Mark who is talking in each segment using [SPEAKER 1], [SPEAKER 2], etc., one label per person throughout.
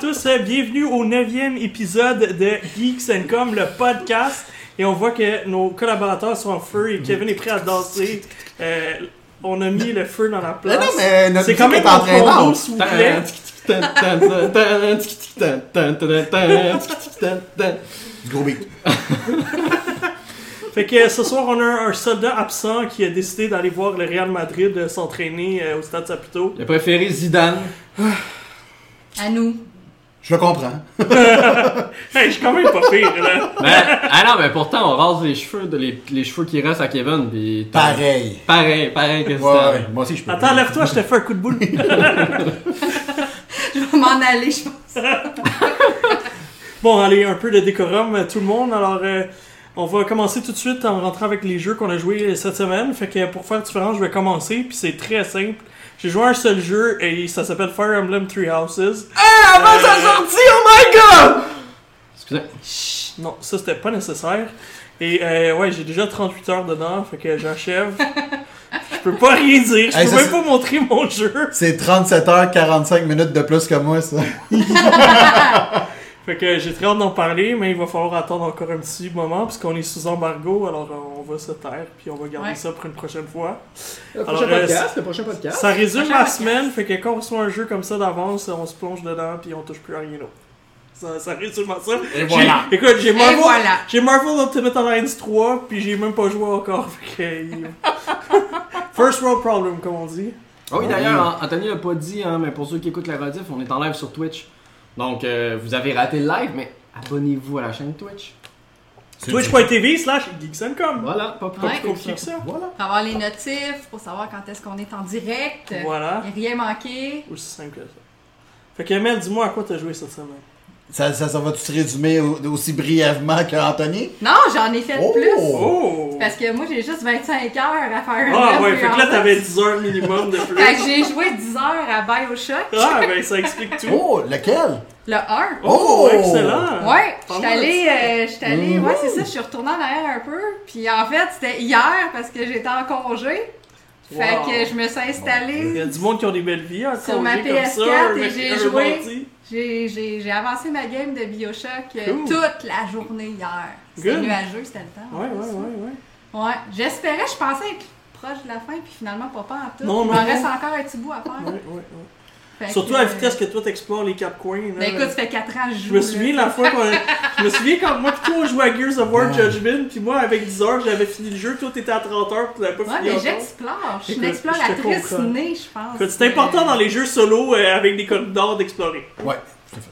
[SPEAKER 1] tous, euh, bienvenue au neuvième épisode de Geeks and Com, le podcast. Et on voit que nos collaborateurs sont en feu
[SPEAKER 2] Mm-hmm.
[SPEAKER 1] et Kevin est prêt à danser. Euh, on a mis le feu dans la
[SPEAKER 2] Mais
[SPEAKER 1] place.
[SPEAKER 2] non, mais notre
[SPEAKER 1] C'est quand même
[SPEAKER 2] musique est
[SPEAKER 1] un condo,
[SPEAKER 2] entraînante.
[SPEAKER 1] s'il vous plaît.
[SPEAKER 2] Du gros beat.
[SPEAKER 1] Fait que euh, ce soir, on a un soldat absent qui a décidé d'aller voir le Real Madrid euh, s'entraîner euh, au Stade Saputo.
[SPEAKER 3] Il a préféré Zidane.
[SPEAKER 4] À nous.
[SPEAKER 2] Je le comprends.
[SPEAKER 1] Hey, je suis quand même pas pire, là.
[SPEAKER 3] Ben, ah non, mais pourtant, on rase les cheveux, de- les, les cheveux qui restent à Kevin. Pis
[SPEAKER 2] Pareil.
[SPEAKER 3] Pareil, pareil que
[SPEAKER 2] Ouais,
[SPEAKER 3] Zidane.
[SPEAKER 2] ouais, moi aussi je peux.
[SPEAKER 1] Attends, lève-toi, je te fais un coup de boule.
[SPEAKER 4] Je vais m'en aller, je pense.
[SPEAKER 1] Bon, allez, un peu de décorum, euh, tout le monde. Alors, euh, on va commencer tout de suite en rentrant avec les jeux qu'on a joués euh, cette semaine. Fait que euh, pour faire différence, je vais commencer, puis c'est très simple. J'ai joué à un seul jeu et ça s'appelle Fire Emblem Three Houses.
[SPEAKER 3] Ah, avant sa sortie, oh my god! Excusez.
[SPEAKER 1] Non, ça c'était pas nécessaire. Et euh, ouais, j'ai déjà 38 heures dedans, fait que j'achève. je peux pas rien dire, je
[SPEAKER 2] Hey,
[SPEAKER 1] peux
[SPEAKER 2] ça,
[SPEAKER 1] même
[SPEAKER 2] c'est-
[SPEAKER 1] pas montrer mon jeu.
[SPEAKER 2] C'est 37h45 minutes de plus que moi, ça.
[SPEAKER 1] Fait que j'ai très hâte d'en parler, mais il va falloir attendre encore un petit moment, puisqu'on est sous embargo, alors euh, on va se taire, puis on va garder
[SPEAKER 4] Ouais.
[SPEAKER 1] ça pour une prochaine fois.
[SPEAKER 3] Le
[SPEAKER 1] prochain Alors, euh, podcast,
[SPEAKER 3] le prochain podcast.
[SPEAKER 1] Ça résume
[SPEAKER 4] Prochain
[SPEAKER 1] la
[SPEAKER 4] podcast.
[SPEAKER 1] semaine, fait que quand on reçoit un jeu comme ça d'avance, on se plonge dedans puis on touche plus à rien d'autre. Ça, ça résume à ça.
[SPEAKER 3] Et
[SPEAKER 1] J'ai-
[SPEAKER 3] voilà.
[SPEAKER 1] Écoute, j'ai
[SPEAKER 4] Et
[SPEAKER 1] Marvel,
[SPEAKER 4] voilà.
[SPEAKER 1] j'ai Marvel Ultimate Alliance 3 puis j'ai même pas joué encore. Fait que, First world problem comme on dit.
[SPEAKER 3] Ah oui, d'ailleurs, Anthony l'a pas dit, hein, mais pour ceux qui écoutent la rediff, on est en live sur Twitch. Donc, euh, vous avez raté le live, mais abonnez-vous à la chaîne Twitch.
[SPEAKER 1] Twitch.tv slash geeksandcom.
[SPEAKER 3] Voilà, pas plus
[SPEAKER 4] Ouais.
[SPEAKER 1] Plus compliqué que ça.
[SPEAKER 3] Voilà.
[SPEAKER 4] Pour avoir les notifs, pour savoir quand est-ce qu'on est en direct.
[SPEAKER 1] Voilà.
[SPEAKER 4] Y a rien manqué.
[SPEAKER 1] Aussi simple que ça. Fait que Mel, dis-moi à quoi t'as joué cette semaine.
[SPEAKER 2] Ça, ça, ça va-tu se résumer au- aussi brièvement qu'Anthony?
[SPEAKER 4] Non, j'en ai fait
[SPEAKER 2] Oh!
[SPEAKER 4] plus.
[SPEAKER 1] Oh!
[SPEAKER 4] Parce que moi, j'ai juste 25 heures à faire un
[SPEAKER 1] Ah
[SPEAKER 4] jeu
[SPEAKER 1] ouais, fait que là
[SPEAKER 4] freelance.
[SPEAKER 1] t'avais 10 heures minimum de
[SPEAKER 4] Fait que
[SPEAKER 1] plus.
[SPEAKER 4] j'ai joué 10 heures à Bioshock,
[SPEAKER 1] Ah ben ça explique tout.
[SPEAKER 2] Oh, lequel?
[SPEAKER 4] le 1.
[SPEAKER 1] Oh,
[SPEAKER 2] Oh!
[SPEAKER 1] excellent!
[SPEAKER 4] Ouais, je
[SPEAKER 1] Pas
[SPEAKER 4] suis
[SPEAKER 1] mal,
[SPEAKER 4] allée,
[SPEAKER 1] ça.
[SPEAKER 4] euh, j'étais allée- ouais, c'est ça, je suis retournée en arrière un peu. Puis en fait, c'était hier parce que j'étais en congé. Fait
[SPEAKER 1] Wow.
[SPEAKER 4] que je me suis
[SPEAKER 1] Il y a
[SPEAKER 4] installée.
[SPEAKER 1] du monde qui ont des belles vies, hein,
[SPEAKER 4] Sur ma
[SPEAKER 1] congés comme ça,
[SPEAKER 4] PS4 et
[SPEAKER 1] avec
[SPEAKER 4] j'ai
[SPEAKER 1] un
[SPEAKER 4] joué.
[SPEAKER 1] ordi.
[SPEAKER 4] J'ai- J'ai j'ai avancé ma game de Bioshock euh,
[SPEAKER 1] Cool.
[SPEAKER 4] toute la journée hier. C'était
[SPEAKER 1] Good.
[SPEAKER 4] nuageux, c'était le temps. en
[SPEAKER 1] Ouais, ouais,
[SPEAKER 4] plus,
[SPEAKER 1] ouais,
[SPEAKER 4] ça.
[SPEAKER 1] ouais.
[SPEAKER 4] Ouais, j'espérais, je pensais être proche de la fin, puis finalement, pas pas en tout.
[SPEAKER 1] Non,
[SPEAKER 4] Il
[SPEAKER 1] non,
[SPEAKER 4] m'en
[SPEAKER 1] non.
[SPEAKER 4] reste encore un petit bout à faire.
[SPEAKER 1] ouais, ouais, ouais.
[SPEAKER 4] Fait
[SPEAKER 1] Surtout
[SPEAKER 4] que,
[SPEAKER 1] à la
[SPEAKER 4] euh,
[SPEAKER 1] vitesse que toi t'explores les Cap Coins. là.
[SPEAKER 4] Ben écoute, ça fait 4 ans que je joue.
[SPEAKER 1] je me
[SPEAKER 4] là.
[SPEAKER 1] souviens la fois qu'on a... Je me souviens quand moi pis toi on jouait à Gears of War
[SPEAKER 2] Ouais.
[SPEAKER 1] Judgment, puis moi avec 10 heures j'avais fini le jeu, toi t'étais à 30 heures pis t'avais pas
[SPEAKER 4] Ouais,
[SPEAKER 1] fini
[SPEAKER 4] mais
[SPEAKER 1] encore.
[SPEAKER 4] j'explore. Je suis une
[SPEAKER 1] Écoute, je te
[SPEAKER 4] exploratrice
[SPEAKER 1] comprends.
[SPEAKER 4] née, je pense.
[SPEAKER 1] Écoute, C'est important dans les jeux solo euh, avec des corridors d'explorer.
[SPEAKER 2] Ouais, tout à fait.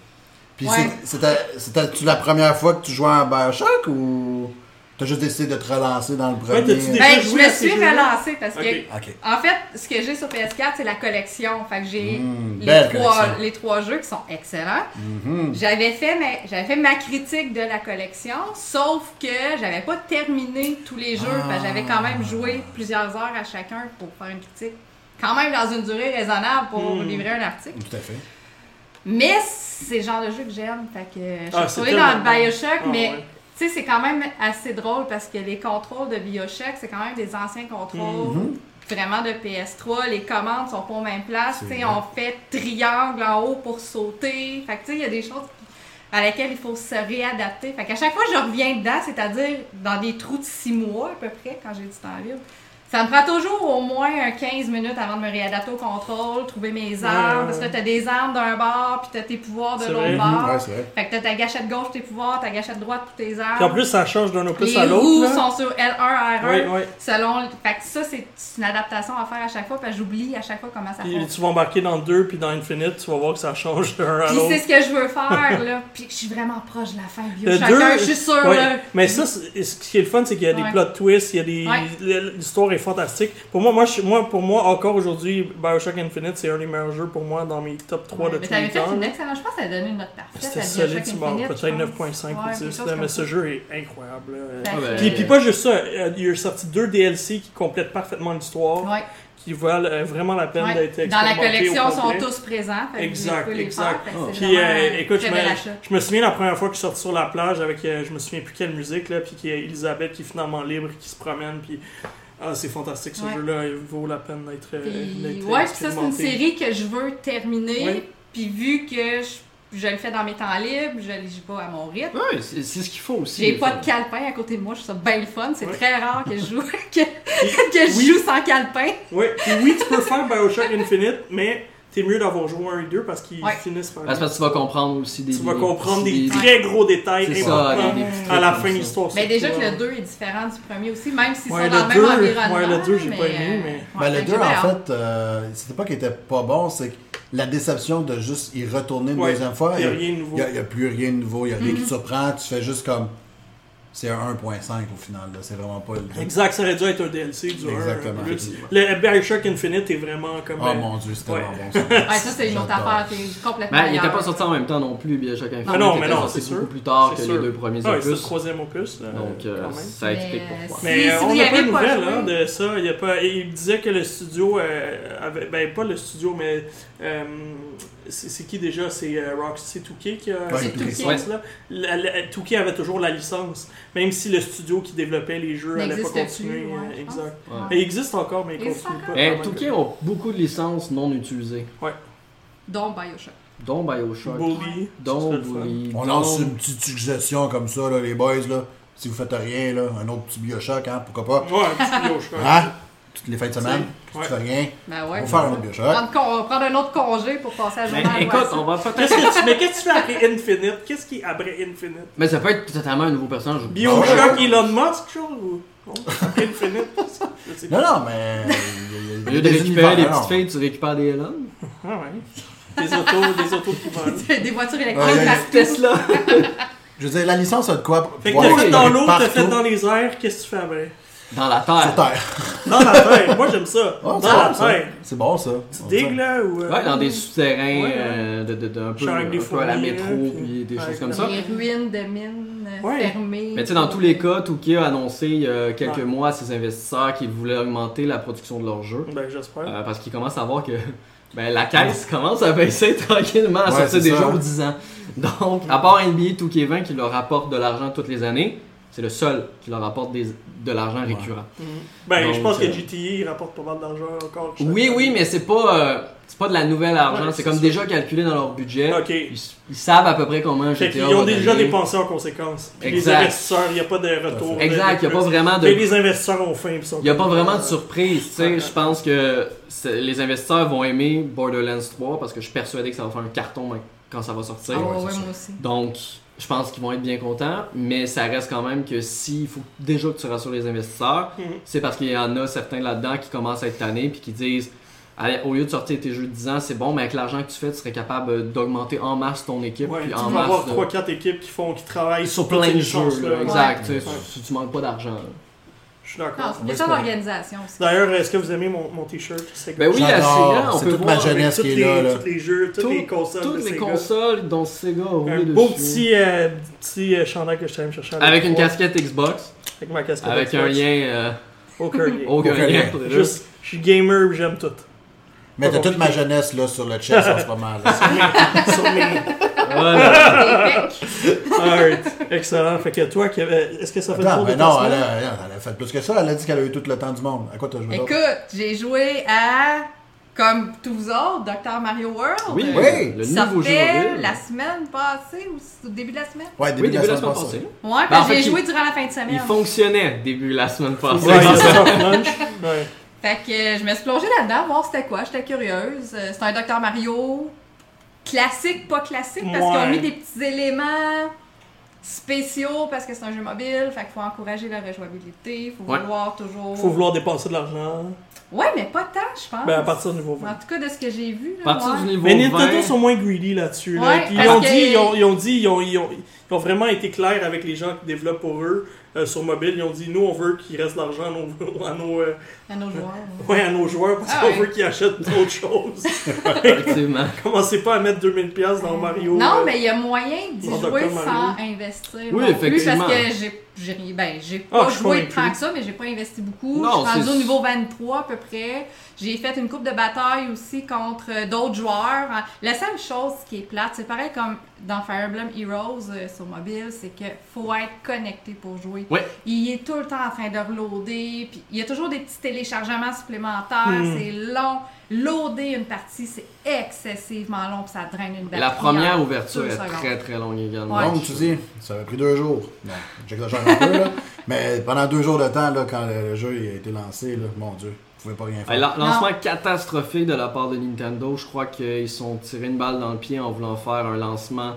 [SPEAKER 2] Puis
[SPEAKER 4] Ouais.
[SPEAKER 2] c'est- c'était- c'était-tu la première fois que tu jouais à Bioshock ou t'as juste décidé de te relancer dans le
[SPEAKER 1] Ouais,
[SPEAKER 2] premier?
[SPEAKER 1] t'as-tu des-
[SPEAKER 4] Ben,
[SPEAKER 1] Déjà
[SPEAKER 4] je
[SPEAKER 1] joué
[SPEAKER 4] me
[SPEAKER 1] à ces
[SPEAKER 4] suis
[SPEAKER 1] jeux-là?
[SPEAKER 4] relancée parce que.
[SPEAKER 1] Ok.
[SPEAKER 2] Ok.
[SPEAKER 4] En fait, ce que j'ai sur PS4, c'est la collection. Fait que j'ai
[SPEAKER 2] Mm,
[SPEAKER 4] les,
[SPEAKER 2] belle
[SPEAKER 4] trois,
[SPEAKER 2] collection.
[SPEAKER 4] les trois jeux qui sont excellents.
[SPEAKER 2] Mhm.
[SPEAKER 4] J'avais fait, ma, j'avais fait ma critique de la collection, sauf que j'avais pas terminé tous les jeux.
[SPEAKER 2] Ah.
[SPEAKER 4] Fait que j'avais quand même joué plusieurs heures à chacun pour faire une critique. Quand même dans une durée raisonnable pour
[SPEAKER 1] Mm.
[SPEAKER 4] livrer un article.
[SPEAKER 2] Tout à fait.
[SPEAKER 4] Mais c'est le genre de jeu que j'aime. Fait que euh, je suis
[SPEAKER 1] Ah, c'est
[SPEAKER 4] retournée dans le
[SPEAKER 1] tellement bon.
[SPEAKER 4] Bioshock,
[SPEAKER 1] Ah,
[SPEAKER 4] mais
[SPEAKER 1] ouais.
[SPEAKER 4] tu sais, c'est quand même assez drôle parce que les contrôles de Bioshock, c'est quand même des anciens contrôles
[SPEAKER 2] Mhm.
[SPEAKER 4] vraiment de PS3. Les commandes sont pas aux mêmes places.
[SPEAKER 2] C'est
[SPEAKER 4] Tu sais,
[SPEAKER 2] vrai.
[SPEAKER 4] on fait triangle en haut pour sauter. Fait que tu sais, il y a des choses à laquelle il faut se réadapter. Fait qu'à chaque fois, je reviens dedans, c'est-à-dire dans des trous de six mois à peu près, quand j'ai du temps libre. Ça me prend toujours au moins un 15 minutes avant de me réadapter au contrôle, trouver mes armes,
[SPEAKER 1] ouais,
[SPEAKER 4] parce que
[SPEAKER 1] ouais.
[SPEAKER 4] t'as des armes d'un bord, puis t'as tes pouvoirs de
[SPEAKER 1] C'est
[SPEAKER 4] l'autre
[SPEAKER 1] vrai.
[SPEAKER 4] bord.
[SPEAKER 2] Ouais, c'est vrai.
[SPEAKER 4] Fait que t'as ta gâchette gauche pour tes pouvoirs, ta gâchette droite pour tes armes.
[SPEAKER 1] Puis en plus ça change d'un opus à
[SPEAKER 4] les
[SPEAKER 1] l'autre.
[SPEAKER 4] roues
[SPEAKER 1] là.
[SPEAKER 4] sont sur L1, R1.
[SPEAKER 1] Ouais, ouais.
[SPEAKER 4] Selon... Fait que ça, c'est une adaptation à faire à chaque fois, parce que j'oublie à chaque fois comment ça
[SPEAKER 1] Puis
[SPEAKER 4] fonctionne.
[SPEAKER 1] tu vas embarquer dans le 2 puis dans Infinite, tu vas voir que ça change d'un à
[SPEAKER 4] Puis
[SPEAKER 1] l'autre.
[SPEAKER 4] c'est ce que je veux faire, là. Puis je suis vraiment proche de la fin.
[SPEAKER 1] Le
[SPEAKER 4] Bio chacun,
[SPEAKER 1] deux-
[SPEAKER 4] je suis sûre,
[SPEAKER 1] Ouais.
[SPEAKER 4] là.
[SPEAKER 1] Mais ça, c'est- ce qui est le fun, c'est qu'il y a des
[SPEAKER 4] Ouais.
[SPEAKER 1] plot twists, il y a des.
[SPEAKER 4] Ouais.
[SPEAKER 1] L'histoire est fantastique. Pour moi, moi, je- moi, pour moi encore aujourd'hui, Bioshock Infinite, c'est un des meilleurs jeux pour moi dans mes top 3 de
[SPEAKER 4] mais
[SPEAKER 1] tous les
[SPEAKER 4] t'avais fait
[SPEAKER 1] temps.
[SPEAKER 4] une excellente. Je pense que ça a donné une note parfaite.
[SPEAKER 1] C'était
[SPEAKER 4] à
[SPEAKER 1] solide,
[SPEAKER 4] Bioshock
[SPEAKER 1] tu m'as
[SPEAKER 4] Infinite, je
[SPEAKER 1] peut-être
[SPEAKER 4] pense.
[SPEAKER 1] 9.5 ou
[SPEAKER 4] Ouais, quelque
[SPEAKER 1] 10,
[SPEAKER 4] chose
[SPEAKER 1] là,
[SPEAKER 4] comme
[SPEAKER 1] mais ce
[SPEAKER 4] ça.
[SPEAKER 1] jeu est incroyable. là.
[SPEAKER 4] Fait
[SPEAKER 3] Ah, ben,
[SPEAKER 4] que-
[SPEAKER 1] Puis, puis pas juste ça, euh, il a sorti deux DLC qui complètent parfaitement l'histoire,
[SPEAKER 4] Ouais,
[SPEAKER 1] qui valent euh, vraiment la peine
[SPEAKER 4] ouais.
[SPEAKER 1] d'être
[SPEAKER 4] Dans la
[SPEAKER 1] expérimentés au
[SPEAKER 4] collection, ils sont
[SPEAKER 1] complet.
[SPEAKER 4] tous présents. fait que
[SPEAKER 1] Exact,
[SPEAKER 4] vous pouvez Ah, les
[SPEAKER 1] exact.
[SPEAKER 4] faire, fait
[SPEAKER 3] Oh.
[SPEAKER 4] que c'est
[SPEAKER 1] Puis,
[SPEAKER 4] vraiment
[SPEAKER 1] euh,
[SPEAKER 4] un
[SPEAKER 1] écoute,
[SPEAKER 4] très
[SPEAKER 1] je
[SPEAKER 4] bel
[SPEAKER 1] me,
[SPEAKER 4] achat.
[SPEAKER 1] je me souviens la première fois que je suis sorti sur la plage avec, euh, je me souviens plus quelle musique, là, puis qu'il y a Elisabeth qui est finalement libre, qui se promène, puis ah, c'est fantastique ce
[SPEAKER 4] Ouais.
[SPEAKER 1] jeu-là, il vaut la peine d'être. euh,
[SPEAKER 4] Puis,
[SPEAKER 1] d'être
[SPEAKER 4] ouais, puis ça, c'est une
[SPEAKER 1] expérimenté.
[SPEAKER 4] série que je veux terminer.
[SPEAKER 1] Ouais.
[SPEAKER 4] Puis vu que je je le fais dans mes temps libres, je le joue pas à mon rythme.
[SPEAKER 3] Ouais, c'est c'est ce qu'il faut aussi.
[SPEAKER 4] J'ai
[SPEAKER 3] des
[SPEAKER 4] pas
[SPEAKER 3] fois.
[SPEAKER 4] de calepin à côté de moi, je trouve ça bien le fun. C'est
[SPEAKER 1] Ouais.
[SPEAKER 4] très rare que je joue, que, que je
[SPEAKER 1] Oui.
[SPEAKER 4] joue sans calepin.
[SPEAKER 1] Oui, puis oui, tu peux faire Bioshock Infinite, mais t'es mieux d'avoir joué un et deux parce qu'ils
[SPEAKER 4] Ouais.
[SPEAKER 1] finissent par.
[SPEAKER 3] Ah, c'est parce que tu vas comprendre aussi des.
[SPEAKER 1] Tu vas
[SPEAKER 3] des-
[SPEAKER 1] comprendre des
[SPEAKER 3] des-
[SPEAKER 1] très gros détails
[SPEAKER 3] C'est ça,
[SPEAKER 1] importants
[SPEAKER 3] des- des petits
[SPEAKER 1] à la
[SPEAKER 3] trucs
[SPEAKER 1] fin
[SPEAKER 3] comme
[SPEAKER 1] de
[SPEAKER 3] ça.
[SPEAKER 1] l'histoire.
[SPEAKER 4] Mais Ben, déjà que
[SPEAKER 1] surtout,
[SPEAKER 4] le
[SPEAKER 1] hein.
[SPEAKER 4] 2 est différent du premier aussi, même s'ils
[SPEAKER 1] Ouais,
[SPEAKER 4] sont dans
[SPEAKER 1] le
[SPEAKER 4] le même
[SPEAKER 1] 2,
[SPEAKER 4] environnement.
[SPEAKER 1] ouais, le 2, j'ai
[SPEAKER 4] mais, euh,
[SPEAKER 1] pas aimé, mais-
[SPEAKER 4] ouais,
[SPEAKER 2] Ben, le
[SPEAKER 4] fait que
[SPEAKER 2] 2, en
[SPEAKER 4] j'ai
[SPEAKER 1] hein.
[SPEAKER 4] bien hâte.
[SPEAKER 2] fait, euh, c'était pas qu'il était pas bon, c'est que la déception de juste y retourner une
[SPEAKER 1] Ouais,
[SPEAKER 2] deuxième fois,
[SPEAKER 1] y a
[SPEAKER 2] il
[SPEAKER 1] rien de nouveau. Mhm.
[SPEAKER 2] n'y a, il y a plus rien de nouveau, il n'y a rien qui te surprend, tu fais juste comme. C'est un 1.5 au final, là, c'est vraiment pas le.
[SPEAKER 1] Exact, ça aurait dû être un DLC du 1.
[SPEAKER 2] Exactement.
[SPEAKER 1] Le Bioshock Infinite est vraiment comme.
[SPEAKER 3] Ah,
[SPEAKER 1] euh,
[SPEAKER 2] Oh mon dieu, c'était
[SPEAKER 1] Ouais.
[SPEAKER 2] vraiment bon. ça.
[SPEAKER 4] Ouais, ça, c'est une autre
[SPEAKER 2] J'adore.
[SPEAKER 4] affaire, t'es complètement.
[SPEAKER 3] Ben, il était
[SPEAKER 4] ailleurs.
[SPEAKER 3] pas sorti en même temps non plus, Bioshock Infinite.
[SPEAKER 1] Ah non,
[SPEAKER 3] il
[SPEAKER 1] mais
[SPEAKER 3] était
[SPEAKER 1] non,
[SPEAKER 3] sorti
[SPEAKER 1] c'est
[SPEAKER 3] beaucoup
[SPEAKER 1] sûr.
[SPEAKER 3] plus tard que
[SPEAKER 1] C'est
[SPEAKER 3] les
[SPEAKER 1] sûr.
[SPEAKER 3] deux premiers
[SPEAKER 1] Ah, ouais, c'est le
[SPEAKER 3] opus.
[SPEAKER 1] troisième opus. là,
[SPEAKER 3] Donc, euh,
[SPEAKER 1] quand même.
[SPEAKER 3] ça explique
[SPEAKER 4] Mais,
[SPEAKER 3] pourquoi.
[SPEAKER 1] Mais
[SPEAKER 4] Si-
[SPEAKER 1] euh,
[SPEAKER 4] si
[SPEAKER 1] on
[SPEAKER 4] vous y
[SPEAKER 1] n'a pas
[SPEAKER 4] avez
[SPEAKER 1] de
[SPEAKER 4] pas
[SPEAKER 1] nouvelles
[SPEAKER 4] joué.
[SPEAKER 1] hein, de ça. Il, y a pas, il disait que le studio. euh, avait- ben, pas le studio, mais. euh, c'est c'est qui déjà C'est euh, Roxy 2K qui a
[SPEAKER 2] Ouais,
[SPEAKER 1] cette
[SPEAKER 2] 2K.
[SPEAKER 1] licence-là. La- la- 2K avait toujours la licence, même si le studio qui développait les jeux n'allait pas
[SPEAKER 4] N'existe plus,
[SPEAKER 1] continuer.
[SPEAKER 4] ouais,
[SPEAKER 1] euh,
[SPEAKER 4] je pense.
[SPEAKER 1] exact.
[SPEAKER 3] Ouais.
[SPEAKER 1] Mais il existe encore, mais il
[SPEAKER 4] Il existe
[SPEAKER 1] continue pas.
[SPEAKER 4] encore?
[SPEAKER 3] Eh,
[SPEAKER 1] quand même.
[SPEAKER 3] 2K ont beaucoup de licences non utilisées,
[SPEAKER 4] Donc, Bioshock.
[SPEAKER 3] dont Bioshock,
[SPEAKER 1] Bully. ça
[SPEAKER 3] dont
[SPEAKER 1] serait le fun.
[SPEAKER 3] Bully,
[SPEAKER 2] On
[SPEAKER 3] dont-
[SPEAKER 2] lance une petite suggestion comme ça, là, les boys, là. Si vous faites rien, là, un autre petit biochoc, hein, pourquoi pas.
[SPEAKER 1] Ouais, un petit Bioshock.
[SPEAKER 2] Hein? Toutes les fins de semaine, si
[SPEAKER 1] Ouais.
[SPEAKER 2] tu fais rien,
[SPEAKER 4] Ben
[SPEAKER 2] on
[SPEAKER 4] ouais.
[SPEAKER 2] va faire un autre biochoc.
[SPEAKER 4] Prendre con- On va prendre un autre congé pour passer à la
[SPEAKER 3] Mais
[SPEAKER 4] journée à
[SPEAKER 3] Ben, écoute,
[SPEAKER 4] l'Ouest.
[SPEAKER 3] on va peut-être.
[SPEAKER 1] Qu'est-ce que tu, mais qu'est-ce que tu fais après Infinite Qu'est-ce qui est après Infinite
[SPEAKER 3] Mais ça peut être totalement un nouveau personnage.
[SPEAKER 1] Bioshock Elon Musk, genre ou... non, Après Infinite Je sais
[SPEAKER 2] Non,
[SPEAKER 1] pas.
[SPEAKER 2] non, mais. il y a-
[SPEAKER 3] Au
[SPEAKER 2] il y a
[SPEAKER 3] lieu de
[SPEAKER 2] des
[SPEAKER 3] récupérer des
[SPEAKER 2] univers,
[SPEAKER 3] petites
[SPEAKER 2] non.
[SPEAKER 3] filles, tu récupères des Elon.
[SPEAKER 1] Ah ouais. Des autos, des autos qui volent.
[SPEAKER 4] Des voitures
[SPEAKER 2] Ouais,
[SPEAKER 4] électriques
[SPEAKER 2] ouais.
[SPEAKER 4] partout.
[SPEAKER 3] Tesla.
[SPEAKER 2] Je veux dire, la licence a de quoi. pour
[SPEAKER 1] Fait que
[SPEAKER 2] pouvoir
[SPEAKER 1] t'as fait dans l'eau,
[SPEAKER 2] explorer
[SPEAKER 1] t'as fait
[SPEAKER 2] partout
[SPEAKER 1] dans les airs, qu'est-ce que tu fais après
[SPEAKER 3] Dans la
[SPEAKER 2] Sur
[SPEAKER 1] Ah.
[SPEAKER 3] Terre.
[SPEAKER 2] Terre.
[SPEAKER 1] Dans la terre, moi j'aime ça.
[SPEAKER 2] Oh,
[SPEAKER 1] dans
[SPEAKER 2] c'est
[SPEAKER 1] la
[SPEAKER 2] bon, ça.
[SPEAKER 1] terre.
[SPEAKER 2] C'est bon, ça.
[SPEAKER 1] Ah, Tu digues là ou. euh,
[SPEAKER 3] Ouais, dans des souterrains,
[SPEAKER 1] Ouais, ouais.
[SPEAKER 3] euh, de, de, de- un peu,
[SPEAKER 1] Genre avec des
[SPEAKER 3] un peu à la
[SPEAKER 1] fourmis, là,
[SPEAKER 3] métro,
[SPEAKER 1] puis-
[SPEAKER 3] puis des
[SPEAKER 1] avec
[SPEAKER 3] choses comme
[SPEAKER 1] la-
[SPEAKER 3] ça.
[SPEAKER 4] Des ruines de mines euh,
[SPEAKER 1] Ouais.
[SPEAKER 4] fermées.
[SPEAKER 3] Mais tu sais, dans tous les cas, Touquet a annoncé il y a quelques
[SPEAKER 1] Ouais.
[SPEAKER 3] mois à ses investisseurs qu'ils voulaient augmenter la production de leur jeu.
[SPEAKER 1] Ben j'espère.
[SPEAKER 3] Euh, parce qu'ils commencent à voir que ben, la caisse commence à baisser tranquillement
[SPEAKER 2] Ouais,
[SPEAKER 3] à sortir
[SPEAKER 2] c'est
[SPEAKER 3] des
[SPEAKER 2] ça.
[SPEAKER 3] jeux aux 10 ans. Donc, à part NBA 2K20 qui leur apporte de l'argent toutes les années, c'est le seul qui leur apporte des- de l'argent
[SPEAKER 2] Ouais.
[SPEAKER 3] récurrent.
[SPEAKER 1] Ben je
[SPEAKER 3] donc,
[SPEAKER 1] pense que
[SPEAKER 3] euh,
[SPEAKER 1] GTA il rapporte pas mal d'argent encore. chaque
[SPEAKER 3] Oui,
[SPEAKER 1] année.
[SPEAKER 3] oui, mais c'est pas, euh, c'est pas de la nouvelle argent.
[SPEAKER 1] Ouais,
[SPEAKER 3] c'est
[SPEAKER 1] c'est
[SPEAKER 3] comme
[SPEAKER 1] ça.
[SPEAKER 3] déjà calculé dans leur budget.
[SPEAKER 1] Ok.
[SPEAKER 3] Ils, ils savent à peu près comment un
[SPEAKER 1] Fait
[SPEAKER 3] GTA
[SPEAKER 1] qu'ils
[SPEAKER 3] va
[SPEAKER 1] ont déjà
[SPEAKER 3] donner.
[SPEAKER 1] dépensé en conséquence. Puis les
[SPEAKER 3] Exact.
[SPEAKER 1] investisseurs, il n'y a pas de retour.
[SPEAKER 3] Exact, il n'y a pas vraiment
[SPEAKER 1] Mais
[SPEAKER 3] de...
[SPEAKER 1] les investisseurs ont faim.
[SPEAKER 3] Il y a pas vraiment
[SPEAKER 1] euh,
[SPEAKER 3] de surprise, tu sais.
[SPEAKER 1] Ouais.
[SPEAKER 3] Je pense que c'est- les investisseurs vont aimer Borderlands 3 parce que je suis persuadé que ça va faire un carton quand ça va sortir.
[SPEAKER 4] Ah
[SPEAKER 2] Ouais,
[SPEAKER 4] ouais,
[SPEAKER 2] c'est
[SPEAKER 4] moi aussi.
[SPEAKER 3] Donc, je pense qu'ils vont être bien contents, mais ça reste quand même que s'il faut déjà que tu rassures les investisseurs,
[SPEAKER 1] Mhm.
[SPEAKER 3] c'est parce qu'il y en a certains là-dedans qui commencent à être tannés puis qui disent Allez, au lieu de sortir tes jeux de 10 ans, c'est bon, mais avec l'argent que tu fais, tu serais capable d'augmenter en masse ton équipe.
[SPEAKER 1] Ouais, tu
[SPEAKER 3] puis
[SPEAKER 1] vas
[SPEAKER 3] en masse
[SPEAKER 1] avoir
[SPEAKER 3] de-
[SPEAKER 1] 3-4 équipes qui font, qui travaillent
[SPEAKER 3] sur
[SPEAKER 1] toutes
[SPEAKER 3] plein
[SPEAKER 1] ces
[SPEAKER 3] de jeux.
[SPEAKER 1] licences-là.
[SPEAKER 3] là, Exact,
[SPEAKER 4] Ouais.
[SPEAKER 3] tu sais, tu- tu manques pas d'argent. là.
[SPEAKER 1] Je suis d'accord.
[SPEAKER 4] Non, c'est une question
[SPEAKER 2] espérer.
[SPEAKER 4] d'organisation aussi.
[SPEAKER 1] D'ailleurs, est-ce que vous aimez mon, mon t-shirt C'est
[SPEAKER 3] Ben oui, à
[SPEAKER 2] J'adore.
[SPEAKER 3] Sega, on
[SPEAKER 2] C'est
[SPEAKER 3] peut
[SPEAKER 2] toute ma
[SPEAKER 3] voir
[SPEAKER 1] Avec
[SPEAKER 2] jeunesse
[SPEAKER 1] toutes
[SPEAKER 2] qui est
[SPEAKER 1] les-
[SPEAKER 2] là, là.
[SPEAKER 1] Tous les jeux, toutes
[SPEAKER 3] tout-
[SPEAKER 1] les consoles. de
[SPEAKER 3] toutes les
[SPEAKER 1] Sega.
[SPEAKER 3] consoles dont Sega a roulé
[SPEAKER 1] Un beau
[SPEAKER 3] dessus.
[SPEAKER 1] petit, euh, petit euh, chandail que je t'aime chercher. à
[SPEAKER 3] Avec une
[SPEAKER 1] l'époque.
[SPEAKER 3] casquette Xbox,
[SPEAKER 1] Avec ma casquette.
[SPEAKER 3] avec un
[SPEAKER 1] Xbox.
[SPEAKER 3] lien, euh,
[SPEAKER 1] Aucun lien.
[SPEAKER 3] aucun
[SPEAKER 2] Aucun
[SPEAKER 3] lien.
[SPEAKER 2] lien.
[SPEAKER 3] pour les jeux.
[SPEAKER 1] Juste, je suis gamer puis j'aime tout.
[SPEAKER 2] Mais t'as toute ma jeunesse là sur le chest en ce moment. là.
[SPEAKER 1] Sur mes-
[SPEAKER 3] Voilà.
[SPEAKER 4] Des becs.
[SPEAKER 1] Alright. Excellent. Fait que toi, Kev- euh, est-ce que ça fait le
[SPEAKER 2] Attends,
[SPEAKER 1] tour de
[SPEAKER 2] mais
[SPEAKER 1] ta
[SPEAKER 2] non, elle
[SPEAKER 1] semaine?
[SPEAKER 2] a, elle a fait plus que ça. Elle a dit qu'elle a eu tout le temps du monde. À quoi t'as joué d'autre?
[SPEAKER 4] Écoute, j'ai joué à, comme tous vous autres, Dr. Mario World.
[SPEAKER 3] Oui,
[SPEAKER 4] Euh,
[SPEAKER 2] Oui.
[SPEAKER 3] le
[SPEAKER 4] ça
[SPEAKER 3] nouveau jeu
[SPEAKER 4] fait
[SPEAKER 3] mobile.
[SPEAKER 4] la semaine passée ou au début de la semaine?
[SPEAKER 2] Ouais,
[SPEAKER 3] Oui,
[SPEAKER 2] début,
[SPEAKER 3] début
[SPEAKER 2] de la semaine passée.
[SPEAKER 4] Ouais,
[SPEAKER 3] Ben, en
[SPEAKER 4] parce que
[SPEAKER 3] fait,
[SPEAKER 4] j'ai
[SPEAKER 3] il-
[SPEAKER 4] joué durant la fin de semaine.
[SPEAKER 3] Il fonctionnait début la semaine passée.
[SPEAKER 1] Ouais, c'est ça, lunch. Ouais.
[SPEAKER 4] Fait que euh, je me suis plongée là-dedans, voir c'était quoi, j'étais curieuse. Euh, C'est un Dr. Mario classique, pas classique, parce qu'ils
[SPEAKER 1] Ouais.
[SPEAKER 4] ont mis des petits éléments spéciaux parce que c'est un jeu mobile, fait qu'il faut encourager la rejouabilité, faut
[SPEAKER 3] Ouais.
[SPEAKER 4] vouloir toujours...
[SPEAKER 1] Faut vouloir dépenser de l'argent.
[SPEAKER 4] Ouais, mais pas tant, je
[SPEAKER 2] Ah.
[SPEAKER 4] pense.
[SPEAKER 1] Ben, à partir du niveau 20.
[SPEAKER 4] En tout cas, de ce que j'ai vu,
[SPEAKER 3] À
[SPEAKER 4] là,
[SPEAKER 3] partir
[SPEAKER 4] ouais.
[SPEAKER 3] du niveau
[SPEAKER 1] Mais Nintendo
[SPEAKER 3] 20,
[SPEAKER 1] sont moins greedy là-dessus. là.
[SPEAKER 4] Ouais,
[SPEAKER 1] Puis
[SPEAKER 4] parce
[SPEAKER 1] ils, ont
[SPEAKER 4] que-
[SPEAKER 1] dit, ils, ont, ils ont dit, ils ont, ils ont- ils ont vraiment été clairs avec les gens qui développent pour eux euh, sur mobile. Ils ont dit, nous, on veut qu'il reste l'argent à nos, à, nos, euh,
[SPEAKER 4] à nos joueurs.
[SPEAKER 1] ouais, à nos joueurs parce
[SPEAKER 4] Ah
[SPEAKER 1] qu'on
[SPEAKER 4] ouais.
[SPEAKER 1] veut qu'ils achètent d'autres choses.
[SPEAKER 3] effectivement.
[SPEAKER 1] Commencez pas à mettre 2000$ piastres dans Mario.
[SPEAKER 4] Non,
[SPEAKER 1] euh,
[SPEAKER 4] mais il y a moyen d'y
[SPEAKER 1] Dans
[SPEAKER 4] jouer
[SPEAKER 1] Dr. Mario.
[SPEAKER 4] sans investir.
[SPEAKER 3] Oui,
[SPEAKER 4] non plus,
[SPEAKER 3] effectivement.
[SPEAKER 4] Parce que j'ai j'ai rien- ben, j'ai
[SPEAKER 1] Ah,
[SPEAKER 4] pas
[SPEAKER 1] je suis
[SPEAKER 4] joué
[SPEAKER 1] convaincu.
[SPEAKER 4] tant que ça, mais j'ai pas investi beaucoup.
[SPEAKER 3] Non,
[SPEAKER 4] je suis
[SPEAKER 3] c'est-
[SPEAKER 4] rendu au niveau 23 à peu près. J'ai fait une coupe de bataille aussi contre euh, d'autres joueurs. hein. La seule chose qui est plate, c'est pareil comme dans Fire Emblem Heroes euh, sur mobile, c'est que faut être connecté pour jouer.
[SPEAKER 3] Ouais.
[SPEAKER 4] Il est tout le temps en train de reloader, puis il y a toujours des petits téléchargements supplémentaires,
[SPEAKER 1] Hmm.
[SPEAKER 4] c'est long. Loader une partie, c'est excessivement long, puis ça draine une batterie.
[SPEAKER 3] La première
[SPEAKER 4] en
[SPEAKER 3] ouverture
[SPEAKER 4] deux
[SPEAKER 3] est
[SPEAKER 4] secondes.
[SPEAKER 3] très très longue également.
[SPEAKER 4] Ouais.
[SPEAKER 2] Donc, tu dis, ça m'a pris deux jours. Non, j'exagère un peu, là. Mais pendant deux jours de temps, là, quand le jeu il a été lancé, là, mon Dieu, vous pouvez pas rien
[SPEAKER 3] Euh,
[SPEAKER 2] faire.
[SPEAKER 3] lan- Lancement catastrophique de la part de Nintendo. Je crois qu'ils se sont tirés une balle dans le pied en voulant faire un lancement.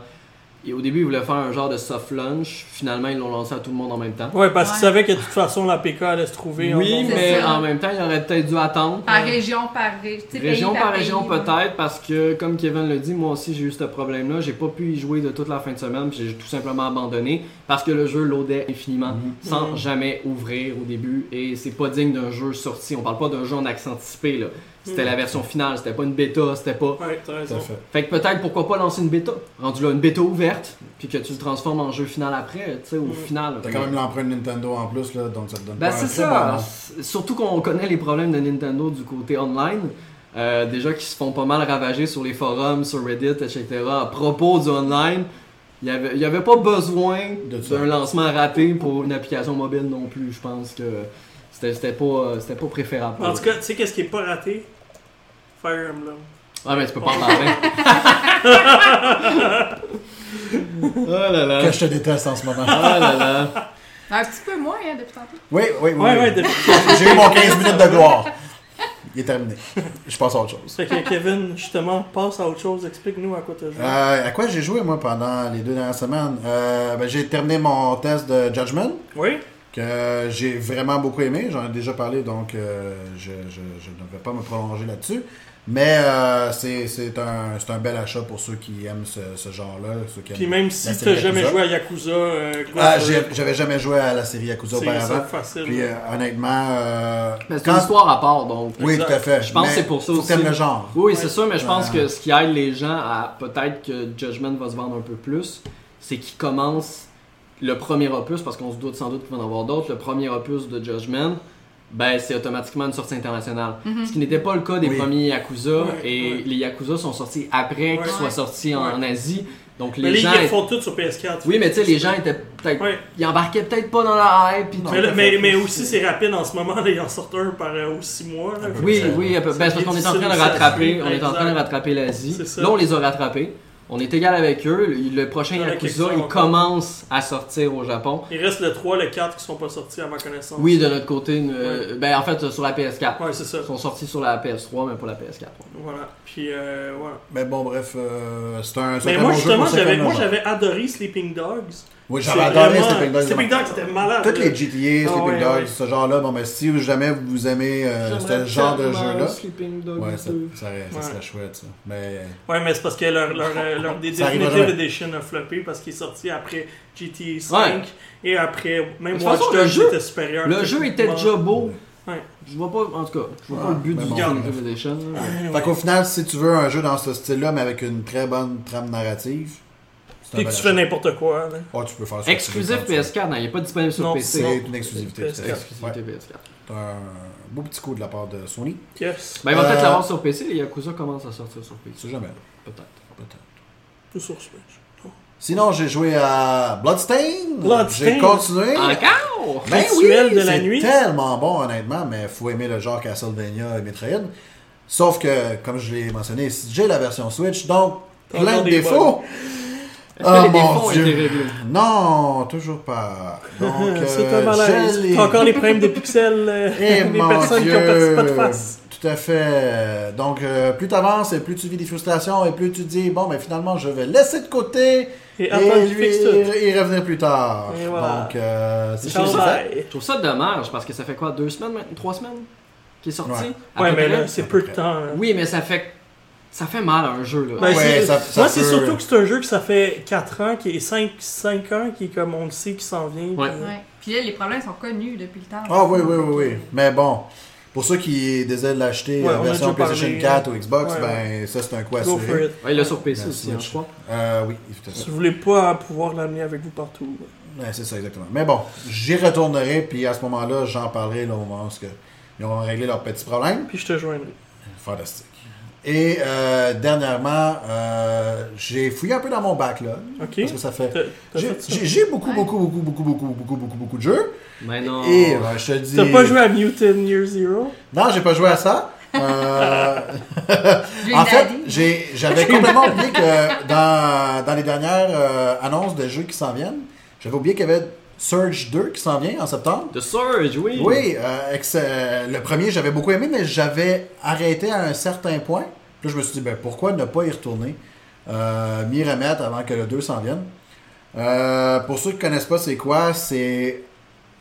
[SPEAKER 3] Et au début, ils voulaient faire un genre de soft launch. Finalement, ils l'ont lancé à tout le monde en même temps.
[SPEAKER 1] Ouais, parce qu'ils
[SPEAKER 4] Ouais.
[SPEAKER 1] savaient que de toute façon, la PK allait se trouver. en
[SPEAKER 3] Oui,
[SPEAKER 1] nombre.
[SPEAKER 4] C'est
[SPEAKER 3] mais
[SPEAKER 4] ça.
[SPEAKER 3] en même temps, ils auraient peut-être dû attendre.
[SPEAKER 4] Par région, par ré- tu sais, pays
[SPEAKER 3] Région par
[SPEAKER 4] pays,
[SPEAKER 3] région
[SPEAKER 4] là.
[SPEAKER 3] peut-être parce que comme Kevin le dit, moi aussi j'ai eu ce problème-là, j'ai pas pu y jouer de toute la fin de semaine, puis j'ai tout simplement abandonné parce que le jeu loadait infiniment sans
[SPEAKER 1] Mhm.
[SPEAKER 3] jamais ouvrir au début et c'est pas digne d'un jeu sorti, on parle pas d'un jeu en accès anticipé là. C'était
[SPEAKER 1] Mhm.
[SPEAKER 3] la version finale, c'était pas une bêta, c'était pas
[SPEAKER 1] Ouais, t'as
[SPEAKER 2] Tout à
[SPEAKER 1] raison.
[SPEAKER 2] fait.
[SPEAKER 3] fait que peut-être pourquoi pas lancer une bêta, rendu là une bêta ouverte, puis que tu le transformes en jeu final après, tu sais au
[SPEAKER 1] Mhm.
[SPEAKER 3] final.
[SPEAKER 2] T'as quand même l'empreinte Nintendo en plus, là, donc ça te donne
[SPEAKER 3] Ben
[SPEAKER 2] pas un
[SPEAKER 3] c'est
[SPEAKER 2] très
[SPEAKER 3] ça,
[SPEAKER 2] bon-
[SPEAKER 3] S- surtout qu'on connaît les problèmes de Nintendo du côté online, euh, déjà qui se font pas mal ravager sur les forums, sur Reddit, etc. À propos du online, il y avait, il y avait pas besoin
[SPEAKER 2] De ça.
[SPEAKER 3] d'un lancement raté pour une application mobile non plus. Je pense que c'était c'était pas, euh, c'était pas préférable.
[SPEAKER 1] En tout cas, tu sais qu'est-ce qui est pas raté? Fire Emblem.
[SPEAKER 3] Ah mais tu peux pas en parler. oh là là.
[SPEAKER 2] Que je te déteste en ce moment.
[SPEAKER 3] Oh là là.
[SPEAKER 4] Un petit peu moins, hein, depuis tantôt.
[SPEAKER 2] Oui, oui, oui.
[SPEAKER 1] Ouais, ouais,
[SPEAKER 2] oui.
[SPEAKER 1] depuis-
[SPEAKER 2] J'ai eu mon 15 minutes de gloire. Il est terminé. Je passe à autre chose.
[SPEAKER 1] Fait que Kevin, justement, passe à autre chose. Explique-nous à quoi t'as joué.
[SPEAKER 3] Ah.
[SPEAKER 2] Euh, à quoi j'ai joué, moi, pendant les deux dernières semaines? Euh, ben, j'ai terminé mon test de Judgment,
[SPEAKER 1] Oui?
[SPEAKER 2] que j'ai vraiment beaucoup aimé. J'en ai déjà parlé, donc euh, je, je, je ne vais pas me prolonger là-dessus. Mais euh, c'est c'est un, c'est un bel achat pour ceux qui aiment ce, ce genre-là. ceux qui
[SPEAKER 1] Puis
[SPEAKER 2] aiment
[SPEAKER 1] même
[SPEAKER 2] la
[SPEAKER 1] si t'as
[SPEAKER 2] série
[SPEAKER 1] jamais
[SPEAKER 2] Yakuza.
[SPEAKER 1] joué à Yakuza, euh,
[SPEAKER 2] Ah,
[SPEAKER 1] Ghost
[SPEAKER 2] j'ai-
[SPEAKER 1] Recon,
[SPEAKER 2] j'avais jamais joué à la série Yakuza
[SPEAKER 1] c'est ça,
[SPEAKER 2] auparavant.
[SPEAKER 1] facile.
[SPEAKER 2] Puis euh, honnêtement, euh,
[SPEAKER 3] Mais C'est une
[SPEAKER 2] quand-
[SPEAKER 3] histoire à part donc.
[SPEAKER 2] oui,
[SPEAKER 1] Exact.
[SPEAKER 2] tout à fait.
[SPEAKER 3] Je pense
[SPEAKER 2] Mais
[SPEAKER 3] que c'est pour ça
[SPEAKER 2] faut
[SPEAKER 3] aussi.
[SPEAKER 2] t'aimes le genre.
[SPEAKER 3] Oui,
[SPEAKER 1] Ouais.
[SPEAKER 3] c'est sûr, mais je pense
[SPEAKER 2] Ouais.
[SPEAKER 3] que ce qui aide les gens à peut-être que Judgment va se vendre un peu plus, c'est qu'ils commencent le premier opus, parce qu'on se doute sans doute qu'il va en avoir d'autres, le premier opus de Judgment, ben c'est automatiquement une sortie internationale. Ce qui n'était pas le cas des
[SPEAKER 2] Oui.
[SPEAKER 3] premiers Yakuza,
[SPEAKER 1] Ouais,
[SPEAKER 3] et
[SPEAKER 1] ouais.
[SPEAKER 3] les Yakuza sont sortis après
[SPEAKER 1] Ouais.
[SPEAKER 3] qu'ils soient sortis en,
[SPEAKER 1] Ouais.
[SPEAKER 3] en Asie, donc les
[SPEAKER 1] Mais les
[SPEAKER 3] gens...
[SPEAKER 1] ils le font tout sur PS4.
[SPEAKER 3] Oui, mais tu sais, les gens étaient peut-être...
[SPEAKER 1] Ouais.
[SPEAKER 3] Ils embarquaient peut-être pas dans la hype. puis
[SPEAKER 1] Mais, le-
[SPEAKER 3] tout à
[SPEAKER 1] mais,
[SPEAKER 3] fait.
[SPEAKER 1] mais aussi, c'est rapide en ce moment. Là, ils en sortent un par euh, aux 6 mois.
[SPEAKER 2] Ah,
[SPEAKER 1] là.
[SPEAKER 3] Oui,
[SPEAKER 2] Ça-
[SPEAKER 3] oui, à peu- ben, c'est parce qu'on est en train de
[SPEAKER 1] difficile,
[SPEAKER 3] rattraper,
[SPEAKER 1] ça,
[SPEAKER 3] on est en train de
[SPEAKER 1] exact.
[SPEAKER 3] rattraper l'Asie.
[SPEAKER 1] C'est ça.
[SPEAKER 3] Là, on les a rattrapés. On est égal avec eux. Le, le prochain
[SPEAKER 1] Il y en a
[SPEAKER 3] Yakuza,
[SPEAKER 1] quelques-uns
[SPEAKER 3] il
[SPEAKER 1] encore.
[SPEAKER 3] commence à sortir au Japon.
[SPEAKER 1] Il reste le 3, le 4 qui sont pas sortis à ma connaissance.
[SPEAKER 3] Oui, de notre côté, une- euh, ben en fait euh, sur la PS4.
[SPEAKER 1] Ouais, c'est ça.
[SPEAKER 3] Ils sont sortis sur la PS3, mais pas la PS4.
[SPEAKER 1] Voilà. Puis, euh, voilà.
[SPEAKER 2] Mais bon, bref, euh, c'est un. c'est un
[SPEAKER 1] Mais
[SPEAKER 2] très
[SPEAKER 1] moi,
[SPEAKER 2] bon jeu
[SPEAKER 1] justement,
[SPEAKER 2] pour ce
[SPEAKER 1] j'avais,
[SPEAKER 2] film-là,
[SPEAKER 1] moi,
[SPEAKER 2] genre.
[SPEAKER 1] j'avais adoré Sleeping Dogs.
[SPEAKER 2] Oui,
[SPEAKER 1] C'est
[SPEAKER 2] j'avais adoré
[SPEAKER 1] vraiment-
[SPEAKER 2] Sleeping Dogs.
[SPEAKER 1] Sleeping Dogs, c'était malade.
[SPEAKER 2] Toutes
[SPEAKER 1] là.
[SPEAKER 2] les GTA,
[SPEAKER 1] Ah,
[SPEAKER 2] Sleeping
[SPEAKER 1] ouais,
[SPEAKER 2] Dogs,
[SPEAKER 1] ouais.
[SPEAKER 2] ce genre-là, bon, mais si jamais vous aimez euh, ce genre de jeu-là, ouais, ça, ça, ça serait chouette, ça. Mais
[SPEAKER 1] Ouais, mais c'est parce que leur, leur, euh, leur des-
[SPEAKER 2] Ça arrivera
[SPEAKER 1] Definitive
[SPEAKER 2] jamais.
[SPEAKER 1] Edition a floppé parce qu'il est sorti après GTA V
[SPEAKER 3] Ouais.
[SPEAKER 1] et après même
[SPEAKER 3] De toute
[SPEAKER 1] Watch
[SPEAKER 3] façon, le
[SPEAKER 1] Dogs
[SPEAKER 3] jeu-
[SPEAKER 1] était supérieur.
[SPEAKER 3] Le jeu était déjà beau.
[SPEAKER 1] Ouais.
[SPEAKER 3] Je vois pas, en tout cas, je vois pas
[SPEAKER 2] Ouais,
[SPEAKER 3] le but
[SPEAKER 2] mais
[SPEAKER 3] du
[SPEAKER 2] bon,
[SPEAKER 3] Game
[SPEAKER 2] bref.
[SPEAKER 3] Edition. là.
[SPEAKER 2] Fait qu'au final, si tu veux un jeu dans ce style-là, mais avec une très bonne trame narrative, c'est un
[SPEAKER 1] Puis
[SPEAKER 2] bel
[SPEAKER 1] que tu
[SPEAKER 2] achat.
[SPEAKER 1] fais n'importe quoi. hein. là.
[SPEAKER 2] Ah, tu peux faire ça.
[SPEAKER 3] Exclusif
[SPEAKER 2] Tu veux faire ça.
[SPEAKER 3] PS4, non, il est pas disponible sur
[SPEAKER 1] Non,
[SPEAKER 3] PC.
[SPEAKER 2] C'est une exclusivité.
[SPEAKER 1] PS4.
[SPEAKER 2] Ouais.
[SPEAKER 3] Exclusivité PS4.
[SPEAKER 2] C'est un beau petit coup de la part de Sony.
[SPEAKER 1] Yes.
[SPEAKER 3] Ben, il va
[SPEAKER 2] Euh,
[SPEAKER 3] peut-être l'avoir sur PC, les Yakuza commencent à sortir sur
[SPEAKER 2] Tu
[SPEAKER 3] PC.
[SPEAKER 2] sais jamais.
[SPEAKER 3] Peut-être.
[SPEAKER 2] Peut-être.
[SPEAKER 1] Tout sur Switch.
[SPEAKER 2] Sinon, j'ai joué à Bloodstained.
[SPEAKER 1] Bloodstained. Ah,
[SPEAKER 2] J'ai continué.
[SPEAKER 3] Encore?
[SPEAKER 2] Ben oui,
[SPEAKER 1] Rituel de la
[SPEAKER 2] c'est
[SPEAKER 1] nuit.
[SPEAKER 2] tellement bon, honnêtement, mais faut aimer le genre Castlevania et Metroid. Sauf que, comme je l'ai mentionné, j'ai la version Switch, donc
[SPEAKER 1] T'as
[SPEAKER 2] plein
[SPEAKER 1] encore
[SPEAKER 2] de
[SPEAKER 1] des
[SPEAKER 2] défauts. Oh,
[SPEAKER 3] Est-ce que les défauts ont été réglés?
[SPEAKER 2] Non, toujours pas. Donc,
[SPEAKER 1] c'est
[SPEAKER 2] euh,
[SPEAKER 1] un malaise.
[SPEAKER 2] je l'ai-
[SPEAKER 1] T'as encore les problèmes de pixels euh,
[SPEAKER 2] Eh,
[SPEAKER 1] des
[SPEAKER 2] mon
[SPEAKER 1] personnes qui ont
[SPEAKER 2] Dieu.
[SPEAKER 1] perdu pas de face.
[SPEAKER 2] Tout à fait. Donc, euh, plus t'avances et plus tu vis des frustrations et plus tu dis, bon, mais finalement, je vais laisser de côté
[SPEAKER 1] Et attends, je
[SPEAKER 2] Eh, lui,
[SPEAKER 1] fixe tout.
[SPEAKER 2] et revenir plus tard.
[SPEAKER 1] Et voilà.
[SPEAKER 2] Donc, euh, c'est
[SPEAKER 1] Ciao,
[SPEAKER 2] ça.
[SPEAKER 1] bye.
[SPEAKER 3] Je trouve ça dommage parce que ça fait quoi, deux semaines maintenant? Trois semaines? Qu'il est sorti?
[SPEAKER 2] Ouais.
[SPEAKER 3] À
[SPEAKER 1] Ouais,
[SPEAKER 3] peu
[SPEAKER 1] mais
[SPEAKER 3] près?
[SPEAKER 1] là, c'est peu de temps. hein.
[SPEAKER 3] Oui, mais ça fait. Ça fait mal à un jeu, là.
[SPEAKER 1] Ben,
[SPEAKER 2] Ouais,
[SPEAKER 1] c'est-
[SPEAKER 2] ça- ça
[SPEAKER 1] moi, c'est
[SPEAKER 2] peut-
[SPEAKER 1] surtout que c'est un jeu que ça fait 4 ans, qui est 5, 5 ans, qui est comme on le sait, qui s'en vient.
[SPEAKER 3] Ouais.
[SPEAKER 1] puis-
[SPEAKER 4] Ouais. Puis là, les problèmes sont connus depuis le temps.
[SPEAKER 2] Ah oui, oui, oui, oui. Mais bon, pour ceux qui désirent l'acheter
[SPEAKER 1] Ouais,
[SPEAKER 2] en
[SPEAKER 1] on a
[SPEAKER 2] version
[SPEAKER 1] déjà parlé, euh,
[SPEAKER 2] PlayStation 4 ou Xbox,
[SPEAKER 1] ouais,
[SPEAKER 2] ben ça c'est un coup à
[SPEAKER 1] Go
[SPEAKER 2] assurer.
[SPEAKER 1] for it.
[SPEAKER 3] Ouais, il l'a sur PC
[SPEAKER 2] Ben,
[SPEAKER 3] aussi, hein, je crois.
[SPEAKER 2] Euh, oui, tout à fait.
[SPEAKER 1] Si vous voulez pas pouvoir l'amener avec vous partout.
[SPEAKER 2] Ouais, c'est ça, exactement. Mais bon, j'y retournerai, puis à ce moment-là, j'en parlerai là, au moment où ce que ils auront réglé leurs petits problèmes.
[SPEAKER 1] Puis je te joindrai.
[SPEAKER 2] Fantastique. Et euh, dernièrement, euh, j'ai fouillé un peu dans mon backlog.
[SPEAKER 1] Ok.
[SPEAKER 2] Parce que ça fait.
[SPEAKER 1] T'as- t'as
[SPEAKER 2] J'ai
[SPEAKER 1] fait ça?
[SPEAKER 2] j'ai- j'ai beaucoup,
[SPEAKER 4] Ouais.
[SPEAKER 2] beaucoup, beaucoup, beaucoup, beaucoup, beaucoup, beaucoup, beaucoup de jeux.
[SPEAKER 3] Mais non.
[SPEAKER 2] Et ben, je te dis.
[SPEAKER 1] T'as pas joué à Mutant Year Zero?
[SPEAKER 2] Non, j'ai pas joué à ça. Euh,
[SPEAKER 4] Dream
[SPEAKER 2] en fait,
[SPEAKER 4] Daddy.
[SPEAKER 2] j'ai- j'avais complètement oublié que dans, dans les dernières euh, annonces de jeux qui s'en viennent, j'avais oublié qu'il y avait Surge 2 qui s'en vient en septembre.
[SPEAKER 3] The Surge, oui.
[SPEAKER 2] Oui, euh, ex- euh, le premier, j'avais beaucoup aimé, mais j'avais arrêté à un certain point. Puis là, je me suis dit, ben, pourquoi ne pas y retourner, euh, m'y remettre avant que le 2 s'en vienne. Euh, pour ceux qui ne connaissent pas, c'est quoi C'est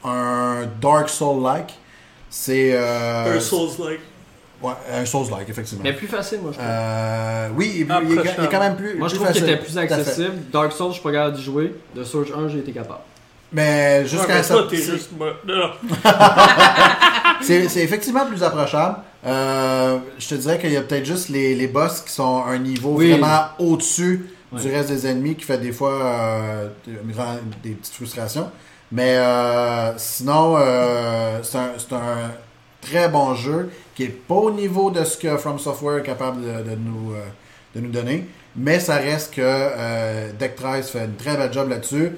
[SPEAKER 2] un Dark Soul-like. C'est. euh,
[SPEAKER 1] Un Souls-like.
[SPEAKER 2] Ouais, un Souls-like, effectivement.
[SPEAKER 3] Mais plus facile, moi, je trouve.
[SPEAKER 2] Euh, oui, il,
[SPEAKER 1] Ah,
[SPEAKER 2] il est,
[SPEAKER 1] prochain.
[SPEAKER 2] il est quand même plus.
[SPEAKER 3] moi, je
[SPEAKER 2] plus
[SPEAKER 3] trouve qu'il
[SPEAKER 2] facile.
[SPEAKER 3] était plus
[SPEAKER 2] Tout à fait.
[SPEAKER 3] accessible. Dark Souls, je suis pas capable d'y jouer. The Surge 1, j'ai été capable.
[SPEAKER 2] Mais
[SPEAKER 1] Ouais,
[SPEAKER 2] jusqu'à
[SPEAKER 1] Ah, mais
[SPEAKER 2] ça,
[SPEAKER 1] toi, t'es juste. moi. Non, non.
[SPEAKER 2] c'est c'est effectivement plus approchable. Euh, je te dirais qu'il y a peut-être juste les, les boss qui sont à un niveau
[SPEAKER 3] Oui.
[SPEAKER 2] vraiment au-dessus
[SPEAKER 3] Ouais.
[SPEAKER 2] du reste des ennemis qui fait des fois euh, une grande- des petites frustrations. Mais euh, sinon, euh, c'est un, c'est un très bon jeu qui est pas au niveau de ce que From Software est capable de, de nous, euh, de nous donner. Mais ça reste que euh, Deck 13 fait une très belle job là-dessus.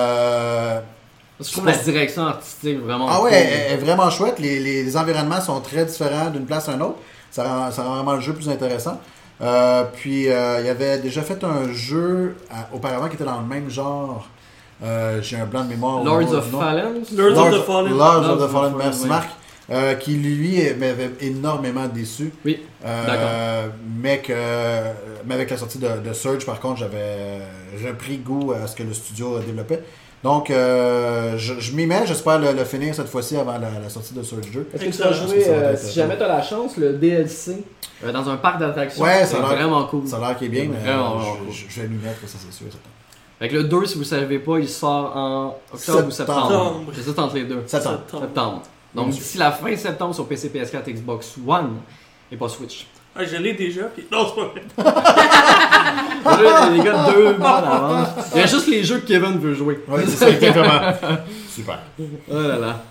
[SPEAKER 2] Euh,
[SPEAKER 3] Parce que je trouve la direction artistique vraiment.
[SPEAKER 2] ah ouais,
[SPEAKER 3] cool.
[SPEAKER 2] elle, elle est vraiment chouette. Les, les- les environnements sont très différents d'une place à une autre. Ça rend, ça rend vraiment le jeu plus intéressant. Euh, puis, euh, il y avait déjà fait un jeu à- auparavant qui était dans le même genre. Euh, J'ai un blanc de mémoire. au
[SPEAKER 3] Lords
[SPEAKER 2] niveau
[SPEAKER 3] of
[SPEAKER 2] du nom.
[SPEAKER 3] Fallen.
[SPEAKER 1] Lords
[SPEAKER 2] Lords
[SPEAKER 1] of the Fallen.
[SPEAKER 2] Lords of
[SPEAKER 3] Lords
[SPEAKER 2] the
[SPEAKER 3] of
[SPEAKER 2] Fallen,
[SPEAKER 3] the
[SPEAKER 2] merci
[SPEAKER 3] Fallen,
[SPEAKER 2] Marc. Euh, qui, lui, m'avait énormément déçu.
[SPEAKER 3] Oui.
[SPEAKER 2] Euh,
[SPEAKER 3] D'accord.
[SPEAKER 2] Mais, que, mais avec la sortie de, de Surge, par contre, j'avais repris goût à ce que le studio développait. Donc, euh, je, je m'y mets, j'espère le, le finir cette fois-ci avant la, la sortie de Surge 2.
[SPEAKER 3] Est-ce
[SPEAKER 1] que tu as
[SPEAKER 2] Excellent. joué, euh, si jamais
[SPEAKER 3] t'as la chance, le DLC Euh, Dans un parc d'attractions.
[SPEAKER 2] Ouais, ça
[SPEAKER 3] c'est
[SPEAKER 2] a l'air-
[SPEAKER 3] vraiment cool.
[SPEAKER 2] Ça a l'air qu'il est bien, mais
[SPEAKER 3] Vraiment,
[SPEAKER 2] euh,
[SPEAKER 3] vraiment
[SPEAKER 2] je, je- je vais m'y mettre, ça c'est sûr. et certain.
[SPEAKER 3] Fait que le 2, si vous savez pas, il sort en octobre ou
[SPEAKER 2] Septembre.
[SPEAKER 3] septembre. C'est ça entre les deux.
[SPEAKER 2] Septembre.
[SPEAKER 1] Septembre.
[SPEAKER 3] Septembre. Donc d'ici la fin septembre sur PC, PS4, Xbox One et pas Switch.
[SPEAKER 1] Ah, je l'ai déjà, puis. Non, c'est pas vrai.
[SPEAKER 3] Là, les gars, deux mois d'avance. Il y a juste les jeux que Kevin veut jouer.
[SPEAKER 2] Oui, c'est ça, exactement. Super.
[SPEAKER 3] Oh là là.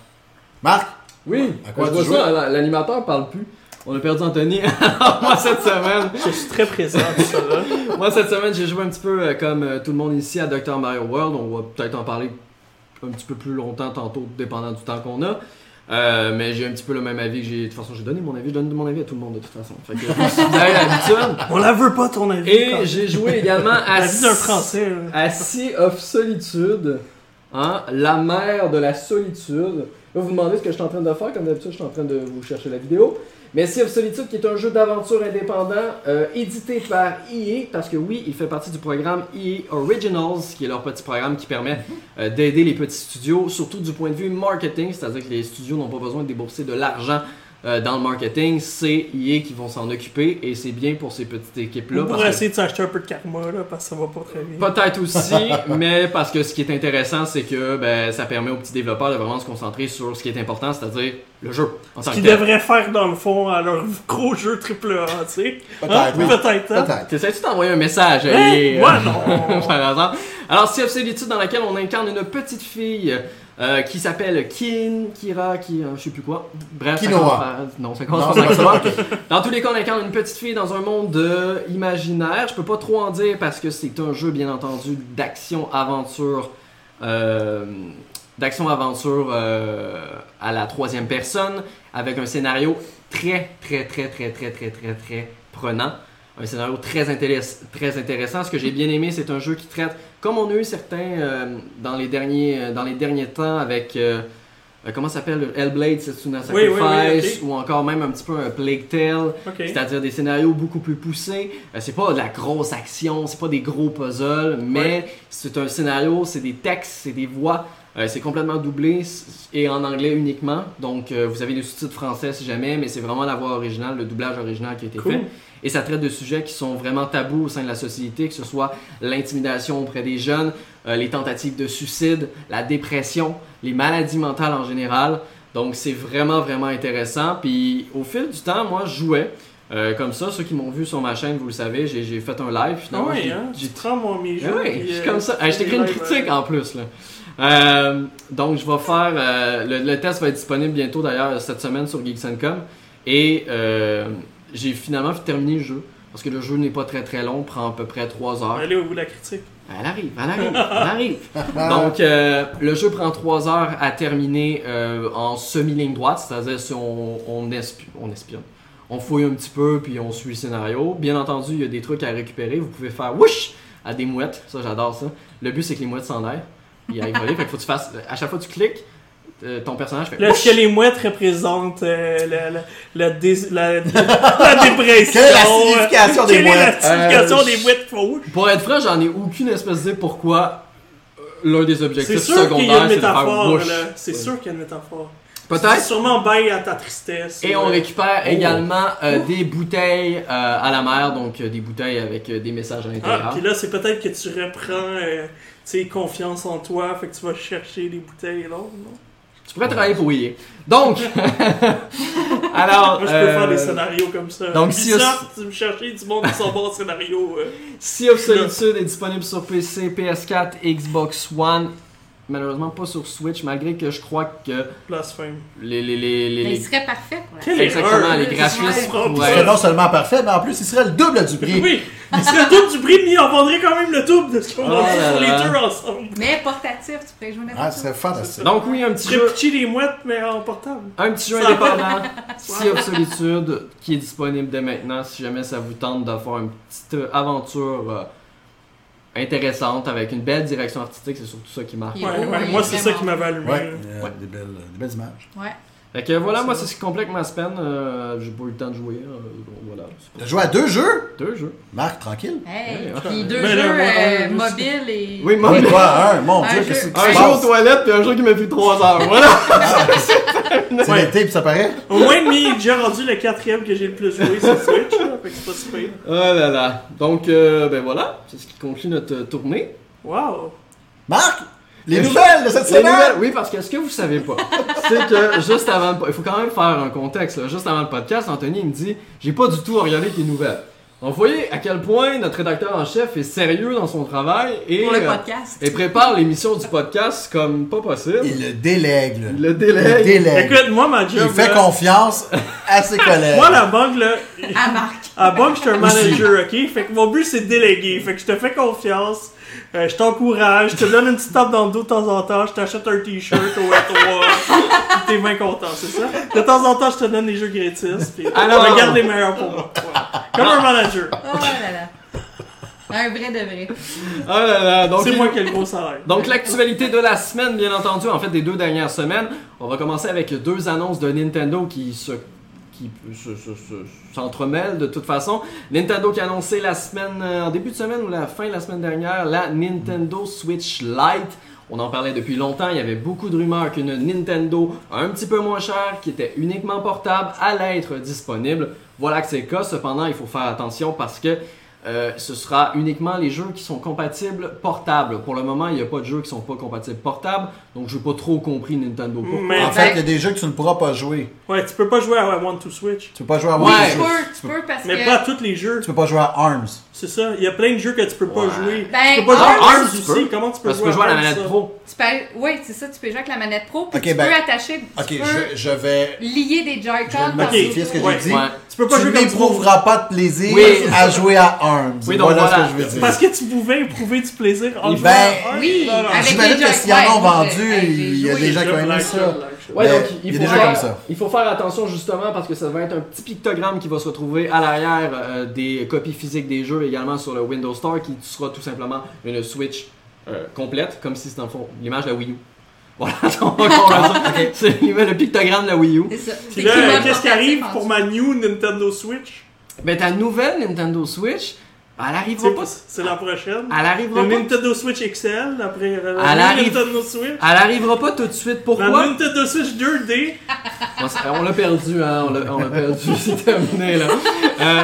[SPEAKER 2] Marc,
[SPEAKER 3] Oui,
[SPEAKER 2] À quoi
[SPEAKER 3] je
[SPEAKER 2] tu
[SPEAKER 3] vois
[SPEAKER 2] joues?
[SPEAKER 3] ça, la- l'animateur parle plus. On a perdu Anthony. Moi, cette semaine,
[SPEAKER 1] Je suis très présent, tout ça là.
[SPEAKER 3] Moi, cette semaine, j'ai joué un petit peu euh, comme euh, tout le monde ici à Dr. Mario World. On va peut-être en parler un petit peu plus longtemps tantôt, dépendant du temps qu'on a. Euh, mais j'ai un petit peu le même avis que j'ai. De toute façon, j'ai donné mon avis. Je donne mon avis à tout le monde de toute façon. Fait que je me suis donné l'habitude.
[SPEAKER 1] On la veut pas, ton avis.
[SPEAKER 3] Et Ah,
[SPEAKER 1] quand-
[SPEAKER 3] j'ai joué également à,
[SPEAKER 1] La vie d'un
[SPEAKER 3] S-
[SPEAKER 1] Français, là.
[SPEAKER 3] à Sea of Solitude. Hein, la mer de la solitude. Là, vous vous demandez ce que je suis en train de faire. Comme d'habitude, je suis en train de vous chercher la vidéo. Mais Sea of Solitude, qui est un jeu d'aventure indépendant, euh, édité par EA, parce que oui, il fait partie du programme EA Originals, qui est leur petit programme qui permet euh, d'aider les petits studios, surtout du point de vue marketing, c'est-à-dire que les studios n'ont pas besoin de débourser de l'argent euh, dans le marketing, c'est EA qui vont s'en occuper, et c'est bien pour ces petites équipes-là.
[SPEAKER 1] On
[SPEAKER 3] parce
[SPEAKER 1] pourrait
[SPEAKER 3] que-
[SPEAKER 1] essayer de s'acheter un peu de karma, là, parce que ça va pas très bien.
[SPEAKER 3] Peut-être aussi, mais parce que ce qui est intéressant, c'est que ben, ça permet aux petits développeurs de vraiment se concentrer sur ce qui est important, c'est-à-dire le jeu en tant
[SPEAKER 1] Ce
[SPEAKER 3] que
[SPEAKER 1] qu'ils
[SPEAKER 3] tel.
[SPEAKER 1] devraient faire, dans le fond, à leur gros jeu triple A, tu sais. Hein?
[SPEAKER 2] peut-être. oui.
[SPEAKER 1] Peut-être, hein?
[SPEAKER 2] Peut-être.
[SPEAKER 3] T'essaies-tu d'envoyer un message à
[SPEAKER 1] Hein?
[SPEAKER 3] Ellie, euh,
[SPEAKER 1] Moi, non.
[SPEAKER 3] par hasard? Alors, CFC l'étude dans laquelle on incarne une petite fille euh, qui s'appelle Kin, Kira, qui, euh, je sais plus quoi. Bref, ça
[SPEAKER 2] Quinoa.
[SPEAKER 3] commence par- Non, ça
[SPEAKER 2] Non,
[SPEAKER 3] commence
[SPEAKER 2] c'est
[SPEAKER 3] par
[SPEAKER 2] pas ça,
[SPEAKER 3] Quinoa.
[SPEAKER 2] ok.
[SPEAKER 3] Dans tous les cas, on incarne une petite fille dans un monde euh, imaginaire. Je peux pas trop en dire parce que c'est un jeu, bien entendu, d'action-aventure. euh, d'action-aventure euh, à la troisième personne avec un scénario très, très, très, très, très, très, très, très prenant. Un scénario très, intéress- très intéressant. Ce que j'ai bien aimé, c'est un jeu qui traite, comme on a eu certains euh, dans, les derniers, euh, dans les derniers temps avec. euh, euh, comment ça s'appelle Hellblade, Setsuna
[SPEAKER 1] Oui, oui,
[SPEAKER 3] Sacrifice,
[SPEAKER 1] oui,
[SPEAKER 3] ou encore même un petit peu un Plague Tale.
[SPEAKER 1] Ok.
[SPEAKER 3] C'est-à-dire des scénarios beaucoup plus poussés. Euh, c'est pas de la grosse action, c'est pas des gros puzzles, mais
[SPEAKER 1] Ouais.
[SPEAKER 3] c'est un scénario, c'est des textes, c'est des voix. Euh, c'est complètement doublé c- et en anglais uniquement. Donc euh, vous avez les sous-titres français si jamais, mais c'est vraiment la voix originale, le doublage original qui a été
[SPEAKER 1] Cool.
[SPEAKER 3] fait. Et ça traite de sujets qui sont vraiment tabous au sein de la société, que ce soit l'intimidation auprès des jeunes, euh, les tentatives de suicide, la dépression, les maladies mentales en général. Donc c'est vraiment, vraiment intéressant. Puis au fil du temps, moi, je jouais. euh, comme ça, ceux qui m'ont vu sur ma chaîne, vous le savez, j'ai j'ai fait un
[SPEAKER 1] Ah
[SPEAKER 3] live. Finalement,
[SPEAKER 1] ouais,
[SPEAKER 3] j'ai-
[SPEAKER 1] hein?
[SPEAKER 3] j'ai
[SPEAKER 1] Tu prends mon mes
[SPEAKER 3] ah
[SPEAKER 1] jeux.
[SPEAKER 3] ouais,
[SPEAKER 1] puis,
[SPEAKER 3] je suis
[SPEAKER 1] euh,
[SPEAKER 3] comme ça. Ah, je t'écris une
[SPEAKER 1] des lives,
[SPEAKER 3] critique
[SPEAKER 1] euh,
[SPEAKER 3] en plus. Là. Euh, donc, je vais faire. euh, le, le test va être disponible bientôt, d'ailleurs, cette semaine sur Geeks.com. Et euh, j'ai finalement terminé le jeu. Parce que le jeu n'est pas très très long, prend à peu près 3 heures.
[SPEAKER 1] Allez au bout de la critique.
[SPEAKER 3] Elle arrive, elle arrive, elle arrive.
[SPEAKER 2] Ben, Ah.
[SPEAKER 3] Donc, euh, le jeu prend 3 heures à terminer euh, en semi-ligne droite, c'est-à-dire si on, on, esp- on espionne. On fouille un petit peu, puis on suit le scénario. Bien entendu, il y a des trucs à récupérer. Vous pouvez faire wouch à des mouettes. Ça, j'adore ça. Le but, c'est que les mouettes s'en aillent. Ils aillent voler. Fait que faut que tu fasses. À chaque fois que tu cliques, euh, ton personnage fait
[SPEAKER 1] Là,
[SPEAKER 3] wouch.
[SPEAKER 1] est-ce que les mouettes représentent euh, la, la, la, dés- la, la dépression? euh,
[SPEAKER 2] Quelle est la signification des
[SPEAKER 1] Quelle est la
[SPEAKER 2] mouettes?
[SPEAKER 1] signification
[SPEAKER 3] Euh,
[SPEAKER 1] des
[SPEAKER 3] je-
[SPEAKER 1] mouettes pour vous?
[SPEAKER 3] Pour être franc, j'en ai aucune espèce d'idée pourquoi euh, l'un des
[SPEAKER 1] C'est
[SPEAKER 3] objectifs
[SPEAKER 1] sûr qu'il y a
[SPEAKER 3] secondaires,
[SPEAKER 1] une
[SPEAKER 3] c'est de faire
[SPEAKER 1] métaphore,
[SPEAKER 3] wouch.
[SPEAKER 1] là. C'est
[SPEAKER 3] Ouais.
[SPEAKER 1] sûr qu'il y a une métaphore. C'est
[SPEAKER 3] Peut-être.
[SPEAKER 1] sûrement bail à ta tristesse. euh.
[SPEAKER 3] Et on
[SPEAKER 1] Ouais.
[SPEAKER 3] récupère
[SPEAKER 2] Oh.
[SPEAKER 3] également euh, des bouteilles euh, à la mer, donc euh, des bouteilles avec euh, des messages à
[SPEAKER 1] Ah,
[SPEAKER 3] l'intérieur.
[SPEAKER 1] puis là, c'est peut-être que tu reprends euh, tu sais, confiance en toi, fait que tu vas chercher des bouteilles et l'autre, non?
[SPEAKER 3] tu pourrais travailler pour IA. Donc,
[SPEAKER 1] Moi,
[SPEAKER 3] alors,
[SPEAKER 1] je peux
[SPEAKER 3] euh,
[SPEAKER 1] faire des scénarios comme ça.
[SPEAKER 3] donc,
[SPEAKER 1] Donc,
[SPEAKER 3] si-
[SPEAKER 1] tu me cherchais du monde qui sont bons en scénario. euh.
[SPEAKER 3] Sea of Solitude est disponible sur PC, PS4, Xbox One, malheureusement pas sur Switch, malgré que je crois que
[SPEAKER 1] Blasphème.
[SPEAKER 3] les les les les,
[SPEAKER 4] Mais
[SPEAKER 3] les-
[SPEAKER 4] Ben, il serait parfait pour la-
[SPEAKER 1] Quelle
[SPEAKER 3] exactement
[SPEAKER 1] erreur,
[SPEAKER 3] les
[SPEAKER 1] là,
[SPEAKER 4] c'est
[SPEAKER 3] graphismes
[SPEAKER 1] vrai.
[SPEAKER 3] pourraient
[SPEAKER 2] C'est non seulement parfait, mais en plus, il serait le double du prix.
[SPEAKER 1] Oui, il serait le double du prix, mais il en vendrait quand même le double de ce qu'on
[SPEAKER 3] Oh
[SPEAKER 1] vendait
[SPEAKER 3] là
[SPEAKER 1] pour les
[SPEAKER 3] là.
[SPEAKER 1] deux ensemble.
[SPEAKER 4] Mais portatif, tu pourrais jouer
[SPEAKER 2] Ah,
[SPEAKER 4] n'importe
[SPEAKER 2] c'est fantastique.
[SPEAKER 3] Donc oui, un
[SPEAKER 1] Tu
[SPEAKER 3] petit jeu
[SPEAKER 1] serais pitché les mouettes, mais en portable.
[SPEAKER 3] Un petit jeu
[SPEAKER 1] Ça-
[SPEAKER 3] indépendant, Sea of Solitude, qui est disponible dès maintenant si jamais ça vous tente d'avoir une petite euh, aventure euh, intéressante avec une belle direction artistique, c'est surtout ça qui marque.
[SPEAKER 4] Il est
[SPEAKER 1] Ouais,
[SPEAKER 4] beau,
[SPEAKER 1] ouais,
[SPEAKER 4] il
[SPEAKER 1] moi,
[SPEAKER 4] est
[SPEAKER 1] c'est ça
[SPEAKER 4] vraiment
[SPEAKER 1] qui m'avait allumé.
[SPEAKER 2] Ouais,
[SPEAKER 1] là.
[SPEAKER 2] euh,
[SPEAKER 3] Ouais.
[SPEAKER 2] Des, belles, des belles images.
[SPEAKER 4] Ouais.
[SPEAKER 3] Fait que voilà, moi
[SPEAKER 1] C'est
[SPEAKER 3] c'est ce qui complète ma semaine, euh, j'ai pas eu le temps de jouer, euh, bon, voilà, c'est
[SPEAKER 2] T'as joué à deux jeux?
[SPEAKER 3] pas- deux jeux.
[SPEAKER 2] Marc, tranquille.
[SPEAKER 4] Hey,
[SPEAKER 3] Ouais,
[SPEAKER 4] puis
[SPEAKER 3] ouais.
[SPEAKER 4] deux
[SPEAKER 1] Mais Ben, là,
[SPEAKER 4] jeux
[SPEAKER 1] moi,
[SPEAKER 4] euh,
[SPEAKER 1] un, je-
[SPEAKER 4] mobiles et.
[SPEAKER 3] Oui, moi,
[SPEAKER 2] Oui, toi, un, mon
[SPEAKER 4] Un
[SPEAKER 2] Dieu,
[SPEAKER 4] jeu.
[SPEAKER 2] qu'est-ce qui
[SPEAKER 3] un
[SPEAKER 2] se
[SPEAKER 3] jeu aux
[SPEAKER 2] passe?
[SPEAKER 3] toilettes puis un jeu qui m'a pris trois heures, voilà!
[SPEAKER 2] C'est l'été, puis ça paraît.
[SPEAKER 1] Au moins, demi, j'ai déjà rendu le quatrième que j'ai le plus joué sur Switch, là, fait que c'est pas super.
[SPEAKER 3] oh là là, donc euh, ben voilà, c'est ce qui conclut notre euh, tournée.
[SPEAKER 1] Wow!
[SPEAKER 2] Marc, les
[SPEAKER 3] Mais-
[SPEAKER 2] nouvelles de cette
[SPEAKER 3] Les
[SPEAKER 2] semaine!
[SPEAKER 3] nouvelles, oui, parce que ce que vous savez pas, c'est que juste avant, le po- il faut quand même faire un contexte. là. juste avant le podcast, Anthony il me dit, j'ai pas du tout regardé tes nouvelles. Donc, vous voyez à quel point notre rédacteur en chef est sérieux dans son travail et,
[SPEAKER 4] Pour le
[SPEAKER 3] euh,
[SPEAKER 4] podcast.
[SPEAKER 3] et prépare l'émission du podcast comme pas possible.
[SPEAKER 2] Il le délègue, là.
[SPEAKER 3] Il le délègue.
[SPEAKER 2] Il délègue.
[SPEAKER 1] Écoute, moi, ma
[SPEAKER 2] Il
[SPEAKER 1] job.
[SPEAKER 2] fait
[SPEAKER 1] là,
[SPEAKER 2] confiance à ses collègues.
[SPEAKER 1] Moi, la banque, là,
[SPEAKER 4] À Ah, Marc.
[SPEAKER 1] À Bug, Ah, je suis un manager, ok? Fait que mon but, c'est de déléguer. Fait que je te fais confiance, euh, je t'encourage, je te donne une petite tape dans le dos de temps en temps, je t'achète un t-shirt au E3. T'es bien content, c'est ça? De temps en temps, je te donne des jeux gratis, pis
[SPEAKER 3] Alors-
[SPEAKER 1] regarde les meilleurs pour moi. Ouais. Comme un manager.
[SPEAKER 4] Oh là là. Un vrai de vrai.
[SPEAKER 3] Ah là là, donc
[SPEAKER 1] C'est
[SPEAKER 3] il-
[SPEAKER 1] moi qui ai le gros salaire.
[SPEAKER 3] Donc l'actualité de la semaine, bien entendu, en fait des deux dernières semaines, on va commencer avec deux annonces de Nintendo qui se qui se- se- se- s'entremêlent de toute façon. Nintendo qui a annoncé la semaine, euh, en début de semaine ou la fin de la semaine dernière, la Nintendo Switch Lite. On en parlait depuis longtemps, il y avait beaucoup de rumeurs qu'une Nintendo un petit peu moins chère, qui était uniquement portable, allait être disponible. Voilà que c'est le cas, cependant il faut faire attention parce que euh, ce sera uniquement les jeux qui sont compatibles portables. Pour le moment, il n'y a pas de jeux qui sont pas compatibles portables, donc je n'ai pas trop compris Nintendo. pourquoi.
[SPEAKER 1] Mais,
[SPEAKER 2] En fait, il y a des jeux que tu ne pourras pas jouer.
[SPEAKER 1] ouais, tu peux pas jouer à One to Switch.
[SPEAKER 2] Tu peux pas jouer à
[SPEAKER 3] Ouais.
[SPEAKER 2] Wii
[SPEAKER 4] Tu
[SPEAKER 2] U.
[SPEAKER 4] peux, tu peux parce
[SPEAKER 1] Mais
[SPEAKER 4] que.
[SPEAKER 1] pas à tous les jeux,
[SPEAKER 2] Tu peux pas jouer à Arms.
[SPEAKER 1] c'est ça. Il y a plein de jeux que tu peux pas
[SPEAKER 3] Ouais.
[SPEAKER 1] jouer.
[SPEAKER 4] Ben,
[SPEAKER 1] tu peux pas jouer à
[SPEAKER 3] Arms,
[SPEAKER 1] Arms
[SPEAKER 3] tu
[SPEAKER 1] aussi.
[SPEAKER 3] peux.
[SPEAKER 1] Comment tu peux
[SPEAKER 3] Parce
[SPEAKER 1] jouer
[SPEAKER 3] que tu peux jouer à la
[SPEAKER 1] Arms,
[SPEAKER 3] manette
[SPEAKER 1] ça?
[SPEAKER 3] pro.
[SPEAKER 4] Tu peux, oui, c'est ça, tu peux jouer avec la manette pro, puis
[SPEAKER 2] Ok,
[SPEAKER 4] tu
[SPEAKER 2] ben-
[SPEAKER 4] peux attacher, tu
[SPEAKER 2] Ok,
[SPEAKER 4] peux
[SPEAKER 2] je, je vais
[SPEAKER 4] lier des Joy-Con.
[SPEAKER 2] Je
[SPEAKER 4] parce
[SPEAKER 2] modifie ce que j'ai
[SPEAKER 1] Ouais.
[SPEAKER 2] dit.
[SPEAKER 3] Ouais.
[SPEAKER 1] Tu peux pas
[SPEAKER 2] tu
[SPEAKER 1] jouer comme pro.
[SPEAKER 2] n'éprouveras pas de plaisir
[SPEAKER 3] Oui.
[SPEAKER 2] à jouer à Arms.
[SPEAKER 3] Oui, donc
[SPEAKER 2] voilà,
[SPEAKER 3] voilà.
[SPEAKER 2] ce que je veux dire.
[SPEAKER 1] Parce que tu pouvais éprouver du plaisir en
[SPEAKER 2] Ben,
[SPEAKER 1] jouant à Arms.
[SPEAKER 4] Oui,
[SPEAKER 1] Non, non.
[SPEAKER 4] avec
[SPEAKER 2] Ah, J'imagine
[SPEAKER 4] les
[SPEAKER 2] que s'il y en
[SPEAKER 4] Joy-Con,
[SPEAKER 2] a vendu,
[SPEAKER 4] j'ai- j'ai
[SPEAKER 2] il y a
[SPEAKER 4] joué.
[SPEAKER 2] des gens qui ont aimé
[SPEAKER 1] Black
[SPEAKER 2] ça.
[SPEAKER 1] Shield, Black Shield.
[SPEAKER 3] Ouais,
[SPEAKER 2] Mais
[SPEAKER 3] donc il
[SPEAKER 2] il y a
[SPEAKER 3] faut,
[SPEAKER 2] des jeux
[SPEAKER 3] faire,
[SPEAKER 2] comme ça.
[SPEAKER 3] il faut faire attention justement parce que ça va être un petit pictogramme qui va se retrouver à l'arrière euh, des copies physiques des jeux également sur le Windows Store qui sera tout simplement une Switch euh, complète, comme si c'était en fond l'image de la Wii U. Voilà, donc on va dire, c'est le pictogramme de la Wii U.
[SPEAKER 4] C'est ça.
[SPEAKER 1] Puis
[SPEAKER 4] C'est
[SPEAKER 1] là,
[SPEAKER 4] qui
[SPEAKER 1] euh,
[SPEAKER 4] m'a
[SPEAKER 1] qu'est-ce qui
[SPEAKER 4] portatif
[SPEAKER 1] arrive
[SPEAKER 4] en
[SPEAKER 1] pour
[SPEAKER 4] dessous?
[SPEAKER 1] ma new Nintendo Switch
[SPEAKER 3] Mais ta nouvelle Nintendo Switch, elle
[SPEAKER 1] C'est
[SPEAKER 3] arrivera pas.
[SPEAKER 1] c'est la prochaine.
[SPEAKER 3] Elle arrivera
[SPEAKER 1] Le
[SPEAKER 3] pas.
[SPEAKER 1] Nintendo Switch XL, après euh,
[SPEAKER 3] Elle
[SPEAKER 1] la
[SPEAKER 3] arrive.
[SPEAKER 1] Nintendo Switch.
[SPEAKER 3] Elle arrivera pas tout de suite.
[SPEAKER 1] La
[SPEAKER 3] Pourquoi
[SPEAKER 1] Nintendo Switch 2D.
[SPEAKER 3] On s- On l'a perdu, hein. On l'a on l'a perdu. C'est terminé là. Euh,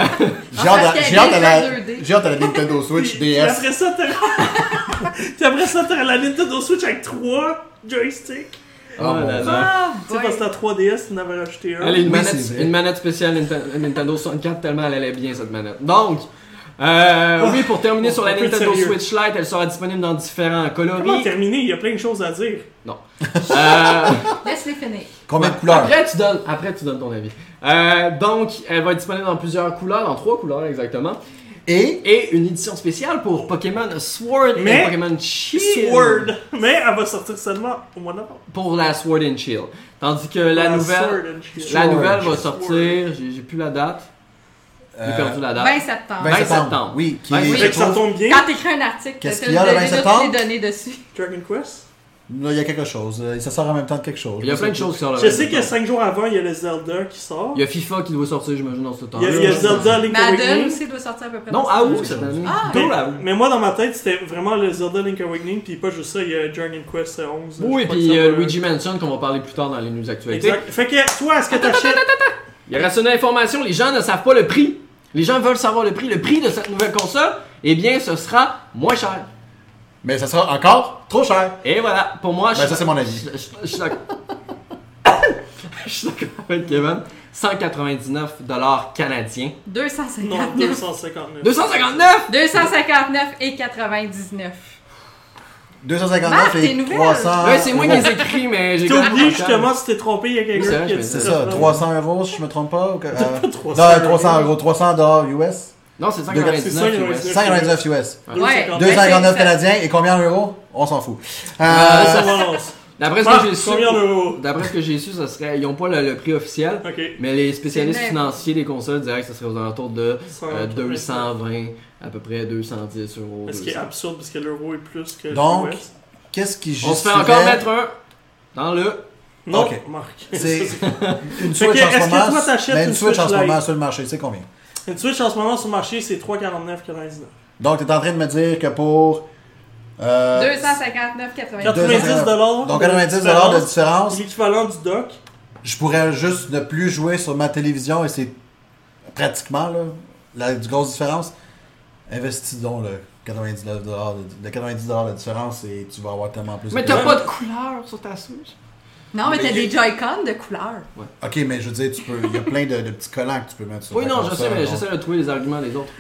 [SPEAKER 2] J'ai hâte,
[SPEAKER 4] parce
[SPEAKER 2] à-
[SPEAKER 4] qu'elle
[SPEAKER 2] j'ai hâte
[SPEAKER 4] est
[SPEAKER 2] à
[SPEAKER 4] en
[SPEAKER 2] la,
[SPEAKER 4] 2D.
[SPEAKER 2] j'ai hâte à la Nintendo Switch
[SPEAKER 1] Puis- puis
[SPEAKER 2] DS.
[SPEAKER 1] après ça, t'as... puis après ça, t'as la Nintendo Switch avec 3 joysticks.
[SPEAKER 2] Oh,
[SPEAKER 3] oh
[SPEAKER 2] mon
[SPEAKER 3] là
[SPEAKER 2] Dieu.
[SPEAKER 3] là.
[SPEAKER 4] Ah,
[SPEAKER 1] Tu sais,
[SPEAKER 4] boy.
[SPEAKER 1] parce que la 3DS, t'en avais rajouté un.
[SPEAKER 3] Elle est une,
[SPEAKER 2] Oui,
[SPEAKER 3] manette,
[SPEAKER 2] c'est vrai.
[SPEAKER 3] une manette spéciale Ninten- Nintendo 64 tellement elle allait bien cette manette. Donc, Euh, oui, pour terminer
[SPEAKER 1] on
[SPEAKER 3] sur la
[SPEAKER 1] peut être
[SPEAKER 3] Nintendo
[SPEAKER 1] sérieux.
[SPEAKER 3] Switch Lite, elle sera disponible dans différents
[SPEAKER 1] Comment
[SPEAKER 3] coloris.
[SPEAKER 1] terminer? Il y a plein de choses à dire.
[SPEAKER 3] Euh,
[SPEAKER 4] Laisse-les finir.
[SPEAKER 2] Combien de couleurs
[SPEAKER 3] Après, tu donnes, après, tu donnes ton avis. Euh, donc, elle va être disponible dans plusieurs couleurs, dans trois couleurs exactement.
[SPEAKER 2] Et
[SPEAKER 3] Et une édition spéciale pour Pokémon Sword
[SPEAKER 1] Mais-
[SPEAKER 3] et Pokémon Shield.
[SPEAKER 1] Sword. Mais elle va sortir seulement au mois d'avant.
[SPEAKER 3] Pour la Sword and Shield. Tandis que la
[SPEAKER 1] Ah,
[SPEAKER 3] nouvelle.
[SPEAKER 1] Sword and Shield.
[SPEAKER 3] La
[SPEAKER 2] Sword,
[SPEAKER 3] nouvelle va
[SPEAKER 2] Sword.
[SPEAKER 3] sortir, j'ai j'ai plus la date, j'ai
[SPEAKER 2] euh,
[SPEAKER 3] perdu la date.
[SPEAKER 4] 20 septembre.
[SPEAKER 2] 20 septembre.
[SPEAKER 3] septembre.
[SPEAKER 2] Oui, qui
[SPEAKER 3] Ben,
[SPEAKER 2] est-
[SPEAKER 3] oui.
[SPEAKER 1] Fait que ça
[SPEAKER 2] je trouve-
[SPEAKER 1] tombe bien.
[SPEAKER 4] Quand
[SPEAKER 3] Ah.
[SPEAKER 4] t'écris un article,
[SPEAKER 2] Qu'est-ce
[SPEAKER 4] t'as
[SPEAKER 2] qu'il y a le
[SPEAKER 4] déjà
[SPEAKER 2] 20
[SPEAKER 4] toutes
[SPEAKER 2] septembre?
[SPEAKER 4] les données dessus.
[SPEAKER 1] Dragon Quest.
[SPEAKER 2] là, il y a quelque chose. euh, Ça sort en même temps de quelque chose.
[SPEAKER 3] Il y a plein de choses qui sortent.
[SPEAKER 1] Je sais que 5 jours avant, il y a le Zelda qui sort.
[SPEAKER 3] Il y a FIFA qui doit sortir, j'imagine, dans ce temps-là.
[SPEAKER 1] Il y a, il y a Zelda Link
[SPEAKER 4] Madden
[SPEAKER 1] Awakening.
[SPEAKER 4] aussi doit sortir à peu près.
[SPEAKER 3] Non,
[SPEAKER 4] dans
[SPEAKER 3] à
[SPEAKER 4] ce
[SPEAKER 3] août,
[SPEAKER 4] temps-là.
[SPEAKER 3] cette année.
[SPEAKER 4] Ah,
[SPEAKER 3] D'où
[SPEAKER 1] Mais,
[SPEAKER 3] à août.
[SPEAKER 1] mais moi, dans ma tête, c'était vraiment le Zelda Link Awakening, puis pas juste ça, il y a Dragon Quest 11.
[SPEAKER 3] Oui,
[SPEAKER 1] je
[SPEAKER 3] et
[SPEAKER 1] crois que
[SPEAKER 3] puis
[SPEAKER 1] ça
[SPEAKER 3] euh,
[SPEAKER 1] va-
[SPEAKER 3] Luigi Mansion, qu'on va parler plus tard dans les news actualités.
[SPEAKER 1] Exact. Fait que toi, est-ce que t'achètes.
[SPEAKER 3] Il reste une information, les gens ne savent pas le prix. Les gens veulent savoir le prix. Le prix de cette nouvelle console, eh bien, ce sera moins cher.
[SPEAKER 2] Mais ça sera encore trop cher.
[SPEAKER 3] Et voilà, pour moi,
[SPEAKER 2] Ben, ça, c'est mon avis.
[SPEAKER 3] je, je- je suis d'accord. Je suis d'accord avec Kevin. 199 canadiens.
[SPEAKER 4] 259.
[SPEAKER 1] Non, 259.
[SPEAKER 3] 259!
[SPEAKER 4] 259 et 99.
[SPEAKER 2] 259
[SPEAKER 4] Marc, tes
[SPEAKER 2] et
[SPEAKER 4] nouvelles.
[SPEAKER 2] 300.
[SPEAKER 3] Ouais, c'est moi qui
[SPEAKER 2] euros.
[SPEAKER 3] les écris, mais j'ai
[SPEAKER 1] T'as oublié
[SPEAKER 3] compris.
[SPEAKER 1] justement si t'es trompé, il y a
[SPEAKER 3] Oui, c'est
[SPEAKER 1] quelqu'un
[SPEAKER 3] vrai,
[SPEAKER 1] qui a
[SPEAKER 3] je
[SPEAKER 1] dit
[SPEAKER 2] C'est
[SPEAKER 1] ça.
[SPEAKER 2] ça, 300 euros, si je me trompe pas. ou que- euh,
[SPEAKER 1] Pas
[SPEAKER 2] Non,
[SPEAKER 1] 300
[SPEAKER 2] 300 euros, 300 dollars US.
[SPEAKER 3] Non, c'est
[SPEAKER 1] C'est ça,
[SPEAKER 3] 199.
[SPEAKER 1] il y a
[SPEAKER 3] US.
[SPEAKER 1] un-
[SPEAKER 2] 199 US.
[SPEAKER 3] Ah,
[SPEAKER 4] Ouais.
[SPEAKER 1] 259.
[SPEAKER 2] 259 canadiens et combien en euros On s'en fout. Euh,
[SPEAKER 3] Ah, D'après ce
[SPEAKER 1] Marc,
[SPEAKER 3] que j'ai su,
[SPEAKER 1] Ah, combien d'euros?
[SPEAKER 3] d'après ce que j'ai su, ça serait, ils n'ont pas le, le prix officiel,
[SPEAKER 1] Ok.
[SPEAKER 3] mais les spécialistes
[SPEAKER 4] C'est net.
[SPEAKER 3] financiers des consoles diraient que ça serait aux alentours de euh,
[SPEAKER 1] 100,
[SPEAKER 3] 220, à peu près 210 euros.
[SPEAKER 1] Mais Ce qui est
[SPEAKER 3] 200.
[SPEAKER 1] absurde parce que l'euro est plus que
[SPEAKER 2] Donc,
[SPEAKER 1] l'US.
[SPEAKER 2] Qu'est-ce qui justifie
[SPEAKER 3] On se fait encore mettre un dans le.
[SPEAKER 1] Non,
[SPEAKER 2] ok.
[SPEAKER 1] Marc.
[SPEAKER 2] C'est-
[SPEAKER 1] Fait
[SPEAKER 2] une Switch
[SPEAKER 1] que,
[SPEAKER 2] en
[SPEAKER 1] est-ce
[SPEAKER 2] ce
[SPEAKER 1] que
[SPEAKER 2] moment
[SPEAKER 1] toi, t'achètes
[SPEAKER 2] Mais une
[SPEAKER 1] une
[SPEAKER 2] Switch en
[SPEAKER 1] Switch
[SPEAKER 2] ce moment
[SPEAKER 1] Lite?
[SPEAKER 2] sur le marché, c'est combien
[SPEAKER 1] Une Switch en ce moment sur le marché, c'est 3,49,99.
[SPEAKER 2] Donc, t'es en train de me dire que pour. euh,
[SPEAKER 4] 259, 99.
[SPEAKER 1] 90 dollars. Ben,
[SPEAKER 2] Donc, 90 dollars de différence.
[SPEAKER 1] L'équivalent du doc.
[SPEAKER 2] Je pourrais juste ne plus jouer sur ma télévision et c'est pratiquement là, la grosse différence. Investis donc le 90 dollars de, de 90 dollars de différence et tu vas avoir tellement plus.
[SPEAKER 3] Mais
[SPEAKER 2] de
[SPEAKER 3] t'as
[SPEAKER 1] Ouais.
[SPEAKER 3] pas de couleur sur ta Switch.
[SPEAKER 4] Non, mais
[SPEAKER 1] Mais
[SPEAKER 4] t'as
[SPEAKER 1] j'ai-
[SPEAKER 4] des Joy-Con de couleur.
[SPEAKER 2] Ok, mais je veux dire, tu peux, il y a plein de, de petits collants que tu peux mettre sur.
[SPEAKER 3] Oui,
[SPEAKER 2] ta
[SPEAKER 3] non, je
[SPEAKER 2] console,
[SPEAKER 3] sais, mais
[SPEAKER 2] donc.
[SPEAKER 3] j'essaie de trouver les arguments des autres.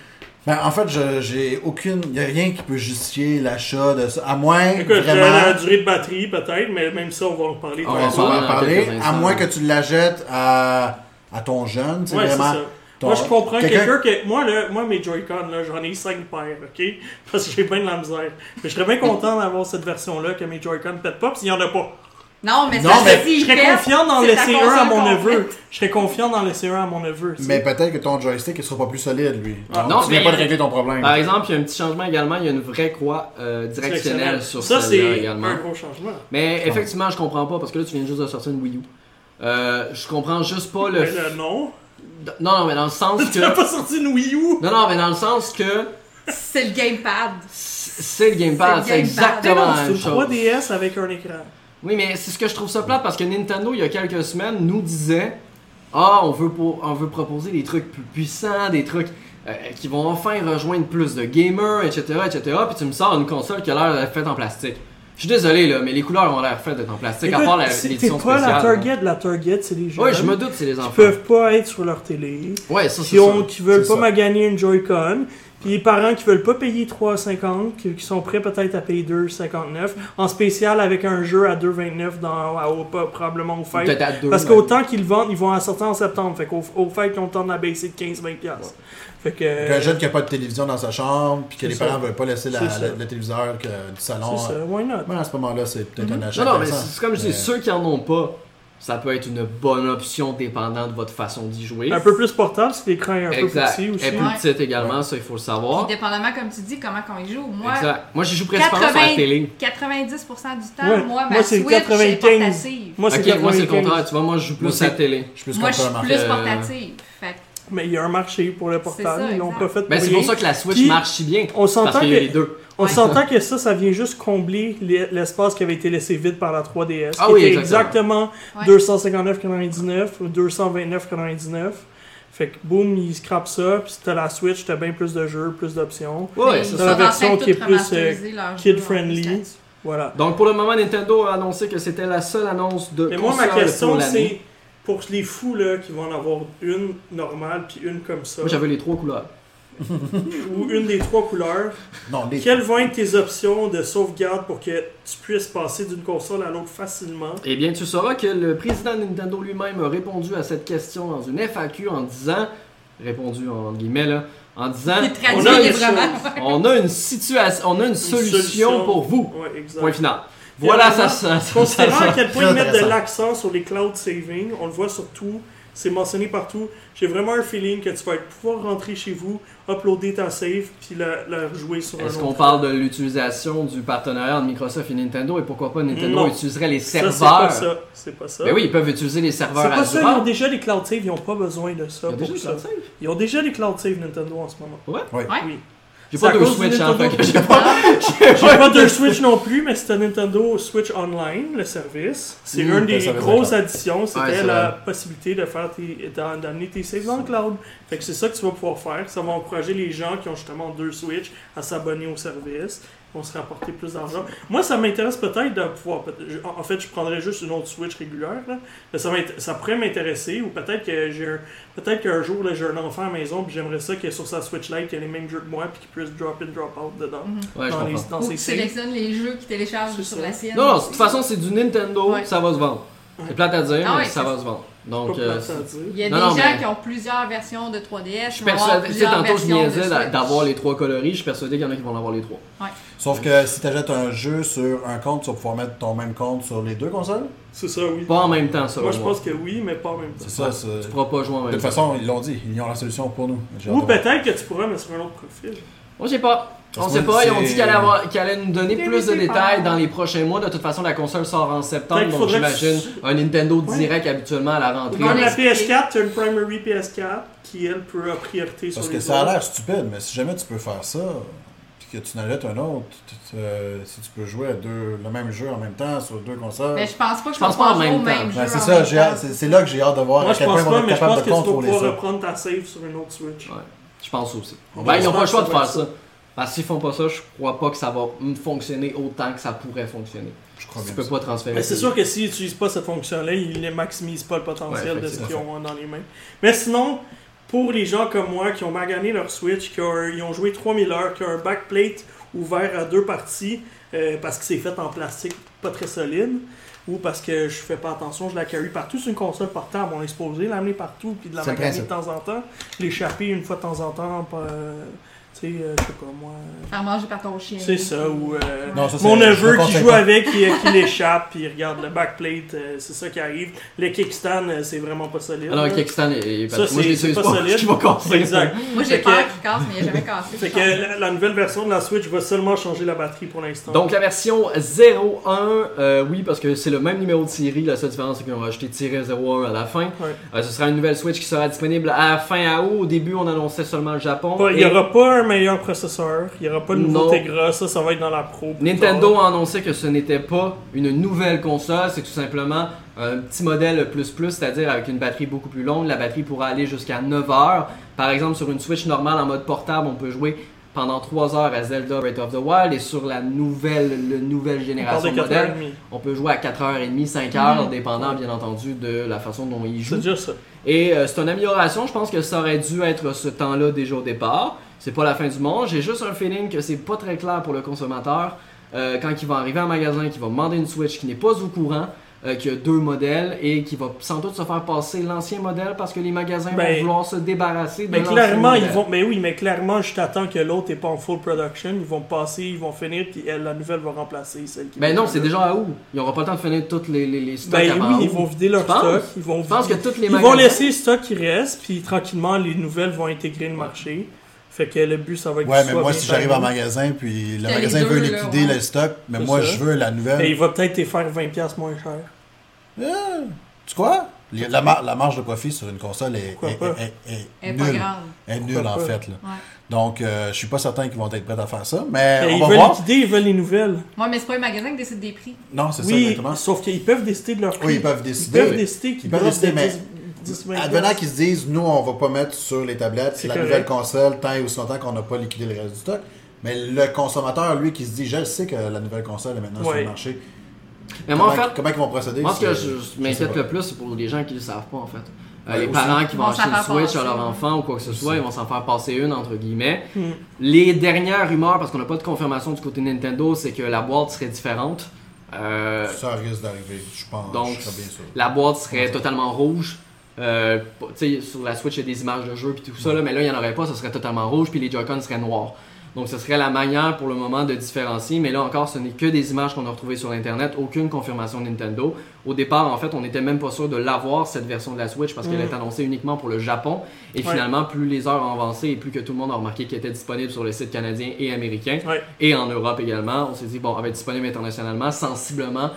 [SPEAKER 2] Ben, en fait, je- j'ai aucune, il y a rien qui peut justifier l'achat de ça, à moins
[SPEAKER 1] Écoute, euh, la
[SPEAKER 2] vraiment.
[SPEAKER 1] durée de batterie peut-être, mais même ça, on va en parler.
[SPEAKER 3] Ah
[SPEAKER 2] Ouais,
[SPEAKER 3] On va
[SPEAKER 2] ça, on va
[SPEAKER 3] parler
[SPEAKER 2] en
[SPEAKER 3] dans
[SPEAKER 2] parler,
[SPEAKER 3] quelques
[SPEAKER 2] à
[SPEAKER 3] instants.
[SPEAKER 2] moins que tu l'achètes à, à ton jeune, c'est
[SPEAKER 1] Ouais, c'est
[SPEAKER 2] vraiment.
[SPEAKER 1] ça.
[SPEAKER 2] ton-
[SPEAKER 1] Moi, je comprends
[SPEAKER 2] quelqu'un-
[SPEAKER 1] quelqu'un que. Moi, là, moi mes Joy-Con, là, j'en ai 5 paires, ok? Parce que j'ai bien de la misère. Mais je serais bien content d'avoir cette version-là, que mes Joy-Con ne pètent pas, puis il n'y en a pas.
[SPEAKER 4] Non, mais
[SPEAKER 2] Non,
[SPEAKER 4] ça,
[SPEAKER 2] Ah, mais
[SPEAKER 4] c'est si
[SPEAKER 1] Je serais
[SPEAKER 4] hyper-
[SPEAKER 1] confiant d'en
[SPEAKER 4] c'est ta
[SPEAKER 1] laisser un à
[SPEAKER 4] console
[SPEAKER 1] mon
[SPEAKER 4] complète.
[SPEAKER 1] neveu. Je serais confiant d'en laisser un à mon neveu. tu sais.
[SPEAKER 2] Mais peut-être que ton joystick, il sera pas plus solide, lui.
[SPEAKER 1] Ah,
[SPEAKER 2] Donc,
[SPEAKER 3] non,
[SPEAKER 2] tu viens
[SPEAKER 3] mais-
[SPEAKER 2] pas de régler ton problème.
[SPEAKER 3] Par exemple, il y a un petit changement également, il y a une vraie croix euh, directionnelle sur
[SPEAKER 1] ça,
[SPEAKER 3] celle-là
[SPEAKER 1] c'est
[SPEAKER 3] également.
[SPEAKER 1] un gros changement.
[SPEAKER 3] Mais effectivement, je comprends pas parce que là, tu viens juste de sortir une Wii U. Euh, je comprends juste pas le.
[SPEAKER 1] Mais là, non.
[SPEAKER 3] Non, non, mais dans le sens que.
[SPEAKER 1] Tu n'as pas sorti une Wii U.
[SPEAKER 3] Non, non, mais dans le sens que
[SPEAKER 4] C'est le gamepad.
[SPEAKER 3] c'est le Gamepad,
[SPEAKER 4] C'est
[SPEAKER 3] c'est
[SPEAKER 4] le Gamepad.
[SPEAKER 3] exactement la
[SPEAKER 1] C'est une
[SPEAKER 3] même chose.
[SPEAKER 1] 3DS avec un écran.
[SPEAKER 3] Oui, mais c'est ce que je trouve ça plate parce que Nintendo, il y a quelques semaines, nous disait Ah, on veut, pour- on veut proposer des trucs plus puissants, des trucs euh, qui vont enfin rejoindre plus de gamers, etc., etc. Puis tu me sors une console qui a l'air faite en plastique. Je suis désolé, là, mais les couleurs ont l'air faites d'être en plastique, à part la-
[SPEAKER 1] Écoute,
[SPEAKER 3] l'édition
[SPEAKER 1] c'est
[SPEAKER 3] spéciale.
[SPEAKER 1] quoi la Target? La Target, c'est les jeunes
[SPEAKER 3] Oui, je me doute, c'est les enfants.
[SPEAKER 1] qui peuvent pas être sur leur télé,
[SPEAKER 3] Ouais, ça, c'est
[SPEAKER 1] qui, ont,
[SPEAKER 3] ça.
[SPEAKER 1] qui veulent
[SPEAKER 2] C'est
[SPEAKER 1] pas
[SPEAKER 2] ça.
[SPEAKER 1] maganer une Joy-Con, puis les parents qui veulent pas payer 3,50, qui, qui sont prêts peut-être à payer 2,59, en spécial avec un jeu à 2,29 dans, à- au- pas- probablement au fait.
[SPEAKER 3] Peut-être à deux.
[SPEAKER 1] Parce
[SPEAKER 3] ouais.
[SPEAKER 1] qu'autant qu'ils vendent, ils vont en sortir en septembre. Fait qu'au au fait, ils ont le temps de la baisser de 15-20$. piastres. Fait que.
[SPEAKER 2] Qu'un jeune qui a pas de télévision dans sa chambre, puis
[SPEAKER 1] Euh,
[SPEAKER 2] que
[SPEAKER 1] c'est
[SPEAKER 2] les
[SPEAKER 1] ça.
[SPEAKER 2] parents veulent pas laisser la-
[SPEAKER 1] C'est ça.
[SPEAKER 2] la- le téléviseur que- du salon.
[SPEAKER 1] C'est
[SPEAKER 2] euh,
[SPEAKER 1] ça, Mm-hmm. why not?
[SPEAKER 2] ouais, à ce moment-là, c'est peut-être un achat.
[SPEAKER 3] Non, non, mais
[SPEAKER 2] intéressant.
[SPEAKER 3] c'est c'est comme je dis,
[SPEAKER 2] Mais-
[SPEAKER 3] ceux qui en ont pas, ça peut être une bonne option dépendant de votre façon d'y jouer.
[SPEAKER 1] Un peu plus portable, si l'écran est un
[SPEAKER 3] exact.
[SPEAKER 1] peu petit aussi.
[SPEAKER 3] Et plus
[SPEAKER 4] Ouais.
[SPEAKER 3] petite également, ça il faut le savoir.
[SPEAKER 4] Puis dépendamment, comme tu dis, comment qu'on y joue. Moi,
[SPEAKER 3] exact. Moi, j'y joue principalement sur
[SPEAKER 4] 80.
[SPEAKER 3] la télé.
[SPEAKER 4] 90% du temps,
[SPEAKER 1] Ouais.
[SPEAKER 4] moi, ma
[SPEAKER 1] Moi, c'est
[SPEAKER 4] Switch, est
[SPEAKER 1] 95.
[SPEAKER 4] portative.
[SPEAKER 1] Moi, c'est
[SPEAKER 3] ok, moi c'est le
[SPEAKER 1] 95.
[SPEAKER 3] contraire. Tu vois, moi je joue
[SPEAKER 2] Moi,
[SPEAKER 3] plus
[SPEAKER 2] c'est-
[SPEAKER 3] à la télé.
[SPEAKER 2] Je suis plus
[SPEAKER 4] Moi, je
[SPEAKER 2] contre
[SPEAKER 4] suis
[SPEAKER 2] Marc.
[SPEAKER 4] plus
[SPEAKER 3] Euh,
[SPEAKER 4] portative. Fait que
[SPEAKER 1] Mais il y a un marché pour le portable,
[SPEAKER 4] C'est ça,
[SPEAKER 1] ils l'ont
[SPEAKER 4] exact.
[SPEAKER 1] pas fait pour
[SPEAKER 3] Ben, c'est
[SPEAKER 1] rien.
[SPEAKER 3] pour ça que la Switch
[SPEAKER 1] Puis,
[SPEAKER 3] marche si bien.
[SPEAKER 1] On
[SPEAKER 3] Parce
[SPEAKER 1] s'entend
[SPEAKER 3] qu'il y a les
[SPEAKER 1] que,
[SPEAKER 3] deux.
[SPEAKER 1] on
[SPEAKER 4] Ouais.
[SPEAKER 1] s'entend que ça, ça vient juste combler l'e- l'espace qui avait été laissé vide par la 3DS.
[SPEAKER 3] Ah
[SPEAKER 1] qui
[SPEAKER 3] oui,
[SPEAKER 1] était exactement,
[SPEAKER 3] exactement.
[SPEAKER 4] Ouais.
[SPEAKER 1] 259,99 ou 229,99. Fait que boum, ils scrapent ça, puis si t'as la Switch, t'as bien plus de jeux, plus d'options.
[SPEAKER 3] Ouais,
[SPEAKER 4] ils
[SPEAKER 3] c'est
[SPEAKER 4] sont
[SPEAKER 1] dans
[SPEAKER 3] ça.
[SPEAKER 1] la version
[SPEAKER 4] en train de
[SPEAKER 1] qui est
[SPEAKER 4] tout
[SPEAKER 1] plus, euh,
[SPEAKER 4] remasteriser leur jeu en
[SPEAKER 1] kid-friendly.
[SPEAKER 4] plus là-dessus.
[SPEAKER 1] Voilà.
[SPEAKER 3] Donc pour le moment, Nintendo a annoncé que c'était la seule annonce de
[SPEAKER 1] Mais moi, ma
[SPEAKER 3] console
[SPEAKER 1] question,
[SPEAKER 3] pour l'année.
[SPEAKER 1] c'est pour les fous là, qui vont en avoir une normale, puis une comme ça.
[SPEAKER 3] Moi j'avais les trois couleurs.
[SPEAKER 1] ou une des trois couleurs,
[SPEAKER 2] Non, les...
[SPEAKER 1] quelles vont être tes options de sauvegarde pour que tu puisses passer d'une console à l'autre facilement?
[SPEAKER 3] Eh bien, tu sauras que le président de Nintendo lui-même a répondu à cette question dans une FAQ en disant, répondu en guillemets là, en disant,
[SPEAKER 4] Il
[SPEAKER 3] on
[SPEAKER 4] traduit
[SPEAKER 3] a, une,
[SPEAKER 4] librement.
[SPEAKER 3] on a une situation, on a une solution,
[SPEAKER 1] solution.
[SPEAKER 3] pour vous.
[SPEAKER 1] Ouais, exact.
[SPEAKER 3] Point final. Voilà, ça, ça, ça, ça,
[SPEAKER 1] Considérant à quel point
[SPEAKER 2] Très
[SPEAKER 1] ils mettent de
[SPEAKER 2] intéressant.
[SPEAKER 1] l'accent sur les cloud saving, on le voit surtout, c'est mentionné partout. J'ai vraiment un feeling que tu vas être- pouvoir rentrer chez vous, uploader ta save, puis la, la rejouer sur un
[SPEAKER 3] Est-ce
[SPEAKER 1] autre.
[SPEAKER 3] qu'on parle de l'utilisation du partenariat entre Microsoft et Nintendo et pourquoi pas Nintendo
[SPEAKER 1] Non.
[SPEAKER 3] utiliserait les
[SPEAKER 1] Ça, c'est pas
[SPEAKER 3] serveurs
[SPEAKER 1] ça. C'est pas ça.
[SPEAKER 3] Ben oui, ils peuvent utiliser les
[SPEAKER 1] c'est
[SPEAKER 3] serveurs
[SPEAKER 1] pas ça. Ils ont
[SPEAKER 3] Azure.
[SPEAKER 1] déjà des cloud save, ils n'ont pas besoin de ça.
[SPEAKER 3] Il y a
[SPEAKER 1] pour
[SPEAKER 3] déjà
[SPEAKER 1] ça.
[SPEAKER 3] ça.
[SPEAKER 1] Ils ont déjà des cloud save Nintendo en ce moment.
[SPEAKER 3] J'ai
[SPEAKER 1] C'est à
[SPEAKER 3] pas de
[SPEAKER 1] cause du
[SPEAKER 3] Switch en
[SPEAKER 1] Nintendo.
[SPEAKER 3] fait. que j'ai-
[SPEAKER 1] J'ai pas de Switch non plus, mais c'était Nintendo Switch Online, le service. C'est
[SPEAKER 2] Mm,
[SPEAKER 1] une des
[SPEAKER 2] le service,
[SPEAKER 1] grosses additions, c'était
[SPEAKER 3] Ouais, c'est
[SPEAKER 1] la
[SPEAKER 3] vrai.
[SPEAKER 1] possibilité de faire tes- d'am- d'amener tes saves dans le cloud. Fait que c'est ça que tu vas pouvoir faire. Ça va encourager les gens qui ont justement deux Switch à s'abonner au service. On se rapporter plus d'argent. Moi, ça m'intéresse peut-être de pouvoir. peut- je- En en fait, je prendrais juste une autre Switch régulière. Là. Mais ça, m'int- ça pourrait m'intéresser. Ou peut-être que j'ai un- peut-être qu'un jour, là, j'ai un enfant à la maison, puis j'aimerais ça qu'il y ait sur sa Switch Lite, qu'il y ait les mêmes jeux que moi, puis qu'il puisse drop in, drop out dedans.
[SPEAKER 3] Ouais, je
[SPEAKER 1] dans, les-
[SPEAKER 3] comprends.
[SPEAKER 1] dans ses
[SPEAKER 4] Ou tu
[SPEAKER 1] saves.
[SPEAKER 4] sélectionnes les jeux qui téléchargent
[SPEAKER 1] C'est
[SPEAKER 4] sur
[SPEAKER 1] ça.
[SPEAKER 4] la sienne.
[SPEAKER 3] Non, non, de toute façon, c'est du Nintendo,
[SPEAKER 4] Ouais.
[SPEAKER 3] ça va se vendre. C'est plate à dire,
[SPEAKER 4] Ah
[SPEAKER 3] mais
[SPEAKER 4] ouais,
[SPEAKER 3] ça
[SPEAKER 4] c'est-
[SPEAKER 3] va se vendre.
[SPEAKER 1] Pas
[SPEAKER 3] Donc,
[SPEAKER 1] plate
[SPEAKER 3] euh,
[SPEAKER 1] à dire.
[SPEAKER 4] Il y a
[SPEAKER 3] Non,
[SPEAKER 4] des
[SPEAKER 3] non,
[SPEAKER 4] gens
[SPEAKER 3] mais-
[SPEAKER 4] qui ont plusieurs versions de 3DS.
[SPEAKER 3] je
[SPEAKER 4] qui
[SPEAKER 3] suis
[SPEAKER 4] vont avoir
[SPEAKER 3] persuadé. Tu sais,
[SPEAKER 4] plusieurs
[SPEAKER 3] tantôt, je
[SPEAKER 4] versions Ah, de
[SPEAKER 3] niaisais d'a-
[SPEAKER 4] Switch.
[SPEAKER 3] d'avoir les trois coloris, je suis persuadé qu'il y en a qui vont en avoir les trois.
[SPEAKER 2] Sauf que si tu achètes un jeu sur un compte, tu vas pouvoir mettre ton même compte sur les deux consoles.
[SPEAKER 1] C'est ça, oui.
[SPEAKER 3] Pas en même temps, selon
[SPEAKER 1] Moi, je
[SPEAKER 3] moi.
[SPEAKER 1] pense que oui, mais pas en même temps.
[SPEAKER 2] C'est ça. c'est-
[SPEAKER 3] Tu
[SPEAKER 2] De
[SPEAKER 3] pourras pas jouer en même
[SPEAKER 2] toute
[SPEAKER 3] temps.
[SPEAKER 2] façon, ils l'ont dit. Ils ont la solution pour nous. J'ai
[SPEAKER 1] Ou
[SPEAKER 2] hâte de voir.
[SPEAKER 1] peut-être que tu pourras, mais sur un autre profil.
[SPEAKER 3] On sait pas.
[SPEAKER 2] Parce
[SPEAKER 3] On
[SPEAKER 2] que
[SPEAKER 3] sait pas, ils ont dit
[SPEAKER 2] c'est-
[SPEAKER 3] qu'elle allait, avoir- qu'elle allait nous donner
[SPEAKER 4] Mais
[SPEAKER 3] plus de
[SPEAKER 4] oui, c'est
[SPEAKER 3] détails
[SPEAKER 4] pas-
[SPEAKER 3] dans les prochains mois. De toute façon, la console sort en septembre,
[SPEAKER 1] Peut-être qu'il
[SPEAKER 3] donc
[SPEAKER 1] faudrait que
[SPEAKER 3] j'imagine un Nintendo direct habituellement à la rentrée.
[SPEAKER 4] Dans
[SPEAKER 1] Comme la
[SPEAKER 4] l'expliquer.
[SPEAKER 1] PS4, tu as une primary PS4 qui, elle, peut a priorité sur
[SPEAKER 2] Parce
[SPEAKER 1] les
[SPEAKER 2] que ça a
[SPEAKER 1] autres.
[SPEAKER 2] l'air stupide, mais si jamais tu peux faire ça, puis que tu n'achètes un autre, tu- tu- euh, si tu peux jouer à deux, le même jeu en même temps sur deux consoles.
[SPEAKER 4] Mais je pense pas que
[SPEAKER 3] Je pense
[SPEAKER 4] vais
[SPEAKER 3] pas en
[SPEAKER 4] pouvoir
[SPEAKER 3] même
[SPEAKER 4] jouer au
[SPEAKER 3] temps.
[SPEAKER 4] même
[SPEAKER 2] Ben,
[SPEAKER 4] jeu
[SPEAKER 2] c'est
[SPEAKER 4] en
[SPEAKER 2] ça,
[SPEAKER 4] même
[SPEAKER 2] j'ai
[SPEAKER 4] temps.
[SPEAKER 2] hâte- c'est c'est là que j'ai hâte de voir
[SPEAKER 1] Moi,
[SPEAKER 2] à
[SPEAKER 1] je
[SPEAKER 2] quel point
[SPEAKER 1] pense
[SPEAKER 2] ils vont
[SPEAKER 1] pas,
[SPEAKER 2] être
[SPEAKER 1] mais je pense
[SPEAKER 2] capables
[SPEAKER 1] que tu
[SPEAKER 2] de
[SPEAKER 1] vas
[SPEAKER 2] contrôler
[SPEAKER 1] pouvoir
[SPEAKER 2] ça.
[SPEAKER 1] reprendre ta save sur une autre Switch.
[SPEAKER 3] Ouais. Je pense aussi.
[SPEAKER 2] On
[SPEAKER 3] Ben,
[SPEAKER 2] va
[SPEAKER 3] ils n'ont
[SPEAKER 1] voir
[SPEAKER 3] pas le
[SPEAKER 1] ça,
[SPEAKER 3] choix de
[SPEAKER 1] ça va
[SPEAKER 3] faire
[SPEAKER 1] être
[SPEAKER 3] ça. Parce que s'ils font pas ça, je crois pas que ça va mm, fonctionner autant que ça pourrait fonctionner.
[SPEAKER 2] Je crois
[SPEAKER 3] Tu
[SPEAKER 2] bien.
[SPEAKER 3] peux
[SPEAKER 2] ça.
[SPEAKER 3] pas transférer.
[SPEAKER 1] Mais c'est sûr que s'ils n'utilisent pas cette fonction-là, ils ne maximisent pas le potentiel
[SPEAKER 3] Ouais,
[SPEAKER 1] de ce qu'ils
[SPEAKER 2] effectivement.
[SPEAKER 1] ont dans les mains. Mais sinon, pour les gens comme moi qui ont magané leur Switch, qui ont, ils ont joué 3000 heures, qui ont un backplate ouvert à deux parties euh, parce que c'est fait en plastique pas très solide ou parce que je fais pas attention, je la carry partout. C'est une console portable, on l'exposé, l'amener partout puis de la
[SPEAKER 2] C'est le
[SPEAKER 1] maganer de
[SPEAKER 2] principe.
[SPEAKER 1] temps en temps, l'échapper une fois de temps en temps. euh, tu sais, euh, je sais pas moi.
[SPEAKER 4] Faire manger par ton chien.
[SPEAKER 1] C'est ça, ou. euh,
[SPEAKER 2] Non, ça, c'est-
[SPEAKER 1] mon
[SPEAKER 2] je
[SPEAKER 1] neveu
[SPEAKER 2] le
[SPEAKER 1] qui
[SPEAKER 2] conseille
[SPEAKER 1] joue
[SPEAKER 2] pas.
[SPEAKER 1] avec, qui, qui l'échappe, puis il regarde le backplate, euh, c'est ça qui arrive. Le kickstand, euh, c'est vraiment pas solide.
[SPEAKER 3] Alors,
[SPEAKER 1] là.
[SPEAKER 3] Kekistan et et-
[SPEAKER 1] Ça,
[SPEAKER 3] parce que moi, je
[SPEAKER 1] c'est-
[SPEAKER 3] les
[SPEAKER 1] c'est
[SPEAKER 3] utilise
[SPEAKER 1] pas
[SPEAKER 3] pas.
[SPEAKER 1] solide.
[SPEAKER 3] Je vais casser.
[SPEAKER 1] Exact.
[SPEAKER 4] Moi, j'ai
[SPEAKER 1] Fait
[SPEAKER 4] peur
[SPEAKER 1] que-
[SPEAKER 4] qu'il casse, mais il a jamais cassé.
[SPEAKER 1] Fait
[SPEAKER 4] je
[SPEAKER 1] que
[SPEAKER 4] pense.
[SPEAKER 1] la, la nouvelle version de la Switch va seulement changer la batterie pour l'instant.
[SPEAKER 3] Donc la version 0.1, euh, oui, parce que c'est le même numéro de série, la seule différence c'est qu'ils ont rajouté tiret 0.1 à la fin.
[SPEAKER 1] Ouais.
[SPEAKER 3] Euh, ce sera une nouvelle Switch qui sera disponible à fin août. Au début, on annonçait seulement le Japon.
[SPEAKER 1] Pas- il
[SPEAKER 3] Et
[SPEAKER 1] n'y aura pas un meilleur processeur, il n'y aura pas de nouveau
[SPEAKER 3] Non.
[SPEAKER 1] Tegra, ça, ça va être dans la pro. plus
[SPEAKER 3] Nintendo
[SPEAKER 1] tard.
[SPEAKER 3] a annoncé que ce n'était pas une nouvelle console, c'est tout simplement un petit modèle plus plus, c'est-à-dire avec une batterie beaucoup plus longue. La batterie pourra aller jusqu'à 9 heures. Par exemple, sur une Switch normale en mode portable, on peut jouer pendant 3 heures à Zelda Breath of the Wild et sur la nouvelle, le
[SPEAKER 1] On
[SPEAKER 3] nouvelle
[SPEAKER 1] parle
[SPEAKER 3] génération
[SPEAKER 1] de
[SPEAKER 3] de modèle,
[SPEAKER 1] 4h30.
[SPEAKER 3] On peut jouer à 4h30, 5h, dépendant bien entendu de la façon dont il joue.
[SPEAKER 1] Mm. C'est juste ça.
[SPEAKER 3] Et euh, c'est une amélioration, je pense que ça aurait dû être ce temps-là déjà au départ. C'est pas la fin du monde, j'ai juste un feeling que c'est pas très clair pour le consommateur euh, quand il va arriver en magasin, qu'il va demander une Switch qui n'est pas au courant, euh, qui a deux modèles et qui va sans doute se faire passer l'ancien modèle parce que les magasins
[SPEAKER 1] Ben,
[SPEAKER 3] vont vouloir se débarrasser de
[SPEAKER 1] Mais
[SPEAKER 3] l'ancien
[SPEAKER 1] clairement, ils
[SPEAKER 3] modèle.
[SPEAKER 1] vont. Mais oui, mais clairement, je t'attends que l'autre n'est pas en full production. Ils vont passer, ils vont finir, puis elle, la nouvelle va remplacer celle qui.
[SPEAKER 3] Ben non, c'est déjà à août. Ils auront pas le temps de finir toutes les, les, les stocks
[SPEAKER 1] Ben
[SPEAKER 3] avant
[SPEAKER 1] oui,
[SPEAKER 3] août.
[SPEAKER 1] ils vont vider leur
[SPEAKER 3] Tu penses?
[SPEAKER 1] stock. Ils vont
[SPEAKER 3] Je pense que toutes les
[SPEAKER 1] Ils
[SPEAKER 3] magasins...
[SPEAKER 1] vont laisser le stock qui reste, puis tranquillement, les nouvelles vont intégrer le marché. Fait que le but, ça va être
[SPEAKER 2] Ouais,
[SPEAKER 1] qu'il
[SPEAKER 2] mais
[SPEAKER 1] soit
[SPEAKER 2] moi,
[SPEAKER 1] bien
[SPEAKER 2] si j'arrive en
[SPEAKER 1] timé.
[SPEAKER 2] magasin, puis le
[SPEAKER 4] T'as les
[SPEAKER 2] magasin
[SPEAKER 4] deux,
[SPEAKER 2] veut
[SPEAKER 4] là,
[SPEAKER 2] liquider
[SPEAKER 4] ouais.
[SPEAKER 2] le stock, mais
[SPEAKER 1] C'est
[SPEAKER 2] moi,
[SPEAKER 1] ça.
[SPEAKER 2] je veux la
[SPEAKER 1] Mais
[SPEAKER 2] nouvelle.
[SPEAKER 1] Ben, il va peut-être te faire 20$ moins cher.
[SPEAKER 2] Eh, Tu crois? Les- La, mar- la marge de profit sur une console est,
[SPEAKER 1] Pourquoi
[SPEAKER 2] est-
[SPEAKER 1] pas?
[SPEAKER 2] est- est-
[SPEAKER 4] Elle est pas
[SPEAKER 2] nulle.
[SPEAKER 4] grande.
[SPEAKER 2] Est nulle, en
[SPEAKER 1] Pourquoi
[SPEAKER 2] fait. Là.
[SPEAKER 4] Ouais.
[SPEAKER 2] Donc, euh, je suis pas certain qu'ils vont être prêts à faire ça, mais
[SPEAKER 1] Mais
[SPEAKER 2] on
[SPEAKER 1] Ben, ils
[SPEAKER 2] va
[SPEAKER 1] veulent
[SPEAKER 2] voir.
[SPEAKER 1] liquider, ils veulent les nouvelles.
[SPEAKER 4] Ouais, mais c'est pas un magasin qui décide des prix.
[SPEAKER 2] Non, c'est ça,
[SPEAKER 1] Oui,
[SPEAKER 2] exactement.
[SPEAKER 1] sauf qu'ils peuvent décider de leur prix.
[SPEAKER 2] Oui, ils peuvent
[SPEAKER 1] Ils
[SPEAKER 2] décider.
[SPEAKER 1] peuvent décider qu'ils
[SPEAKER 2] Ils peuvent
[SPEAKER 1] droppent de
[SPEAKER 2] décider, mais
[SPEAKER 1] 10, 10, 20
[SPEAKER 2] Advenant qu'ils se disent, nous, on va pas mettre sur les tablettes
[SPEAKER 1] C'est
[SPEAKER 2] la
[SPEAKER 1] correct.
[SPEAKER 2] nouvelle console tant et aussi longtemps qu'on n'a pas liquidé le reste du stock. Mais le consommateur, lui, qui se dit, je le sais que la nouvelle console est maintenant sur
[SPEAKER 1] Ouais.
[SPEAKER 2] le marché.
[SPEAKER 3] Mais moi, en
[SPEAKER 2] comment,
[SPEAKER 3] fait,
[SPEAKER 2] comment ils vont procéder
[SPEAKER 3] Moi, ce que
[SPEAKER 2] c'est-
[SPEAKER 3] je, je
[SPEAKER 2] sais
[SPEAKER 3] m'inquiète
[SPEAKER 2] pas.
[SPEAKER 3] le plus, c'est pour les gens qui ne le savent pas, en fait. Euh,
[SPEAKER 2] Ouais,
[SPEAKER 3] les
[SPEAKER 2] aussi.
[SPEAKER 3] parents qui vont
[SPEAKER 4] Ils vont
[SPEAKER 3] acheter
[SPEAKER 4] s'en
[SPEAKER 3] une
[SPEAKER 4] faire
[SPEAKER 3] Switch à
[SPEAKER 4] passer,
[SPEAKER 3] leur
[SPEAKER 4] ouais.
[SPEAKER 3] enfant ou quoi que ce soit,
[SPEAKER 2] Aussi.
[SPEAKER 3] ils vont s'en faire passer une, entre guillemets.
[SPEAKER 1] Hmm.
[SPEAKER 3] Les dernières rumeurs, parce qu'on n'a pas de confirmation du côté Nintendo, c'est que la boîte serait différente. Euh,
[SPEAKER 2] Ça risque d'arriver, je pense.
[SPEAKER 3] donc,
[SPEAKER 2] Ah, je serais bien sûr.
[SPEAKER 3] la boîte serait totalement rouge. Euh, pas- tu sais, sur la Switch, il y a des images de jeux puis tout ça, là, mais là, il n'y en aurait pas, ça serait totalement rouge, puis les Joy-Con seraient noirs. Donc, ce serait la manière pour le moment de différencier, mais là encore, ce n'est que des images qu'on a retrouvées sur Internet, aucune confirmation Nintendo. Au départ, en fait, on n'était même pas sûr de l'avoir, cette version de la Switch, parce qu'elle
[SPEAKER 1] Mm.
[SPEAKER 3] est annoncée uniquement pour le Japon. Et
[SPEAKER 1] Ouais.
[SPEAKER 3] finalement, plus les heures ont avancé et plus que tout le monde a remarqué qu'elle était disponible sur le site canadien et américain,
[SPEAKER 1] Ouais.
[SPEAKER 3] et en Europe également, on s'est dit, bon, elle va être disponible internationalement, sensiblement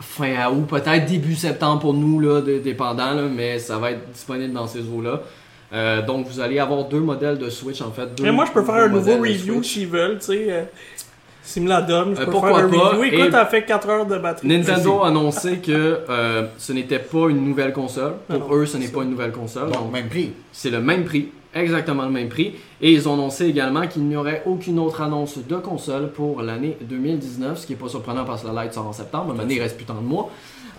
[SPEAKER 3] fin à août, peut-être début septembre pour nous, là, dé- dépendant, là, mais ça va être disponible dans ces eaux-là. Euh, donc, vous allez avoir deux modèles de Switch, en fait. deux
[SPEAKER 1] Mais moi, je peux faire un
[SPEAKER 3] nouveaux
[SPEAKER 1] nouveau
[SPEAKER 3] modèles de
[SPEAKER 1] review
[SPEAKER 3] Switch.
[SPEAKER 1] s'ils veulent, tu sais. euh, S'ils me la donnent, je
[SPEAKER 3] Euh,
[SPEAKER 1] peux faire
[SPEAKER 3] pourquoi
[SPEAKER 1] un
[SPEAKER 3] pas,
[SPEAKER 1] review.
[SPEAKER 3] et-
[SPEAKER 1] Écoute, t'as fait 4 heures de batterie.
[SPEAKER 3] Nintendo a annoncé que euh, ce n'était pas une nouvelle console.
[SPEAKER 1] Ah
[SPEAKER 3] Pour
[SPEAKER 1] non,
[SPEAKER 3] eux, ce n'est pas une nouvelle console.
[SPEAKER 2] Donc,
[SPEAKER 3] Donc,
[SPEAKER 2] même prix.
[SPEAKER 3] c'est le même prix, exactement le même prix. Et ils ont annoncé également qu'il n'y aurait aucune autre annonce de console pour l'année 2019, ce qui est pas surprenant parce que la Lite sort en septembre. Maintenant, il reste plus tant de mois.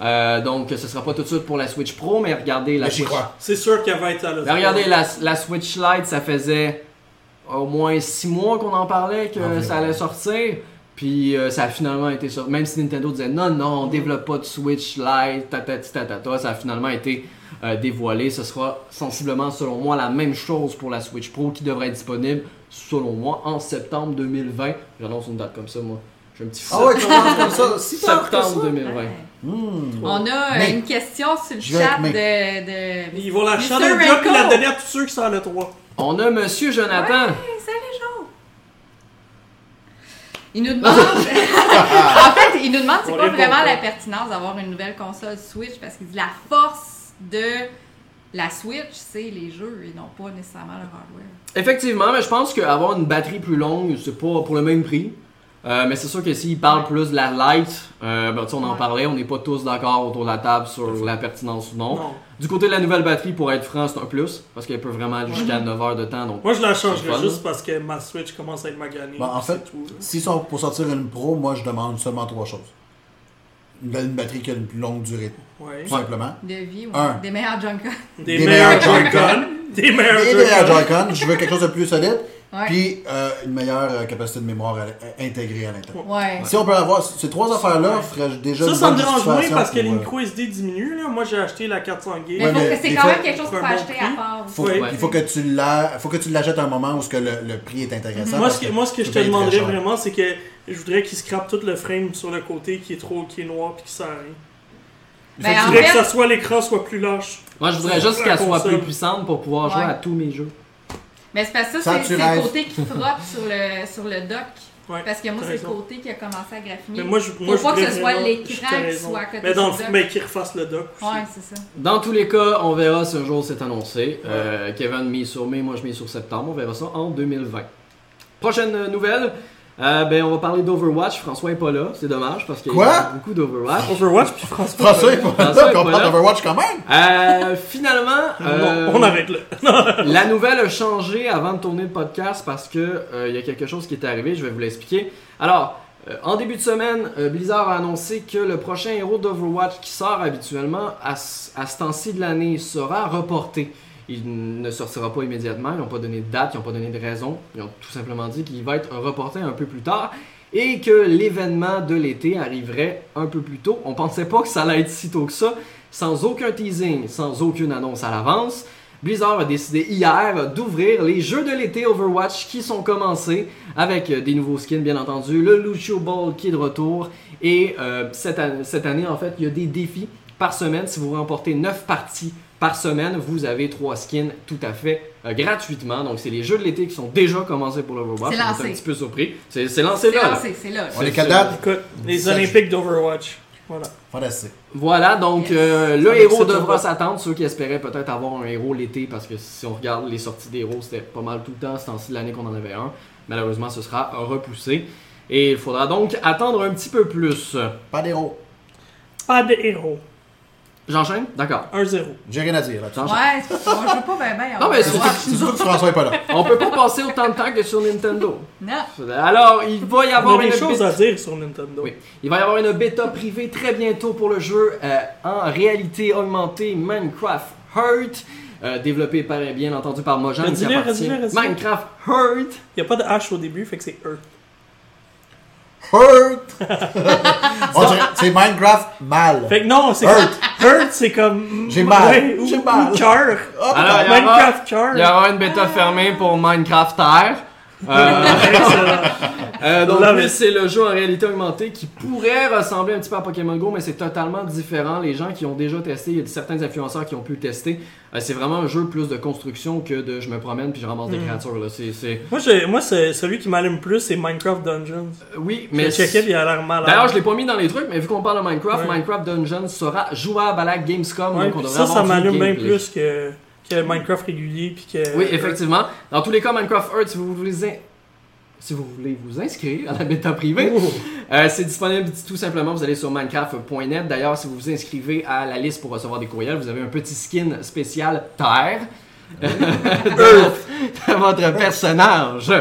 [SPEAKER 3] Euh, donc, ce sera pas tout de suite pour la Switch Pro, mais regardez la
[SPEAKER 2] Mais j'y
[SPEAKER 3] Switch.
[SPEAKER 2] crois.
[SPEAKER 1] C'est sûr qu'elle va être à
[SPEAKER 3] Ben, regardez, la, la Switch Lite, ça faisait au moins 6 mois qu'on en parlait, que
[SPEAKER 2] Environ.
[SPEAKER 3] ça allait sortir. Puis euh, ça a finalement été sorti. Même si Nintendo disait non, non, on développe pas de Switch Lite, tatati tatata, ça a finalement été euh, dévoilé. Ce sera sensiblement, selon moi, la même chose pour la Switch Pro qui devrait être disponible, selon moi, en septembre 2020. J'annonce une date comme ça, moi. J'ai un petit fou.
[SPEAKER 2] Ah ouais, tu commences comme ça. Si tard que ça.
[SPEAKER 3] septembre 2020.
[SPEAKER 4] Ouais.
[SPEAKER 2] Hmm.
[SPEAKER 4] On a euh,
[SPEAKER 2] Mais-
[SPEAKER 4] une question sur le
[SPEAKER 2] Je vais
[SPEAKER 4] chat
[SPEAKER 2] avec
[SPEAKER 4] de. de...
[SPEAKER 1] Ils vont la
[SPEAKER 4] Mr.
[SPEAKER 1] chanter au gars puis la
[SPEAKER 4] Raincoat.
[SPEAKER 1] donner à tous ceux qui sont à le 3.
[SPEAKER 3] On a Monsieur Jonathan.
[SPEAKER 4] Hey, salut, Jo! Il nous demande. en fait, il nous demande c'est
[SPEAKER 1] On
[SPEAKER 4] pas
[SPEAKER 1] répond
[SPEAKER 4] vraiment
[SPEAKER 1] pas.
[SPEAKER 4] la pertinence d'avoir une nouvelle console Switch parce qu'il dit la force de la Switch, c'est les jeux et non pas nécessairement leur hardware.
[SPEAKER 3] Effectivement, mais je pense qu'avoir une batterie plus longue, c'est pas pour le même prix. Euh, mais c'est sûr que s'ils parlent plus de la light, euh, ben, tu sais, on en
[SPEAKER 4] Ouais.
[SPEAKER 3] parlait, on n'est pas tous d'accord autour de la table sur la pertinence ou non.
[SPEAKER 1] Non.
[SPEAKER 3] Du côté de la nouvelle batterie, pour être franc, c'est un plus, parce qu'elle peut vraiment aller jusqu'à 9 heures de temps. Donc,
[SPEAKER 1] Moi, je la
[SPEAKER 3] C'est
[SPEAKER 1] changerais
[SPEAKER 3] fun.
[SPEAKER 1] juste parce que ma Switch commence à être maganée.
[SPEAKER 2] Bon, Bah, en
[SPEAKER 1] puis c'est
[SPEAKER 2] fait,
[SPEAKER 1] tout, là.
[SPEAKER 2] S'ils sont pour sortir une pro, moi je demande seulement trois choses. Une belle batterie qui a une plus longue durée,
[SPEAKER 1] Ouais.
[SPEAKER 2] tout simplement.
[SPEAKER 4] De vie ou
[SPEAKER 2] Un.
[SPEAKER 4] des meilleurs Joy-Con.
[SPEAKER 1] Des,
[SPEAKER 2] Des
[SPEAKER 1] meilleurs
[SPEAKER 2] meilleurs
[SPEAKER 1] Joy-Con. Des meilleurs
[SPEAKER 2] Et derrière
[SPEAKER 1] Joy-Con.
[SPEAKER 2] Joy-Con, je veux quelque chose de plus solide,
[SPEAKER 4] Ouais.
[SPEAKER 2] puis euh, une meilleure euh, capacité de mémoire à- à- intégrée à l'intérieur.
[SPEAKER 4] Ouais.
[SPEAKER 2] Si on peut avoir ces trois affaires-là, ferait déjà
[SPEAKER 1] Ça,
[SPEAKER 2] une
[SPEAKER 1] ça me
[SPEAKER 2] bonne
[SPEAKER 1] dérange moins
[SPEAKER 2] justification
[SPEAKER 1] parce que les
[SPEAKER 2] pour, euh,
[SPEAKER 1] micro SD diminuent. Là. Moi, j'ai acheté la 400
[SPEAKER 4] Mais
[SPEAKER 1] GB.
[SPEAKER 2] Ouais,
[SPEAKER 4] faut
[SPEAKER 2] mais
[SPEAKER 4] que c'est
[SPEAKER 2] des
[SPEAKER 4] quand
[SPEAKER 2] fois,
[SPEAKER 4] même quelque chose
[SPEAKER 1] pour
[SPEAKER 4] qu'on
[SPEAKER 1] un
[SPEAKER 4] peut
[SPEAKER 1] bon
[SPEAKER 4] acheter à
[SPEAKER 1] prix,
[SPEAKER 4] part.
[SPEAKER 2] Faut,
[SPEAKER 1] Ouais.
[SPEAKER 2] Il faut que tu l'a- faut que tu l'achètes à un moment où ce que le, le prix est intéressant.
[SPEAKER 1] Moi,
[SPEAKER 2] parce
[SPEAKER 1] ce que, moi, ce que
[SPEAKER 2] tu
[SPEAKER 1] je te
[SPEAKER 2] payes très
[SPEAKER 1] demanderais
[SPEAKER 2] cher.
[SPEAKER 1] vraiment, c'est que je voudrais qu'ils scrapent tout le frame sur le côté qui est trop, qui est noir puis qui sert à rien.
[SPEAKER 4] Ben,
[SPEAKER 1] Je
[SPEAKER 4] en
[SPEAKER 1] voudrais que
[SPEAKER 4] fait,
[SPEAKER 1] ça soit l'écran soit plus large.
[SPEAKER 3] moi, je voudrais
[SPEAKER 1] C'est
[SPEAKER 3] juste
[SPEAKER 1] la
[SPEAKER 3] qu'elle soit
[SPEAKER 1] console.
[SPEAKER 3] plus puissante pour pouvoir jouer
[SPEAKER 4] Ouais.
[SPEAKER 3] à tous mes jeux.
[SPEAKER 4] mais c'est parce que
[SPEAKER 2] Ça,
[SPEAKER 4] ça,
[SPEAKER 2] tu
[SPEAKER 4] c'est c'est
[SPEAKER 2] rêves.
[SPEAKER 4] le côté qui frotte sur le, sur le dock.
[SPEAKER 1] Ouais.
[SPEAKER 4] Parce que moi,
[SPEAKER 1] t'as
[SPEAKER 4] c'est le
[SPEAKER 1] raison.
[SPEAKER 4] côté qui a commencé à graffiner.
[SPEAKER 1] Mais moi, je, moi,
[SPEAKER 4] Faut
[SPEAKER 1] je
[SPEAKER 4] pas
[SPEAKER 1] voudrais
[SPEAKER 4] que ce soit
[SPEAKER 1] vraiment-
[SPEAKER 4] l'écran
[SPEAKER 1] t'as
[SPEAKER 4] qui
[SPEAKER 1] raison.
[SPEAKER 4] soit à côté
[SPEAKER 1] Mais, dans,
[SPEAKER 4] du dock.
[SPEAKER 1] mais qu'ils refassent le dock. aussi.
[SPEAKER 4] Ouais, c'est ça.
[SPEAKER 3] Dans tous les cas, on verra ce jour c'est annoncé. Euh, Kevin mis sur mai, moi je mets sur septembre. On verra ça en 2020. Prochaine euh, nouvelle, euh, ben, on va parler d'Overwatch. François est pas là, c'est dommage parce qu'il y
[SPEAKER 2] Quoi?
[SPEAKER 3] a beaucoup d'Overwatch.
[SPEAKER 1] Overwatch puis François.
[SPEAKER 2] François, il faut
[SPEAKER 3] François est
[SPEAKER 2] qu'on
[SPEAKER 3] pas
[SPEAKER 2] parle
[SPEAKER 3] là.
[SPEAKER 2] d'Overwatch quand même.
[SPEAKER 3] Euh, finalement, euh,
[SPEAKER 1] Non, on arrête là.
[SPEAKER 3] la nouvelle a changé avant de tourner le podcast parce que euh, il y a quelque chose qui est arrivé. Je vais vous l'expliquer. Alors. euh, en début de semaine, euh, Blizzard a annoncé que le prochain héros d'Overwatch qui sort habituellement à, ce- à ce temps-ci de l'année sera reporté. Il ne sortira pas immédiatement, ils n'ont pas donné de date, ils n'ont pas donné de raison. Ils ont tout simplement dit qu'il va être reporté un peu plus tard et que l'événement de l'été arriverait un peu plus tôt. On pensait pas que ça allait être si tôt que ça, sans aucun teasing, sans aucune annonce à l'avance. Blizzard a décidé hier d'ouvrir les jeux de l'été Overwatch qui sont commencés avec euh, des nouveaux skins bien entendu, le Lucio Ball qui est de retour et euh, cette, an- cette année en fait il y a des défis par semaine. Si vous remportez 9 parties par semaine, vous avez 3 skins tout à fait euh, gratuitement. Donc c'est les jeux de l'été qui sont déjà commencés pour l'Overwatch.
[SPEAKER 4] C'est
[SPEAKER 3] On est
[SPEAKER 4] lancé.
[SPEAKER 3] un petit peu surpris. C'est c'est lancé
[SPEAKER 4] C'est
[SPEAKER 3] là. là.
[SPEAKER 4] là, c'est- c'est là.
[SPEAKER 2] On est quelle date?
[SPEAKER 1] Écoute, les
[SPEAKER 2] Ah. Ça, je-
[SPEAKER 1] Olympiques d'Overwatch. Voilà.
[SPEAKER 2] Fantastique.
[SPEAKER 3] Voilà, donc euh,
[SPEAKER 4] Yes.
[SPEAKER 1] Ça
[SPEAKER 3] le
[SPEAKER 1] m'excite
[SPEAKER 3] héros
[SPEAKER 1] un
[SPEAKER 3] devra
[SPEAKER 1] peu.
[SPEAKER 3] s'attendre, ceux qui espéraient peut-être avoir un héros l'été, parce que si on regarde les sorties des héros, c'était pas mal tout le temps, c'est temps-ci de l'année qu'on en avait un. Malheureusement, ce sera repoussé. Et il faudra donc attendre un petit peu plus.
[SPEAKER 2] Pas d'héros.
[SPEAKER 1] Pas de héros.
[SPEAKER 3] J'enchaîne D'accord.
[SPEAKER 1] 1-0.
[SPEAKER 2] J'ai rien à dire là-dessus.
[SPEAKER 3] J'enchaîne.
[SPEAKER 4] Ouais, c'est- on joue pas bien bien.
[SPEAKER 3] Non, mais c'est-
[SPEAKER 2] C'est surtout que François est pas là.
[SPEAKER 3] On peut pas passer autant de temps que sur Nintendo.
[SPEAKER 4] Non.
[SPEAKER 3] Alors, il va y
[SPEAKER 1] On
[SPEAKER 3] avoir
[SPEAKER 1] a des
[SPEAKER 3] une
[SPEAKER 1] choses
[SPEAKER 3] bêta-
[SPEAKER 1] à dire sur Nintendo.
[SPEAKER 3] Oui. Il va y avoir une bêta privée très bientôt pour le jeu euh, en réalité augmentée Minecraft Hurt, euh, développé par et bien entendu par Mojang,
[SPEAKER 1] Mais
[SPEAKER 3] qui
[SPEAKER 1] dis-le,
[SPEAKER 3] appartient-
[SPEAKER 1] dis-le, dis-le.
[SPEAKER 3] Minecraft Hurt.
[SPEAKER 1] Il n'y a pas de H au début, fait que c'est Earth.
[SPEAKER 2] Hurt! On dirait- c'est Minecraft mal.
[SPEAKER 1] Fait que non, c'est
[SPEAKER 2] Hurt.
[SPEAKER 1] comme. Hurt, c'est comme.
[SPEAKER 2] J'ai mal.
[SPEAKER 1] Ouais, ou,
[SPEAKER 2] J'ai
[SPEAKER 1] ou
[SPEAKER 2] mal. Ah, ben,
[SPEAKER 1] Char.
[SPEAKER 2] Hop,
[SPEAKER 3] Alors, il y aura,
[SPEAKER 1] Minecraft Char.
[SPEAKER 3] il y aura une bêta fermée pour Minecraft Air. Euh,
[SPEAKER 1] Excellent.
[SPEAKER 3] Euh, donc,
[SPEAKER 1] Love
[SPEAKER 3] lui,
[SPEAKER 1] it.
[SPEAKER 3] c'est le jeu en réalité augmentée qui pourrait ressembler un petit peu à Pokémon Go, mais c'est totalement différent. Les gens qui ont déjà testé, il y a certains influenceurs qui ont pu tester. Euh, c'est vraiment un jeu plus de construction que de je me promène puis je ramasse des créatures. Là. C'est, c'est-
[SPEAKER 1] Moi, j'ai- moi c'est celui qui m'allume plus, c'est Minecraft Dungeons.
[SPEAKER 3] Euh, Oui,
[SPEAKER 1] Mais
[SPEAKER 3] mais.
[SPEAKER 1] le checké, puis il a l'air malade.
[SPEAKER 3] D'ailleurs, je l'ai pas mis dans les trucs, mais vu qu'on parle de Minecraft,
[SPEAKER 1] Ouais.
[SPEAKER 3] Minecraft Dungeon sera jouable à la Gamescom.
[SPEAKER 1] Ouais,
[SPEAKER 3] donc on
[SPEAKER 1] puis ça,
[SPEAKER 3] devrait
[SPEAKER 1] ça
[SPEAKER 3] avoir du
[SPEAKER 1] m'allume bien
[SPEAKER 3] gameplay.
[SPEAKER 1] plus que, que Minecraft régulier. Puis que,
[SPEAKER 3] Oui, effectivement. Dans tous les cas, Minecraft Earth, si vous voulez, in- si vous, voulez vous inscrire à la bêta privée,
[SPEAKER 1] Oh.
[SPEAKER 3] euh, c'est disponible tout simplement. Vous allez sur minecraft.net. D'ailleurs, si vous vous inscrivez à la liste pour recevoir des courriels, vous avez un petit skin spécial Terre
[SPEAKER 1] Euh.
[SPEAKER 3] de votre personnage.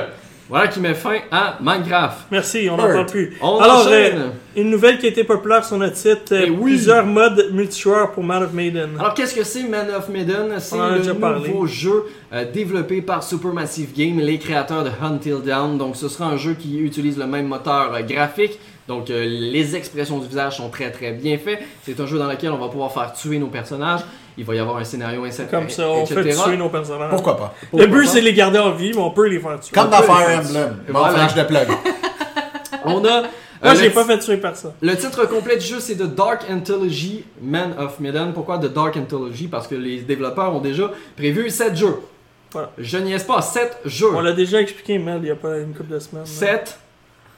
[SPEAKER 3] Voilà qui met fin à Minecraft.
[SPEAKER 1] Merci, on n'en
[SPEAKER 2] Earth.
[SPEAKER 1] parle plus.
[SPEAKER 3] On
[SPEAKER 1] Alors,
[SPEAKER 3] enchaîne.
[SPEAKER 1] euh, une nouvelle qui a été populaire sur notre site euh,
[SPEAKER 3] Eh oui. Ah,
[SPEAKER 1] plusieurs modes multijoueurs pour Man of Maiden.
[SPEAKER 3] Alors, qu'est-ce que c'est Man of Medan C'est
[SPEAKER 1] On en a
[SPEAKER 3] le
[SPEAKER 1] déjà
[SPEAKER 3] nouveau
[SPEAKER 1] parlé.
[SPEAKER 3] jeu euh, développé par Supermassive Game, les créateurs de Until Dawn. Donc, ce sera un jeu qui utilise le même moteur euh, graphique. Donc, euh, les expressions du visage sont très très bien faites. C'est un jeu dans lequel on va pouvoir faire tuer nos personnages. Il va y avoir un scénario incertain.
[SPEAKER 1] Comme ça, on fait tuer nos personnages.
[SPEAKER 2] Pourquoi pas?
[SPEAKER 1] Le but, c'est de les garder en vie, mais on peut les faire tuer.
[SPEAKER 2] Comme dans
[SPEAKER 3] peut les
[SPEAKER 2] Fire
[SPEAKER 3] faire-
[SPEAKER 2] Emblem. Bon,
[SPEAKER 3] Voilà.
[SPEAKER 2] fallait que je le plug.
[SPEAKER 3] On a. euh,
[SPEAKER 1] Moi,
[SPEAKER 3] le
[SPEAKER 1] j'ai pas fait tuer personne.
[SPEAKER 3] Le titre complet du jeu, c'est The Dark Anthology Man of Medan. Pourquoi The Dark Anthology Parce que les développeurs ont déjà prévu 7 jeux.
[SPEAKER 1] Voilà.
[SPEAKER 3] Je n'y ai pas, 7 jeux.
[SPEAKER 1] On l'a déjà expliqué, Mel, il y a pas une couple de semaines. là.
[SPEAKER 3] 7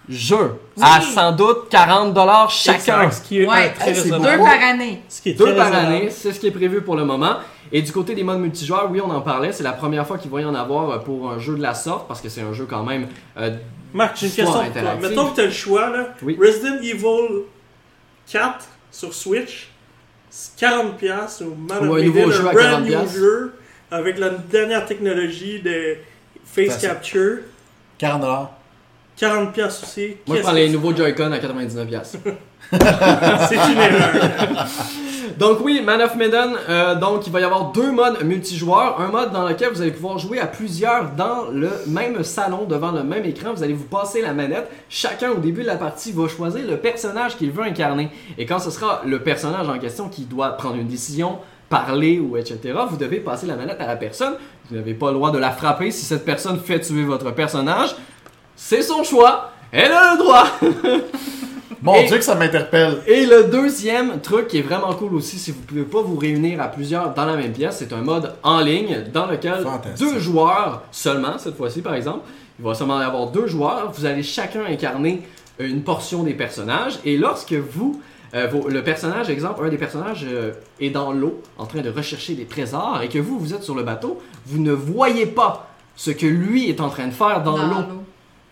[SPEAKER 3] jeux.
[SPEAKER 4] Oui.
[SPEAKER 3] À sans doute 40$ chacun.
[SPEAKER 1] Exact, Ce qui est
[SPEAKER 4] Ouais.
[SPEAKER 1] un très
[SPEAKER 2] Hey, c'est
[SPEAKER 4] Deux
[SPEAKER 1] raisonnable.
[SPEAKER 2] beaucoup.
[SPEAKER 4] par année.
[SPEAKER 1] Ce qui est
[SPEAKER 3] Deux
[SPEAKER 1] très
[SPEAKER 3] par
[SPEAKER 1] raisonnable.
[SPEAKER 3] année, c'est ce qui est prévu pour le moment. Et du côté des modes multijoueurs, oui, on en parlait. C'est la première fois qu'il va y en avoir euh, pour un jeu de la sorte, parce que c'est un jeu quand même. euh,
[SPEAKER 1] Marc, j'ai une
[SPEAKER 3] Histoire
[SPEAKER 1] question pour toi.
[SPEAKER 3] interactive.
[SPEAKER 1] Mettons que t'as le choix, là.
[SPEAKER 3] Oui.
[SPEAKER 1] Resident Evil 4 sur Switch, c'est 40$ ou Man
[SPEAKER 3] Ou
[SPEAKER 1] of
[SPEAKER 3] un
[SPEAKER 1] Medan,
[SPEAKER 3] nouveau jeu à
[SPEAKER 1] un brand
[SPEAKER 3] 40$.
[SPEAKER 1] new jeu avec la dernière technologie de face
[SPEAKER 2] Facile.
[SPEAKER 1] capture.
[SPEAKER 2] 40 dollars.
[SPEAKER 1] 40$ aussi.
[SPEAKER 3] moi, je
[SPEAKER 1] Qu'est-ce
[SPEAKER 3] prends
[SPEAKER 1] que
[SPEAKER 3] les
[SPEAKER 1] c'est?
[SPEAKER 3] nouveaux Joy-Con à 99$.
[SPEAKER 1] C'est une erreur.
[SPEAKER 3] Donc oui, Man of Medan, euh, donc il va y avoir deux modes multijoueurs, un mode dans lequel vous allez pouvoir jouer à plusieurs dans le même salon, devant le même écran, vous allez vous passer la manette, chacun au début de la partie va choisir le personnage qu'il veut incarner, et quand ce sera le personnage en question qui doit prendre une décision, parler ou etc., vous devez passer la manette à la personne, vous n'avez pas le droit de la frapper si cette personne fait tuer votre personnage, c'est son choix, elle a le droit
[SPEAKER 2] Mon
[SPEAKER 3] Et-
[SPEAKER 2] Dieu que ça m'interpelle.
[SPEAKER 3] et le deuxième truc qui est vraiment cool aussi, si vous pouvez pas vous réunir à plusieurs dans la même pièce, c'est un mode en ligne dans lequel
[SPEAKER 2] Fantastique.
[SPEAKER 3] deux joueurs seulement, cette fois-ci par exemple, il va seulement y avoir deux joueurs, vous allez chacun incarner une portion des personnages et lorsque vous, euh, vos- le personnage, exemple, un des personnages euh, est dans l'eau en train de rechercher des trésors et que vous, vous êtes sur le bateau, vous ne voyez pas ce que lui est en train de faire dans l'eau. Hmm.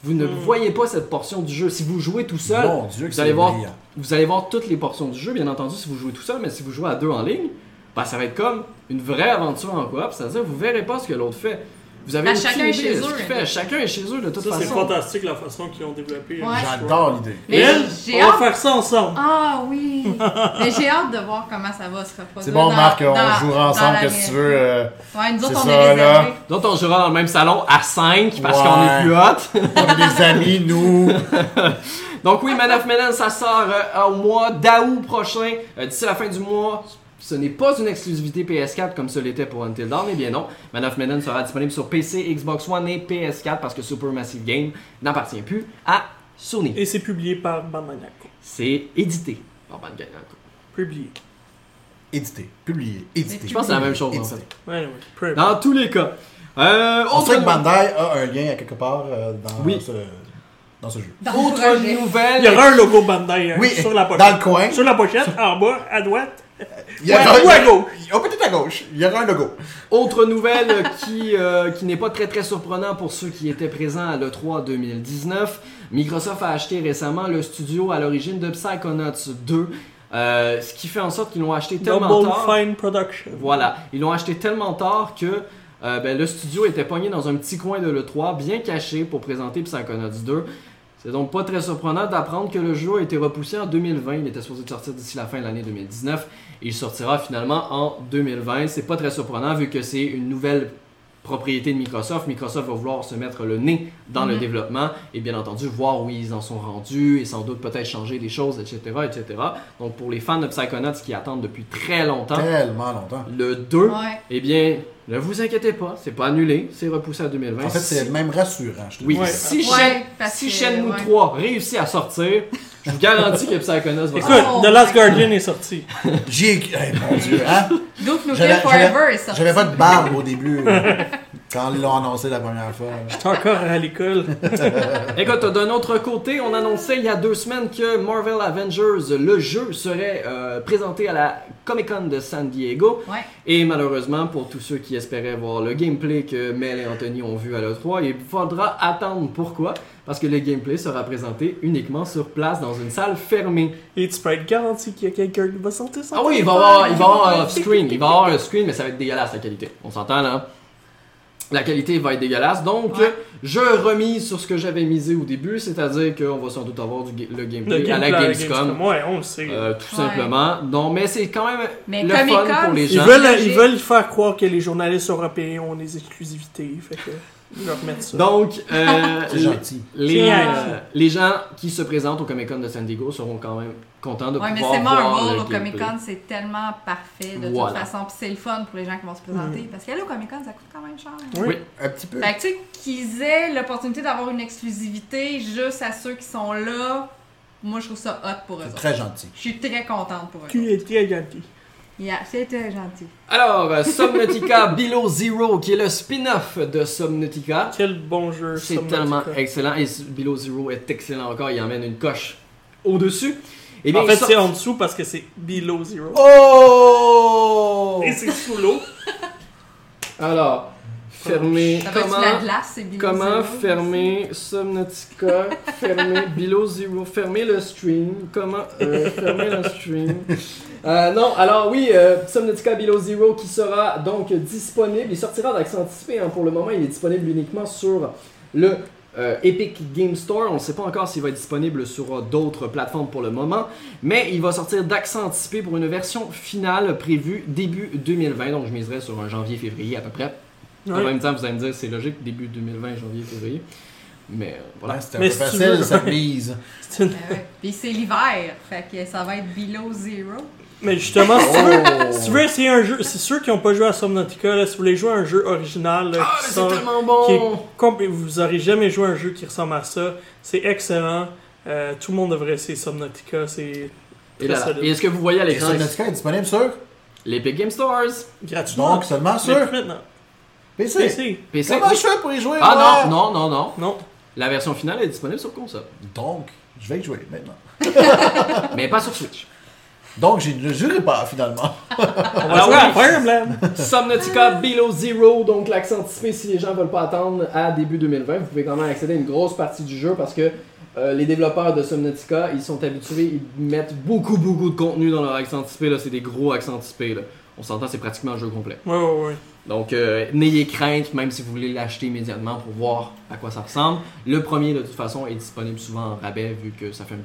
[SPEAKER 3] Vous ne voyez pas cette portion du jeu. Si vous jouez tout seul,
[SPEAKER 2] Mon Dieu que
[SPEAKER 3] vous allez
[SPEAKER 2] c'est
[SPEAKER 3] voir
[SPEAKER 2] brillant.
[SPEAKER 3] vous allez voir toutes les portions du jeu, bien entendu, si vous jouez tout seul, mais si vous jouez à deux en ligne, ben, ça va être comme une vraie aventure en coop, c'est-à-dire vous verrez pas ce que l'autre fait. Vous avez
[SPEAKER 4] Ben,
[SPEAKER 3] aucune
[SPEAKER 4] chacun est
[SPEAKER 3] idée de
[SPEAKER 4] chez
[SPEAKER 3] ce
[SPEAKER 4] eux,
[SPEAKER 3] qu'il
[SPEAKER 4] hein.
[SPEAKER 3] fait. Chacun est chez eux de toute
[SPEAKER 1] Ça, c'est
[SPEAKER 3] façon.
[SPEAKER 1] fantastique la façon qu'ils ont développé.
[SPEAKER 3] Ah,
[SPEAKER 4] Ouais.
[SPEAKER 2] J'adore l'idée.
[SPEAKER 4] Mais
[SPEAKER 1] Mel,
[SPEAKER 4] j'ai
[SPEAKER 1] on va
[SPEAKER 4] hâte.
[SPEAKER 1] faire ça ensemble.
[SPEAKER 4] Ah oui! Mais j'ai hâte de voir comment ça va se reproduire.
[SPEAKER 2] C'est bon,
[SPEAKER 4] dans-
[SPEAKER 2] Marc, on
[SPEAKER 4] dans-
[SPEAKER 2] jouera
[SPEAKER 4] dans
[SPEAKER 2] ensemble,
[SPEAKER 4] la
[SPEAKER 2] qu'est-ce que tu
[SPEAKER 4] réalité.
[SPEAKER 2] veux. euh,
[SPEAKER 4] Ouais, nous autres,
[SPEAKER 2] C'est
[SPEAKER 4] on
[SPEAKER 2] ça,
[SPEAKER 4] est
[SPEAKER 2] là.
[SPEAKER 4] réservés.
[SPEAKER 3] D'autres, on jouera dans le même salon à 5 parce
[SPEAKER 2] Ouais.
[SPEAKER 3] qu'on est plus hot.
[SPEAKER 2] on est euh, des amis, nous.
[SPEAKER 3] Donc oui, Man of Medan, ça sort euh, au mois d'août prochain, Euh, d'ici la fin du mois. Ce n'est pas une exclusivité PS4 comme ce l'était pour Until Dawn, mais bien non. Man of Medan sera disponible sur PC, Xbox One et PS4 parce que Supermassive Game n'appartient plus à Sony.
[SPEAKER 1] Et c'est publié par Bamanaco.
[SPEAKER 3] C'est édité par hein. Bandcamp.
[SPEAKER 1] Publié.
[SPEAKER 2] Édité, publié, édité.
[SPEAKER 4] Je
[SPEAKER 3] Je pense que c'est la même chose en
[SPEAKER 2] Édité.
[SPEAKER 3] fait.
[SPEAKER 1] Ouais, ouais. Peu importe.
[SPEAKER 3] Dans tous les cas. Euh,
[SPEAKER 2] On
[SPEAKER 3] autre
[SPEAKER 2] sait que Bandai a un lien à quelque part euh, dans,
[SPEAKER 3] Oui.
[SPEAKER 2] ce, dans ce jeu.
[SPEAKER 4] Dans le projet.
[SPEAKER 3] autre nouvelle.
[SPEAKER 1] Il y aura un logo Bandai hein,
[SPEAKER 2] Oui,
[SPEAKER 1] sur la pochette.
[SPEAKER 2] dans le coin.
[SPEAKER 1] Sur la pochette, en bas, à droite.
[SPEAKER 2] Il y aura-
[SPEAKER 1] Ouais, ou à gauche.
[SPEAKER 2] Oh, peut-être à gauche. Il y aura un logo.
[SPEAKER 3] Autre nouvelle qui, euh, qui n'est pas très très surprenant pour ceux qui étaient présents à l'E3 2019. Microsoft a acheté récemment le studio à l'origine de Psychonauts 2, euh, ce qui fait en sorte qu'ils l'ont acheté tellement
[SPEAKER 1] Double
[SPEAKER 3] tard.
[SPEAKER 1] Fine Production.
[SPEAKER 3] Voilà, ils l'ont acheté tellement tard que euh, ben, le studio était pogné dans un petit coin de l'E3, bien caché, pour présenter Psychonauts 2. C'est donc pas très surprenant d'apprendre que le jeu a été repoussé en 2020. Il était supposé de sortir d'ici la fin de l'année 2019 et il sortira finalement en 2020. C'est pas très surprenant vu que c'est une nouvelle propriété de Microsoft. Microsoft va vouloir se mettre le nez dans le
[SPEAKER 4] Mhm.
[SPEAKER 3] développement et bien entendu voir où ils en sont rendus et sans doute peut-être changer des choses, etc., etc. Donc pour les fans de Psychonauts qui attendent depuis très longtemps,
[SPEAKER 2] Tellement longtemps.
[SPEAKER 3] le 2,
[SPEAKER 4] Ouais.
[SPEAKER 3] eh bien, ne vous inquiétez pas, c'est pas annulé, c'est repoussé à 2020.
[SPEAKER 2] En fait,
[SPEAKER 3] Si-
[SPEAKER 2] c'est même rassurant. Je te
[SPEAKER 3] oui,
[SPEAKER 2] dis.
[SPEAKER 1] Ouais.
[SPEAKER 3] si,
[SPEAKER 4] Ouais,
[SPEAKER 3] Shen-
[SPEAKER 4] parce
[SPEAKER 3] si
[SPEAKER 4] que-
[SPEAKER 3] Shenmue
[SPEAKER 4] ouais.
[SPEAKER 3] 3 réussit à sortir, je vous garantis que Psychonauts va
[SPEAKER 1] Écoute,
[SPEAKER 4] Oh,
[SPEAKER 1] The Last
[SPEAKER 4] my God.
[SPEAKER 1] Guardian est sorti.
[SPEAKER 2] J'y ai- eh, mon Dieu, hein?
[SPEAKER 4] Duke Nukem
[SPEAKER 2] J'avais-
[SPEAKER 4] Forever est sorti.
[SPEAKER 2] J'avais pas de barbe au début euh, quand ils l'ont annoncé la première fois.
[SPEAKER 1] J'étais encore à l'école.
[SPEAKER 3] Écoute, d'un autre côté, on annonçait il y a deux semaines que Marvel Avengers, le jeu, serait euh, présenté à la Comic Con de San Diego.
[SPEAKER 4] Ouais.
[SPEAKER 3] Et malheureusement, pour tous ceux qui espéraient voir le gameplay que Mel et Anthony ont vu à l'E3, il faudra attendre. Pourquoi Parce que le gameplay sera présenté uniquement sur place dans une salle fermée.
[SPEAKER 1] Et tu peux être garanti qu'il y a quelqu'un qui va sortir ça.
[SPEAKER 3] Ah oui, il va y avoir, il va y avoir un off-screen. Il va y avoir un screen, mais ça va être dégueulasse la qualité. On s'entend là? La qualité va être dégueulasse. Donc,
[SPEAKER 4] Ouais.
[SPEAKER 3] je remise sur ce que j'avais misé au début, c'est-à-dire qu'on va sans doute avoir du, ga- le gameplay,
[SPEAKER 1] Le gameplay
[SPEAKER 3] à la
[SPEAKER 1] à
[SPEAKER 3] Gamescom.
[SPEAKER 1] Ouais, on le sait.
[SPEAKER 3] euh, tout
[SPEAKER 4] Ouais.
[SPEAKER 3] simplement. Non, mais c'est quand même
[SPEAKER 4] Mais
[SPEAKER 3] le
[SPEAKER 4] Comic-Con,
[SPEAKER 3] fun pour les
[SPEAKER 1] Ils
[SPEAKER 3] gens.
[SPEAKER 1] veulent, ils veulent faire croire que les journalistes européens ont des exclusivités. Fait que, ils leur mettent ça.
[SPEAKER 3] Donc, euh,
[SPEAKER 2] C'est gentil.
[SPEAKER 3] les,
[SPEAKER 1] C'est
[SPEAKER 3] euh, les gens qui se présentent au Comic Con de San Diego seront quand même contents de
[SPEAKER 4] Ouais, mais
[SPEAKER 3] pouvoir
[SPEAKER 4] c'est
[SPEAKER 3] voir
[SPEAKER 4] Marvel
[SPEAKER 3] le
[SPEAKER 4] au
[SPEAKER 3] gameplay.
[SPEAKER 4] Comic Con, c'est tellement parfait de
[SPEAKER 3] Voilà.
[SPEAKER 4] toute façon. Puis c'est le fun pour les gens qui vont se présenter. Parce qu'aller au Comic Con, ça coûte quand même cher.
[SPEAKER 1] Oui.
[SPEAKER 2] Un petit peu.
[SPEAKER 4] Fait que tu sais, qu'ils aient l'opportunité d'avoir une exclusivité juste à ceux qui sont là, moi je trouve ça hot pour eux.
[SPEAKER 2] C'est
[SPEAKER 4] autres.
[SPEAKER 2] très gentil.
[SPEAKER 4] Je suis très contente pour eux.
[SPEAKER 1] Qui
[SPEAKER 4] autres.
[SPEAKER 1] est très gentil.
[SPEAKER 4] Yeah, C'était gentil.
[SPEAKER 3] Alors, euh, Subnautica Below Zero, qui est le spin-off de Subnautica.
[SPEAKER 1] Quel bon jeu.
[SPEAKER 3] C'est
[SPEAKER 1] Subnautica.
[SPEAKER 3] tellement excellent. Et Below Zero est excellent encore. Il emmène une coche au-dessus. Et
[SPEAKER 1] En fait,
[SPEAKER 3] il sort-
[SPEAKER 1] c'est en dessous parce que c'est below zero.
[SPEAKER 3] Oh
[SPEAKER 1] Et c'est sous l'eau.
[SPEAKER 3] Alors, fermer.
[SPEAKER 4] Ça peut être de la
[SPEAKER 3] Comment,
[SPEAKER 4] glace, c'est bien.
[SPEAKER 3] comment fermer Subnautica Fermer Below Zero Fermer le stream Comment euh, fermer le stream Euh, Non, alors oui, euh, Subnautica Below Zero qui sera donc disponible. Il sortira d'accès anticipé. hein. Pour le moment, il est disponible uniquement sur le euh, Epic Game Store. On ne sait pas encore s'il va être disponible sur euh, d'autres plateformes pour le moment, mais il va sortir d'accent anticipé pour une version finale prévue début 2020. Donc je miserai sur un janvier-février à peu près. En
[SPEAKER 1] Ouais.
[SPEAKER 3] même temps, vous allez me dire, c'est logique, début 2020, janvier-février. Mais euh, voilà.
[SPEAKER 2] Ouais, C'était un
[SPEAKER 1] Mais
[SPEAKER 2] peu
[SPEAKER 1] si tu veux-
[SPEAKER 2] facile cette mise.
[SPEAKER 1] C'est une-
[SPEAKER 4] Euh, Puis c'est l'hiver, fait que ça va être below zero.
[SPEAKER 1] Mais justement, si tu veux,
[SPEAKER 2] Oh.
[SPEAKER 1] si tu veux essayer un jeu, c'est sûr qu'ils n'ont pas joué à Somnatica. Là, si vous voulez jouer à un jeu original, là,
[SPEAKER 3] Ah,
[SPEAKER 1] qui
[SPEAKER 3] mais c'est
[SPEAKER 1] sort-
[SPEAKER 3] tellement
[SPEAKER 1] qui est
[SPEAKER 3] bon!
[SPEAKER 1] compl- vous n'aurez jamais joué à un jeu qui ressemble à ça. C'est excellent. Euh, tout le monde devrait essayer Somnatica. C'est
[SPEAKER 3] Et, là, là.
[SPEAKER 1] solide.
[SPEAKER 3] Et est-ce que vous voyez à
[SPEAKER 2] Et
[SPEAKER 3] l'écran
[SPEAKER 2] Subnautica est disponible sur
[SPEAKER 3] l'Epic Game Stores?
[SPEAKER 1] gratuit.
[SPEAKER 2] Donc seulement
[SPEAKER 1] Mais
[SPEAKER 2] sur
[SPEAKER 1] plus maintenant.
[SPEAKER 2] PC.
[SPEAKER 1] PC.
[SPEAKER 3] PC?
[SPEAKER 2] Comment
[SPEAKER 3] oui.
[SPEAKER 2] je fais pour y jouer
[SPEAKER 3] Ah
[SPEAKER 2] moi?
[SPEAKER 3] non, non, non, non.
[SPEAKER 1] Non.
[SPEAKER 3] La version finale est disponible sur console,
[SPEAKER 2] Donc, je vais y jouer maintenant.
[SPEAKER 3] mais pas sur Switch.
[SPEAKER 2] Donc, j'ai- je ne jurerai pas finalement.
[SPEAKER 1] On va
[SPEAKER 3] Alors
[SPEAKER 1] jouer
[SPEAKER 3] Ah, bah oui.
[SPEAKER 1] à Fire Emblem.
[SPEAKER 3] Subnautica Below Zero, donc l'accent anticipé, si les gens veulent pas attendre à début 2020, vous pouvez quand même accéder à une grosse partie du jeu parce que euh, les développeurs de Subnautica, ils sont habitués, ils mettent beaucoup beaucoup de contenu dans leur accent anticipé, là, c'est des gros accents anticipés, là. On s'entend, c'est pratiquement un jeu complet.
[SPEAKER 1] Ouais, ouais, ouais.
[SPEAKER 3] Donc, euh, n'ayez crainte, même si vous voulez l'acheter immédiatement pour voir à quoi ça ressemble. Le premier, de toute façon, est disponible souvent en rabais, vu que ça fait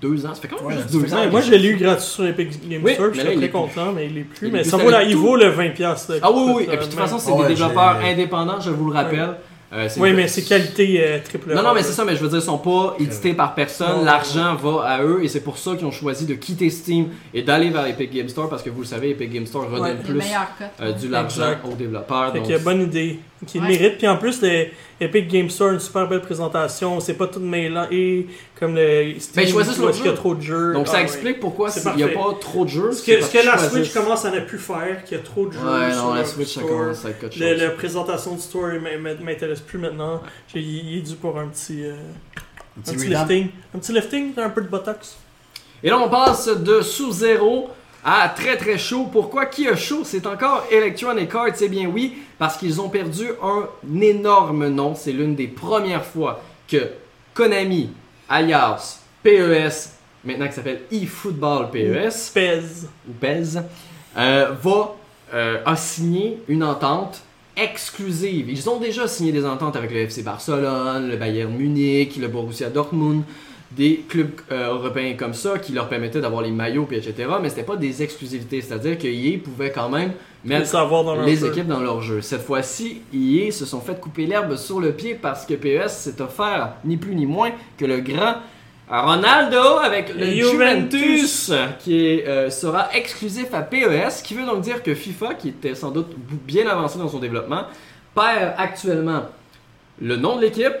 [SPEAKER 3] deux ans, ça fait quand même
[SPEAKER 2] Ouais,
[SPEAKER 3] juste
[SPEAKER 2] ça fait
[SPEAKER 3] deux
[SPEAKER 2] quand
[SPEAKER 3] ans.
[SPEAKER 1] Ouais, moi, je l'ai lu gratuit sur Epic Game
[SPEAKER 3] Oui,
[SPEAKER 1] Store,
[SPEAKER 3] mais
[SPEAKER 1] puis j'étais
[SPEAKER 3] là, il
[SPEAKER 1] très
[SPEAKER 3] est plus.
[SPEAKER 1] content, mais il l'est plus.
[SPEAKER 3] Il
[SPEAKER 1] Mais
[SPEAKER 3] est
[SPEAKER 1] ça
[SPEAKER 3] plus
[SPEAKER 1] vaut,
[SPEAKER 3] avec
[SPEAKER 1] la- il
[SPEAKER 3] tout.
[SPEAKER 1] vaut le 20$. là,
[SPEAKER 3] Ah oui,
[SPEAKER 1] qui
[SPEAKER 3] oui,
[SPEAKER 1] coûte,
[SPEAKER 3] oui, et puis de
[SPEAKER 1] euh,
[SPEAKER 3] toute façon, c'est
[SPEAKER 2] Ouais,
[SPEAKER 3] des développeurs
[SPEAKER 2] j'ai-
[SPEAKER 3] indépendants, je vous le rappelle. Euh, c'est-
[SPEAKER 1] Oui, mais c'est qualité euh, triple
[SPEAKER 3] Non,
[SPEAKER 1] A,
[SPEAKER 3] non, mais
[SPEAKER 1] là.
[SPEAKER 3] c'est ça, mais je veux dire, ils sont pas édités par personne,
[SPEAKER 1] Non.
[SPEAKER 3] l'argent va à eux, et c'est pour ça qu'ils ont choisi de quitter Steam et d'aller vers Epic Game Store, parce que vous le savez, Epic Game Store redonne
[SPEAKER 1] Ouais.
[SPEAKER 4] Les
[SPEAKER 3] plus
[SPEAKER 4] meilleurs cotes.
[SPEAKER 3] euh, du l'argent
[SPEAKER 1] Exact.
[SPEAKER 3] aux développeurs.
[SPEAKER 1] Fait
[SPEAKER 3] Ah, donc
[SPEAKER 1] que bonne idée, qui le
[SPEAKER 4] Ouais.
[SPEAKER 1] mérite. Puis en plus, les Epic Game Store, une super belle présentation. C'est pas tout mêlant et comme le Steam,
[SPEAKER 3] Ben, ils choisissent
[SPEAKER 1] où
[SPEAKER 3] leur
[SPEAKER 1] est-ce qu'il y a
[SPEAKER 3] jeu.
[SPEAKER 1] trop de jeux.
[SPEAKER 3] Donc ça
[SPEAKER 1] Ah,
[SPEAKER 3] explique pourquoi
[SPEAKER 1] C'est
[SPEAKER 3] il n'y a
[SPEAKER 1] parfait.
[SPEAKER 3] pas trop de jeux.
[SPEAKER 1] ouais. Ce
[SPEAKER 3] c'est
[SPEAKER 1] que,
[SPEAKER 3] parce
[SPEAKER 1] ce que la
[SPEAKER 3] qu'ils
[SPEAKER 1] Switch
[SPEAKER 3] choisissent.
[SPEAKER 1] commence à ne plus faire, qu'il y a trop de jeux.
[SPEAKER 3] Ouais,
[SPEAKER 1] sur
[SPEAKER 3] non, la
[SPEAKER 1] leur
[SPEAKER 3] Switch, ça
[SPEAKER 1] store.
[SPEAKER 3] commence à être quelque chose.
[SPEAKER 1] Le- la présentation du store m- m- m'intéresse plus maintenant. J'ai- Il il est dû pour un petit, euh,
[SPEAKER 2] Un
[SPEAKER 1] un
[SPEAKER 2] petit
[SPEAKER 1] petit
[SPEAKER 2] redamp.
[SPEAKER 1] lifting. Un petit lifting, un peu de botox.
[SPEAKER 3] Et là, on passe de sous-zéro à très très chaud. Pourquoi qui a chaud C'est encore Electronic Arts. Eh bien oui, parce qu'ils ont perdu un énorme nom. C'est l'une des premières fois que Konami, alias PES, maintenant qui s'appelle eFootball E PES,
[SPEAKER 1] Pèse.
[SPEAKER 3] ou PES, euh, va euh, a signé une entente exclusive. Ils ont déjà signé des ententes avec le FC Barcelone, le Bayern Munich, le Borussia Dortmund, des clubs euh, européens comme ça qui leur permettaient d'avoir les maillots, puis etc. Mais c'était pas des exclusivités, c'est-à-dire que EA pouvait quand même
[SPEAKER 1] le
[SPEAKER 3] mettre
[SPEAKER 1] savoir dans leur
[SPEAKER 3] les
[SPEAKER 1] jeu.
[SPEAKER 3] équipes dans leur jeu. Cette fois-ci, EA se sont fait couper l'herbe sur le pied parce que PES s'est offert ni plus ni moins que le grand Ronaldo avec le
[SPEAKER 1] Juventus.
[SPEAKER 3] Juventus, qui est, euh, sera exclusif à PES, qui veut donc dire que FIFA, qui était sans doute b- bien avancé dans son développement, perd actuellement le nom de l'équipe,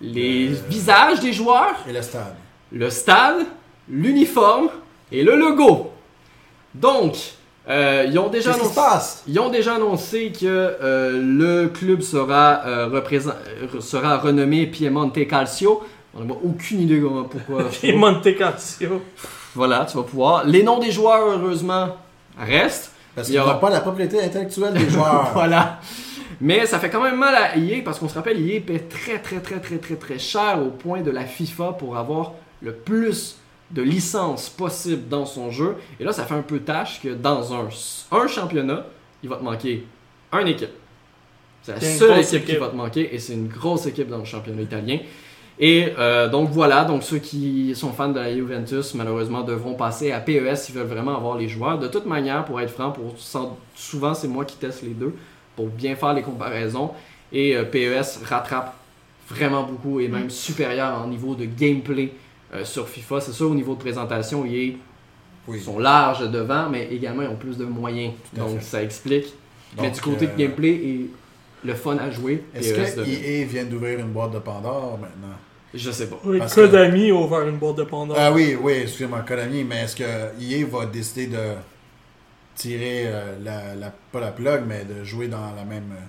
[SPEAKER 3] les
[SPEAKER 2] Euh.
[SPEAKER 3] visages des joueurs,
[SPEAKER 2] Et le stade.
[SPEAKER 3] le stade, l'uniforme et le logo. Donc, euh, ils ont déjà
[SPEAKER 2] Qu'est-ce qui se
[SPEAKER 3] annoncé.
[SPEAKER 2] passe?
[SPEAKER 3] Ils ont déjà annoncé que euh, le club sera, euh, représent- euh, sera renommé Piemonte Calcio. On n'a aucune idée comment- pourquoi. je trouve.
[SPEAKER 1] Et Monte Carlo.
[SPEAKER 3] voilà, tu vas pouvoir. Les noms des joueurs, heureusement, restent.
[SPEAKER 2] Parce
[SPEAKER 3] Il
[SPEAKER 2] qu'il
[SPEAKER 3] y aura-
[SPEAKER 2] n'aura pas la propriété intellectuelle des joueurs.
[SPEAKER 3] Voilà. Mais ça fait quand même mal à EA parce qu'on se rappelle, EA paie très, très, très, très, très, très cher au point de la FIFA pour avoir le plus de licences possible dans son jeu. Et là, ça fait un peu tâche que dans un, un championnat, il va te manquer une équipe. C'est la
[SPEAKER 1] C'est une
[SPEAKER 3] seule
[SPEAKER 1] grosse
[SPEAKER 3] équipe, qui
[SPEAKER 1] équipe.
[SPEAKER 3] va te manquer et c'est une grosse équipe dans le championnat italien. Et euh, donc voilà, donc ceux qui sont fans de la Juventus, malheureusement, devront passer à PES s'ils veulent vraiment avoir les joueurs. De toute manière, pour être franc, pour, sans- souvent c'est moi qui teste les deux pour bien faire les comparaisons. Et euh, PES rattrape vraiment beaucoup et
[SPEAKER 1] Mm.
[SPEAKER 3] même supérieur en niveau de gameplay euh, sur FIFA. C'est sûr, au niveau de présentation, il est ils
[SPEAKER 2] Oui.
[SPEAKER 3] sont larges devant, mais également ils ont plus de moyens.
[SPEAKER 2] Tout à
[SPEAKER 3] Donc
[SPEAKER 2] fait.
[SPEAKER 3] ça explique. mais
[SPEAKER 2] Donc,
[SPEAKER 3] du côté
[SPEAKER 2] euh,
[SPEAKER 3] de gameplay et le fun à jouer,
[SPEAKER 2] Est-ce
[SPEAKER 3] PES
[SPEAKER 2] que
[SPEAKER 3] devient.
[SPEAKER 2] EA vient d'ouvrir une boîte de Pandore maintenant?
[SPEAKER 3] Je sais pas.
[SPEAKER 1] Oui,
[SPEAKER 2] Parce que-
[SPEAKER 1] Kodami a ouvert une boîte de Pandore.
[SPEAKER 2] Ah oui, oui, excusez-moi, Konami, mais est-ce que EA va décider de tirer euh, la, la- pas la plug, mais de jouer dans la même euh,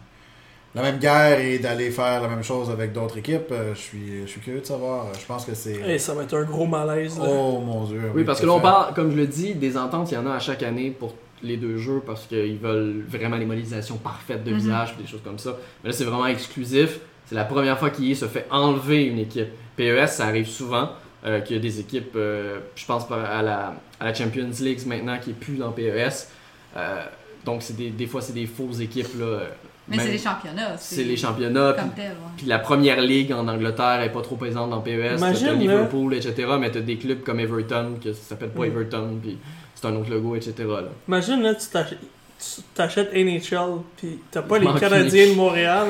[SPEAKER 2] la même guerre et d'aller faire la même chose avec d'autres équipes? Euh, Je suis, je suis curieux de savoir. Je pense que
[SPEAKER 1] Et
[SPEAKER 2] c'est.
[SPEAKER 1] Eh, ça va être un gros malaise. là.
[SPEAKER 2] Oh mon dieu.
[SPEAKER 3] Oui, parce
[SPEAKER 2] tout
[SPEAKER 3] que là, on
[SPEAKER 2] fait.
[SPEAKER 3] parle, comme je le dis, des ententes, il y en a à chaque année pour les deux jeux parce qu'ils veulent vraiment les modélisations parfaites de
[SPEAKER 4] Mhm.
[SPEAKER 3] visage, des choses comme ça. Mais là, c'est vraiment exclusif. C'est la première fois qu'EA se fait enlever une équipe. PES, ça arrive souvent euh, qu'il y a des équipes, euh, je pense par- à la, à la Champions League maintenant qui est plus dans PES. Euh, donc, c'est des, des fois, c'est des fausses équipes. Là, euh,
[SPEAKER 4] Mais
[SPEAKER 3] même-
[SPEAKER 4] c'est les championnats.
[SPEAKER 3] c'est les championnats. puis-
[SPEAKER 4] Comme tel, ouais.
[SPEAKER 3] puis la première ligue en Angleterre est pas trop présente dans PES. T'as
[SPEAKER 1] Imagine,
[SPEAKER 3] t'as
[SPEAKER 1] là.
[SPEAKER 3] Liverpool, etc. Mais t'as des clubs comme Everton, que ça s'appelle pas
[SPEAKER 1] Mm.
[SPEAKER 3] Everton, puis c'est un autre logo, etc. là.
[SPEAKER 1] Imagine, là, tu t'ach- tu t'achètes NHL, puis t'as pas
[SPEAKER 3] Il
[SPEAKER 1] les
[SPEAKER 3] manque
[SPEAKER 1] Canadiens
[SPEAKER 3] une-
[SPEAKER 1] de Montréal,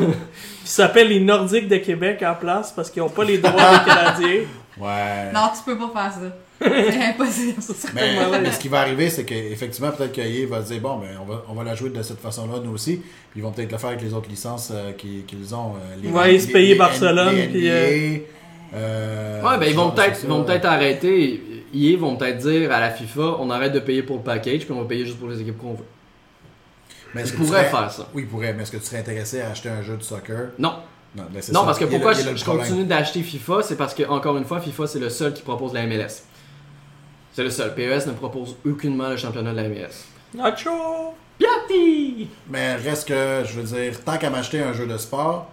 [SPEAKER 1] qui s'appellent les Nordiques de Québec en place parce qu'ils ont pas les droits des Canadiens.
[SPEAKER 2] Ouais.
[SPEAKER 4] Non, tu peux pas faire ça. C'est impossible.
[SPEAKER 2] Mais,
[SPEAKER 1] Tellement
[SPEAKER 2] mais
[SPEAKER 1] laid.
[SPEAKER 2] ce qui va arriver, c'est qu'effectivement, peut-être qu'EA va se dire bon, ben, on, va, on va la jouer de cette façon-là, nous aussi. Puis ils vont peut-être le faire avec les autres licences euh, qui- qu'ils ont. euh, les,
[SPEAKER 1] Ouais, ils se
[SPEAKER 2] les-
[SPEAKER 1] payaient
[SPEAKER 2] les
[SPEAKER 1] Barcelone,
[SPEAKER 2] NBA,
[SPEAKER 1] puis, euh,
[SPEAKER 2] euh,
[SPEAKER 3] ouais, ben ils vont
[SPEAKER 2] genre de
[SPEAKER 3] peut-être
[SPEAKER 2] choses,
[SPEAKER 3] ils vont
[SPEAKER 2] là.
[SPEAKER 3] peut-être arrêter. Ils vont peut-être dire à la FIFA, on arrête de payer pour le package, puis on va payer juste pour les équipes qu'on veut.
[SPEAKER 2] Mais est-ce
[SPEAKER 3] Ils
[SPEAKER 2] que tu
[SPEAKER 3] pourraient
[SPEAKER 2] serais-
[SPEAKER 3] faire ça.
[SPEAKER 2] Oui, ils pourraient, mais est-ce que tu serais intéressé à acheter un jeu de soccer
[SPEAKER 3] Non,
[SPEAKER 2] Non, ben, c'est
[SPEAKER 3] non
[SPEAKER 2] ça.
[SPEAKER 3] parce que
[SPEAKER 2] Il y a
[SPEAKER 3] pourquoi
[SPEAKER 2] le- il y a
[SPEAKER 3] je,
[SPEAKER 2] le
[SPEAKER 3] je
[SPEAKER 2] problème.
[SPEAKER 3] continue d'acheter FIFA, c'est parce que encore une fois, FIFA c'est le seul qui propose la MLS. C'est le seul. PES ne propose aucunement le championnat de la MLS.
[SPEAKER 1] Ah, Nacho!
[SPEAKER 3] Piatti!
[SPEAKER 2] Mais reste que, je veux dire, tant qu'à m'acheter un jeu de sport,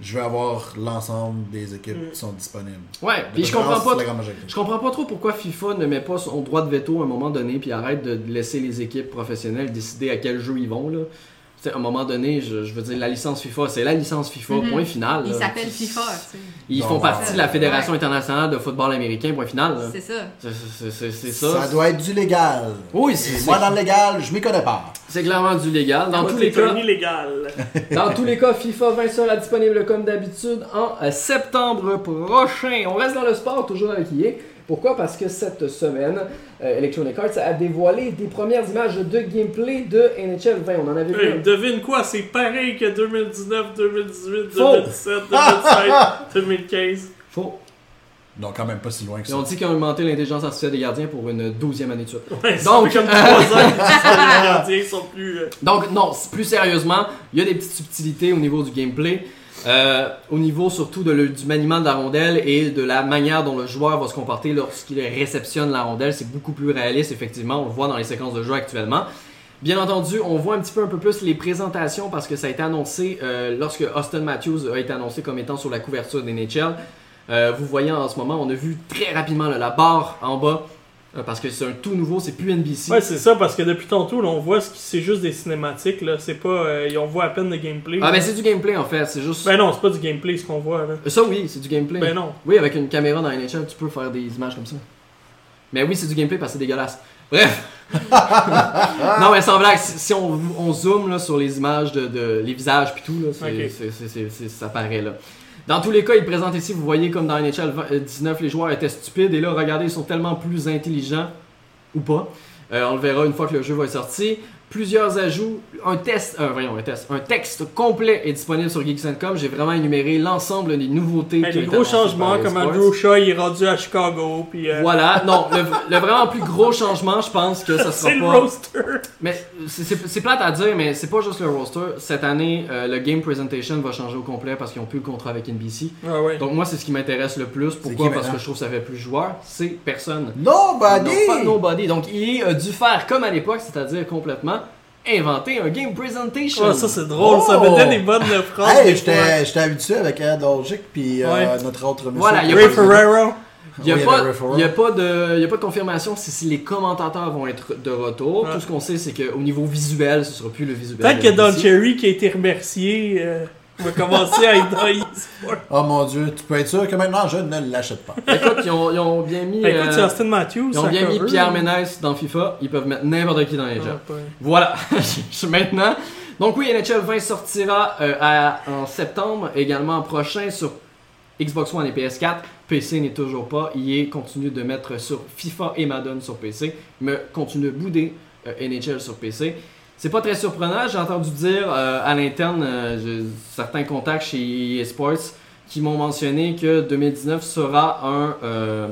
[SPEAKER 2] je vais avoir l'ensemble des équipes qui sont disponibles.
[SPEAKER 3] Ouais,
[SPEAKER 2] De
[SPEAKER 3] puis je
[SPEAKER 2] préférence,
[SPEAKER 3] comprends pas
[SPEAKER 2] la grande majorité.
[SPEAKER 3] Je comprends pas trop pourquoi FIFA ne met pas son droit de veto à un moment donné puis arrête de laisser les équipes professionnelles décider à quel jeu ils vont là. Tu sais, à un moment donné, je, je veux dire, la licence FIFA, c'est la licence FIFA,
[SPEAKER 4] Mhm.
[SPEAKER 3] point final.
[SPEAKER 4] Ils
[SPEAKER 3] là.
[SPEAKER 1] Euh,
[SPEAKER 4] s'appellent FIFA, tu
[SPEAKER 3] Ils
[SPEAKER 2] Bon,
[SPEAKER 3] font
[SPEAKER 2] bon.
[SPEAKER 3] partie de la Fédération internationale de football américain, point final. là.
[SPEAKER 4] sais. C'est ça.
[SPEAKER 3] C'est- c'est- C'est c'est ça.
[SPEAKER 2] Ça doit être du légal.
[SPEAKER 3] Oui,
[SPEAKER 2] Et
[SPEAKER 3] c'est
[SPEAKER 2] moi, dans
[SPEAKER 3] c'est-
[SPEAKER 2] le légal, je m'y connais pas.
[SPEAKER 3] c'est clairement du légal. Dans
[SPEAKER 1] Moi,
[SPEAKER 3] tous
[SPEAKER 1] c'est
[SPEAKER 3] les cas,
[SPEAKER 1] un illégal.
[SPEAKER 3] Dans tous les cas, FIFA 20 sera disponible comme d'habitude en euh, septembre prochain. On reste dans le sport, toujours avec EA. Pourquoi Parce que cette semaine, euh, Electronic Arts a dévoilé des premières images de gameplay de NHL 20. On en avait vu.
[SPEAKER 1] Hey,
[SPEAKER 3] un-
[SPEAKER 1] devine quoi, c'est pareil que 2019, 2018,
[SPEAKER 3] Faux.
[SPEAKER 1] 2017, 2017, 2015.
[SPEAKER 3] Faux.
[SPEAKER 2] Non, quand même pas si loin que
[SPEAKER 3] Ils
[SPEAKER 2] ça.
[SPEAKER 3] ont dit qu'ils ont augmenté l'intelligence artificielle des gardiens pour une douzième année de suite.
[SPEAKER 1] Ouais, ça
[SPEAKER 3] Donc-
[SPEAKER 1] fait comme 3 ans que les Canadiens sont plus. euh,
[SPEAKER 3] Donc non, c- plus sérieusement, il y a des petites subtilités au niveau du gameplay, euh, au niveau surtout de le- du maniement de la rondelle et de la manière dont le joueur va se comporter lorsqu'il réceptionne la rondelle. C'est beaucoup plus réaliste, effectivement, on le voit dans les séquences de jeu actuellement. Bien entendu, on voit un petit peu un peu plus les présentations parce que ça a été annoncé euh, lorsque Austin Matthews a été annoncé comme étant sur la couverture des NHL. Euh, vous voyez en ce moment, on a vu très rapidement là, la barre en bas Euh, parce que c'est un tout nouveau, c'est plus NBC.
[SPEAKER 1] Ouais, c'est ça, parce que depuis tantôt, là, on voit ce qui- c'est juste des cinématiques, là. C'est pas. euh, et on voit à peine le gameplay.
[SPEAKER 3] ah,
[SPEAKER 1] là.
[SPEAKER 3] ben c'est du gameplay en fait, c'est juste.
[SPEAKER 1] Ben non, c'est pas du gameplay ce qu'on voit, là.
[SPEAKER 3] Euh, Ça oui, c'est du gameplay.
[SPEAKER 1] Ben non.
[SPEAKER 3] Oui, avec une caméra dans NHL, tu peux faire des images comme ça. Mais oui, c'est du gameplay parce que c'est dégueulasse. Bref! non, mais sans blague, si, si on, on zoome là, sur les images, de, de- les visages puis tout, là, c'est-
[SPEAKER 1] Ok.
[SPEAKER 3] c'est- c'est- c'est- c'est- ça paraît là. Dans tous les cas, ils présentent ici, vous voyez comme dans NHL 20, euh, 19, les joueurs étaient stupides et là, regardez, ils sont tellement plus intelligents, ou pas. Euh, on le verra une fois que le jeu va être sorti. Plusieurs ajouts, un test, euh, voyons, un test, un texte complet est disponible sur Geeks.com. J'ai vraiment énuméré l'ensemble des nouveautés.
[SPEAKER 1] Ben,
[SPEAKER 3] qui ont
[SPEAKER 1] les
[SPEAKER 3] été
[SPEAKER 1] gros
[SPEAKER 3] annoncées par
[SPEAKER 1] changements,
[SPEAKER 3] les
[SPEAKER 1] comme
[SPEAKER 3] sports.
[SPEAKER 1] Andrew Shaw, il est rendu à Chicago, puis. euh,
[SPEAKER 3] Voilà, non, le, le vraiment plus gros changement, je pense que ça sera
[SPEAKER 1] c'est le
[SPEAKER 3] pas.
[SPEAKER 1] roaster!
[SPEAKER 3] Mais c'est- c'est c'est plate à dire, mais c'est pas juste le roster. Cette année, euh, le game presentation va changer au complet parce qu'ils ont plus le contrat avec NBC.
[SPEAKER 1] Ah ouais.
[SPEAKER 3] Donc moi, c'est ce qui m'intéresse le plus. Pourquoi
[SPEAKER 2] qui
[SPEAKER 3] Parce que
[SPEAKER 2] maintenant?
[SPEAKER 3] je trouve que ça fait plus joueur. C'est personne.
[SPEAKER 2] Nobody!
[SPEAKER 3] Non, pas nobody. Donc il a dû faire comme à l'époque, c'est-à-dire complètement inventer un game presentation.
[SPEAKER 1] Ah, ça c'est drôle, ça
[SPEAKER 2] Oh!
[SPEAKER 1] mettait des bonnes euh, phrases.
[SPEAKER 2] Hey,
[SPEAKER 1] des fois.
[SPEAKER 2] j'étais j'étais habitué avec Ed Logic puis euh,
[SPEAKER 1] Ouais.
[SPEAKER 2] notre autre monsieur.
[SPEAKER 3] Voilà, il y a
[SPEAKER 1] Ray
[SPEAKER 3] pas-
[SPEAKER 1] Ferrero.
[SPEAKER 3] Il n'y a,
[SPEAKER 2] Oui,
[SPEAKER 3] pas-
[SPEAKER 2] le referral.
[SPEAKER 3] il y a pas de, il y a pas de confirmation si, si les commentateurs vont être de retour.
[SPEAKER 1] Ouais.
[SPEAKER 3] Tout ce qu'on sait, c'est qu'au niveau visuel, ce sera plus le visuel.
[SPEAKER 1] Peut-être que
[SPEAKER 3] de
[SPEAKER 1] Don
[SPEAKER 3] NBC.
[SPEAKER 1] Cherry qui a été remercié euh, va commencer à être dans eSport.
[SPEAKER 2] Oh mon dieu, tu peux être sûr que maintenant je ne l'achète pas.
[SPEAKER 3] Écoute, ils ont, ils ont bien mis,
[SPEAKER 1] Ben, écoute,
[SPEAKER 3] euh,
[SPEAKER 1] c'est Austin Matthews.
[SPEAKER 3] ils ont
[SPEAKER 1] ça
[SPEAKER 3] bien mis
[SPEAKER 1] cover.
[SPEAKER 3] Pierre Ménès dans FIFA. Ils peuvent mettre n'importe qui dans les
[SPEAKER 1] Ah,
[SPEAKER 3] gens.
[SPEAKER 1] ouais.
[SPEAKER 3] Voilà, je suis maintenant. Donc oui, NHL 20 sortira euh, à- en septembre, également prochain sur Xbox One et PS4. PC n'est toujours pas. Il est continue de mettre sur FIFA et Madden sur PC, mais continue de bouder euh, NHL sur PC. C'est pas très surprenant. J'ai entendu dire euh, à l'interne euh, j'ai certains contacts chez eSports qui m'ont mentionné que 2019 sera un, euh,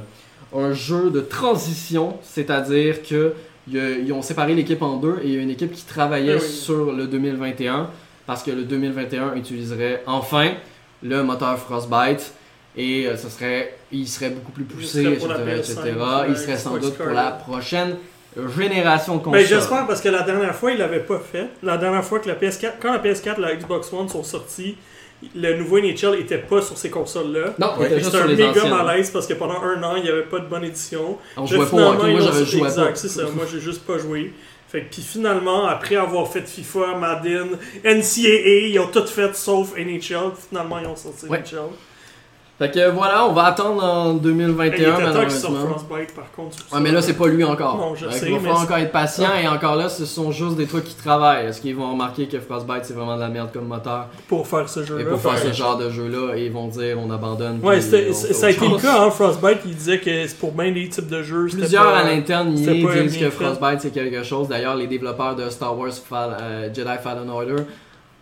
[SPEAKER 3] un jeu de transition, c'est-à-dire que il y a- ils ont séparé l'équipe en deux et il y a une équipe qui travaillait
[SPEAKER 1] Ah oui.
[SPEAKER 3] sur le 2021 parce que le 2021 utiliserait enfin le moteur Frostbite et euh, ce serait, il serait beaucoup plus poussé,
[SPEAKER 1] serait
[SPEAKER 3] etc.
[SPEAKER 1] pour la
[SPEAKER 3] etc.
[SPEAKER 1] PS5, pour
[SPEAKER 3] Il
[SPEAKER 1] la
[SPEAKER 3] serait sans
[SPEAKER 1] Xbox
[SPEAKER 3] doute pour
[SPEAKER 1] Scarlet.
[SPEAKER 3] la prochaine génération de consoles.
[SPEAKER 1] Ben, j'espère parce que la dernière fois, il l'avait pas fait. La dernière fois que la PS4, quand la PS4 et la Xbox One sont sortis, le nouveau NHL était pas sur ces consoles-là.
[SPEAKER 3] Non,
[SPEAKER 2] Ouais,
[SPEAKER 3] il était juste
[SPEAKER 1] C'était
[SPEAKER 3] sur
[SPEAKER 1] un
[SPEAKER 3] les
[SPEAKER 1] méga
[SPEAKER 3] anciennes.
[SPEAKER 1] malaise parce que pendant un an, il n'y avait pas de bonne édition.
[SPEAKER 3] On
[SPEAKER 1] Là,
[SPEAKER 3] jouait pas au
[SPEAKER 1] finalement,
[SPEAKER 3] hockey, moi
[SPEAKER 1] ils ont
[SPEAKER 3] j'avais
[SPEAKER 1] dit-
[SPEAKER 3] joué
[SPEAKER 1] exact,
[SPEAKER 3] pas.
[SPEAKER 1] c'est ça. Moi, j'ai juste pas joué. Fait que, puis finalement, après avoir fait FIFA, Madden, NCAA, ils ont tout fait sauf NHL. Finalement, ils ont sorti
[SPEAKER 3] Ouais.
[SPEAKER 1] NHL.
[SPEAKER 3] Fait que voilà, on va attendre en
[SPEAKER 1] Il était temps
[SPEAKER 3] 2021
[SPEAKER 1] qu'ils sortent
[SPEAKER 3] malheureusement.
[SPEAKER 1] Frostbite, par contre. sur
[SPEAKER 3] Ouais,
[SPEAKER 1] ça.
[SPEAKER 3] mais là c'est pas lui encore.
[SPEAKER 1] Non, je
[SPEAKER 3] Fait
[SPEAKER 1] sais,
[SPEAKER 3] qu'il va
[SPEAKER 1] mais
[SPEAKER 3] falloir
[SPEAKER 1] c'est-
[SPEAKER 3] encore être patient et encore là ce sont juste des trucs qui travaillent. Est-ce qu'ils vont remarquer que Frostbite c'est vraiment de la merde comme moteur
[SPEAKER 1] pour faire ce
[SPEAKER 3] et
[SPEAKER 1] jeu-là.
[SPEAKER 3] pour faire
[SPEAKER 1] Ouais.
[SPEAKER 3] ce genre de jeu là et ils vont dire on abandonne.
[SPEAKER 1] Ouais,
[SPEAKER 3] puis
[SPEAKER 1] c'était-
[SPEAKER 3] on fait
[SPEAKER 1] c'est- ça a
[SPEAKER 3] autre
[SPEAKER 1] été le
[SPEAKER 3] chose.
[SPEAKER 1] cas, hein, Frostbite, il disait que c'est pour bien des types de jeux. c'était
[SPEAKER 3] Plusieurs
[SPEAKER 1] pas-
[SPEAKER 3] à l'interne y
[SPEAKER 1] c'était pas
[SPEAKER 3] disent
[SPEAKER 1] bien
[SPEAKER 3] que
[SPEAKER 1] fait.
[SPEAKER 3] Frostbite c'est quelque chose. D'ailleurs, les développeurs de Star Wars Fall- euh, Jedi Fallen Order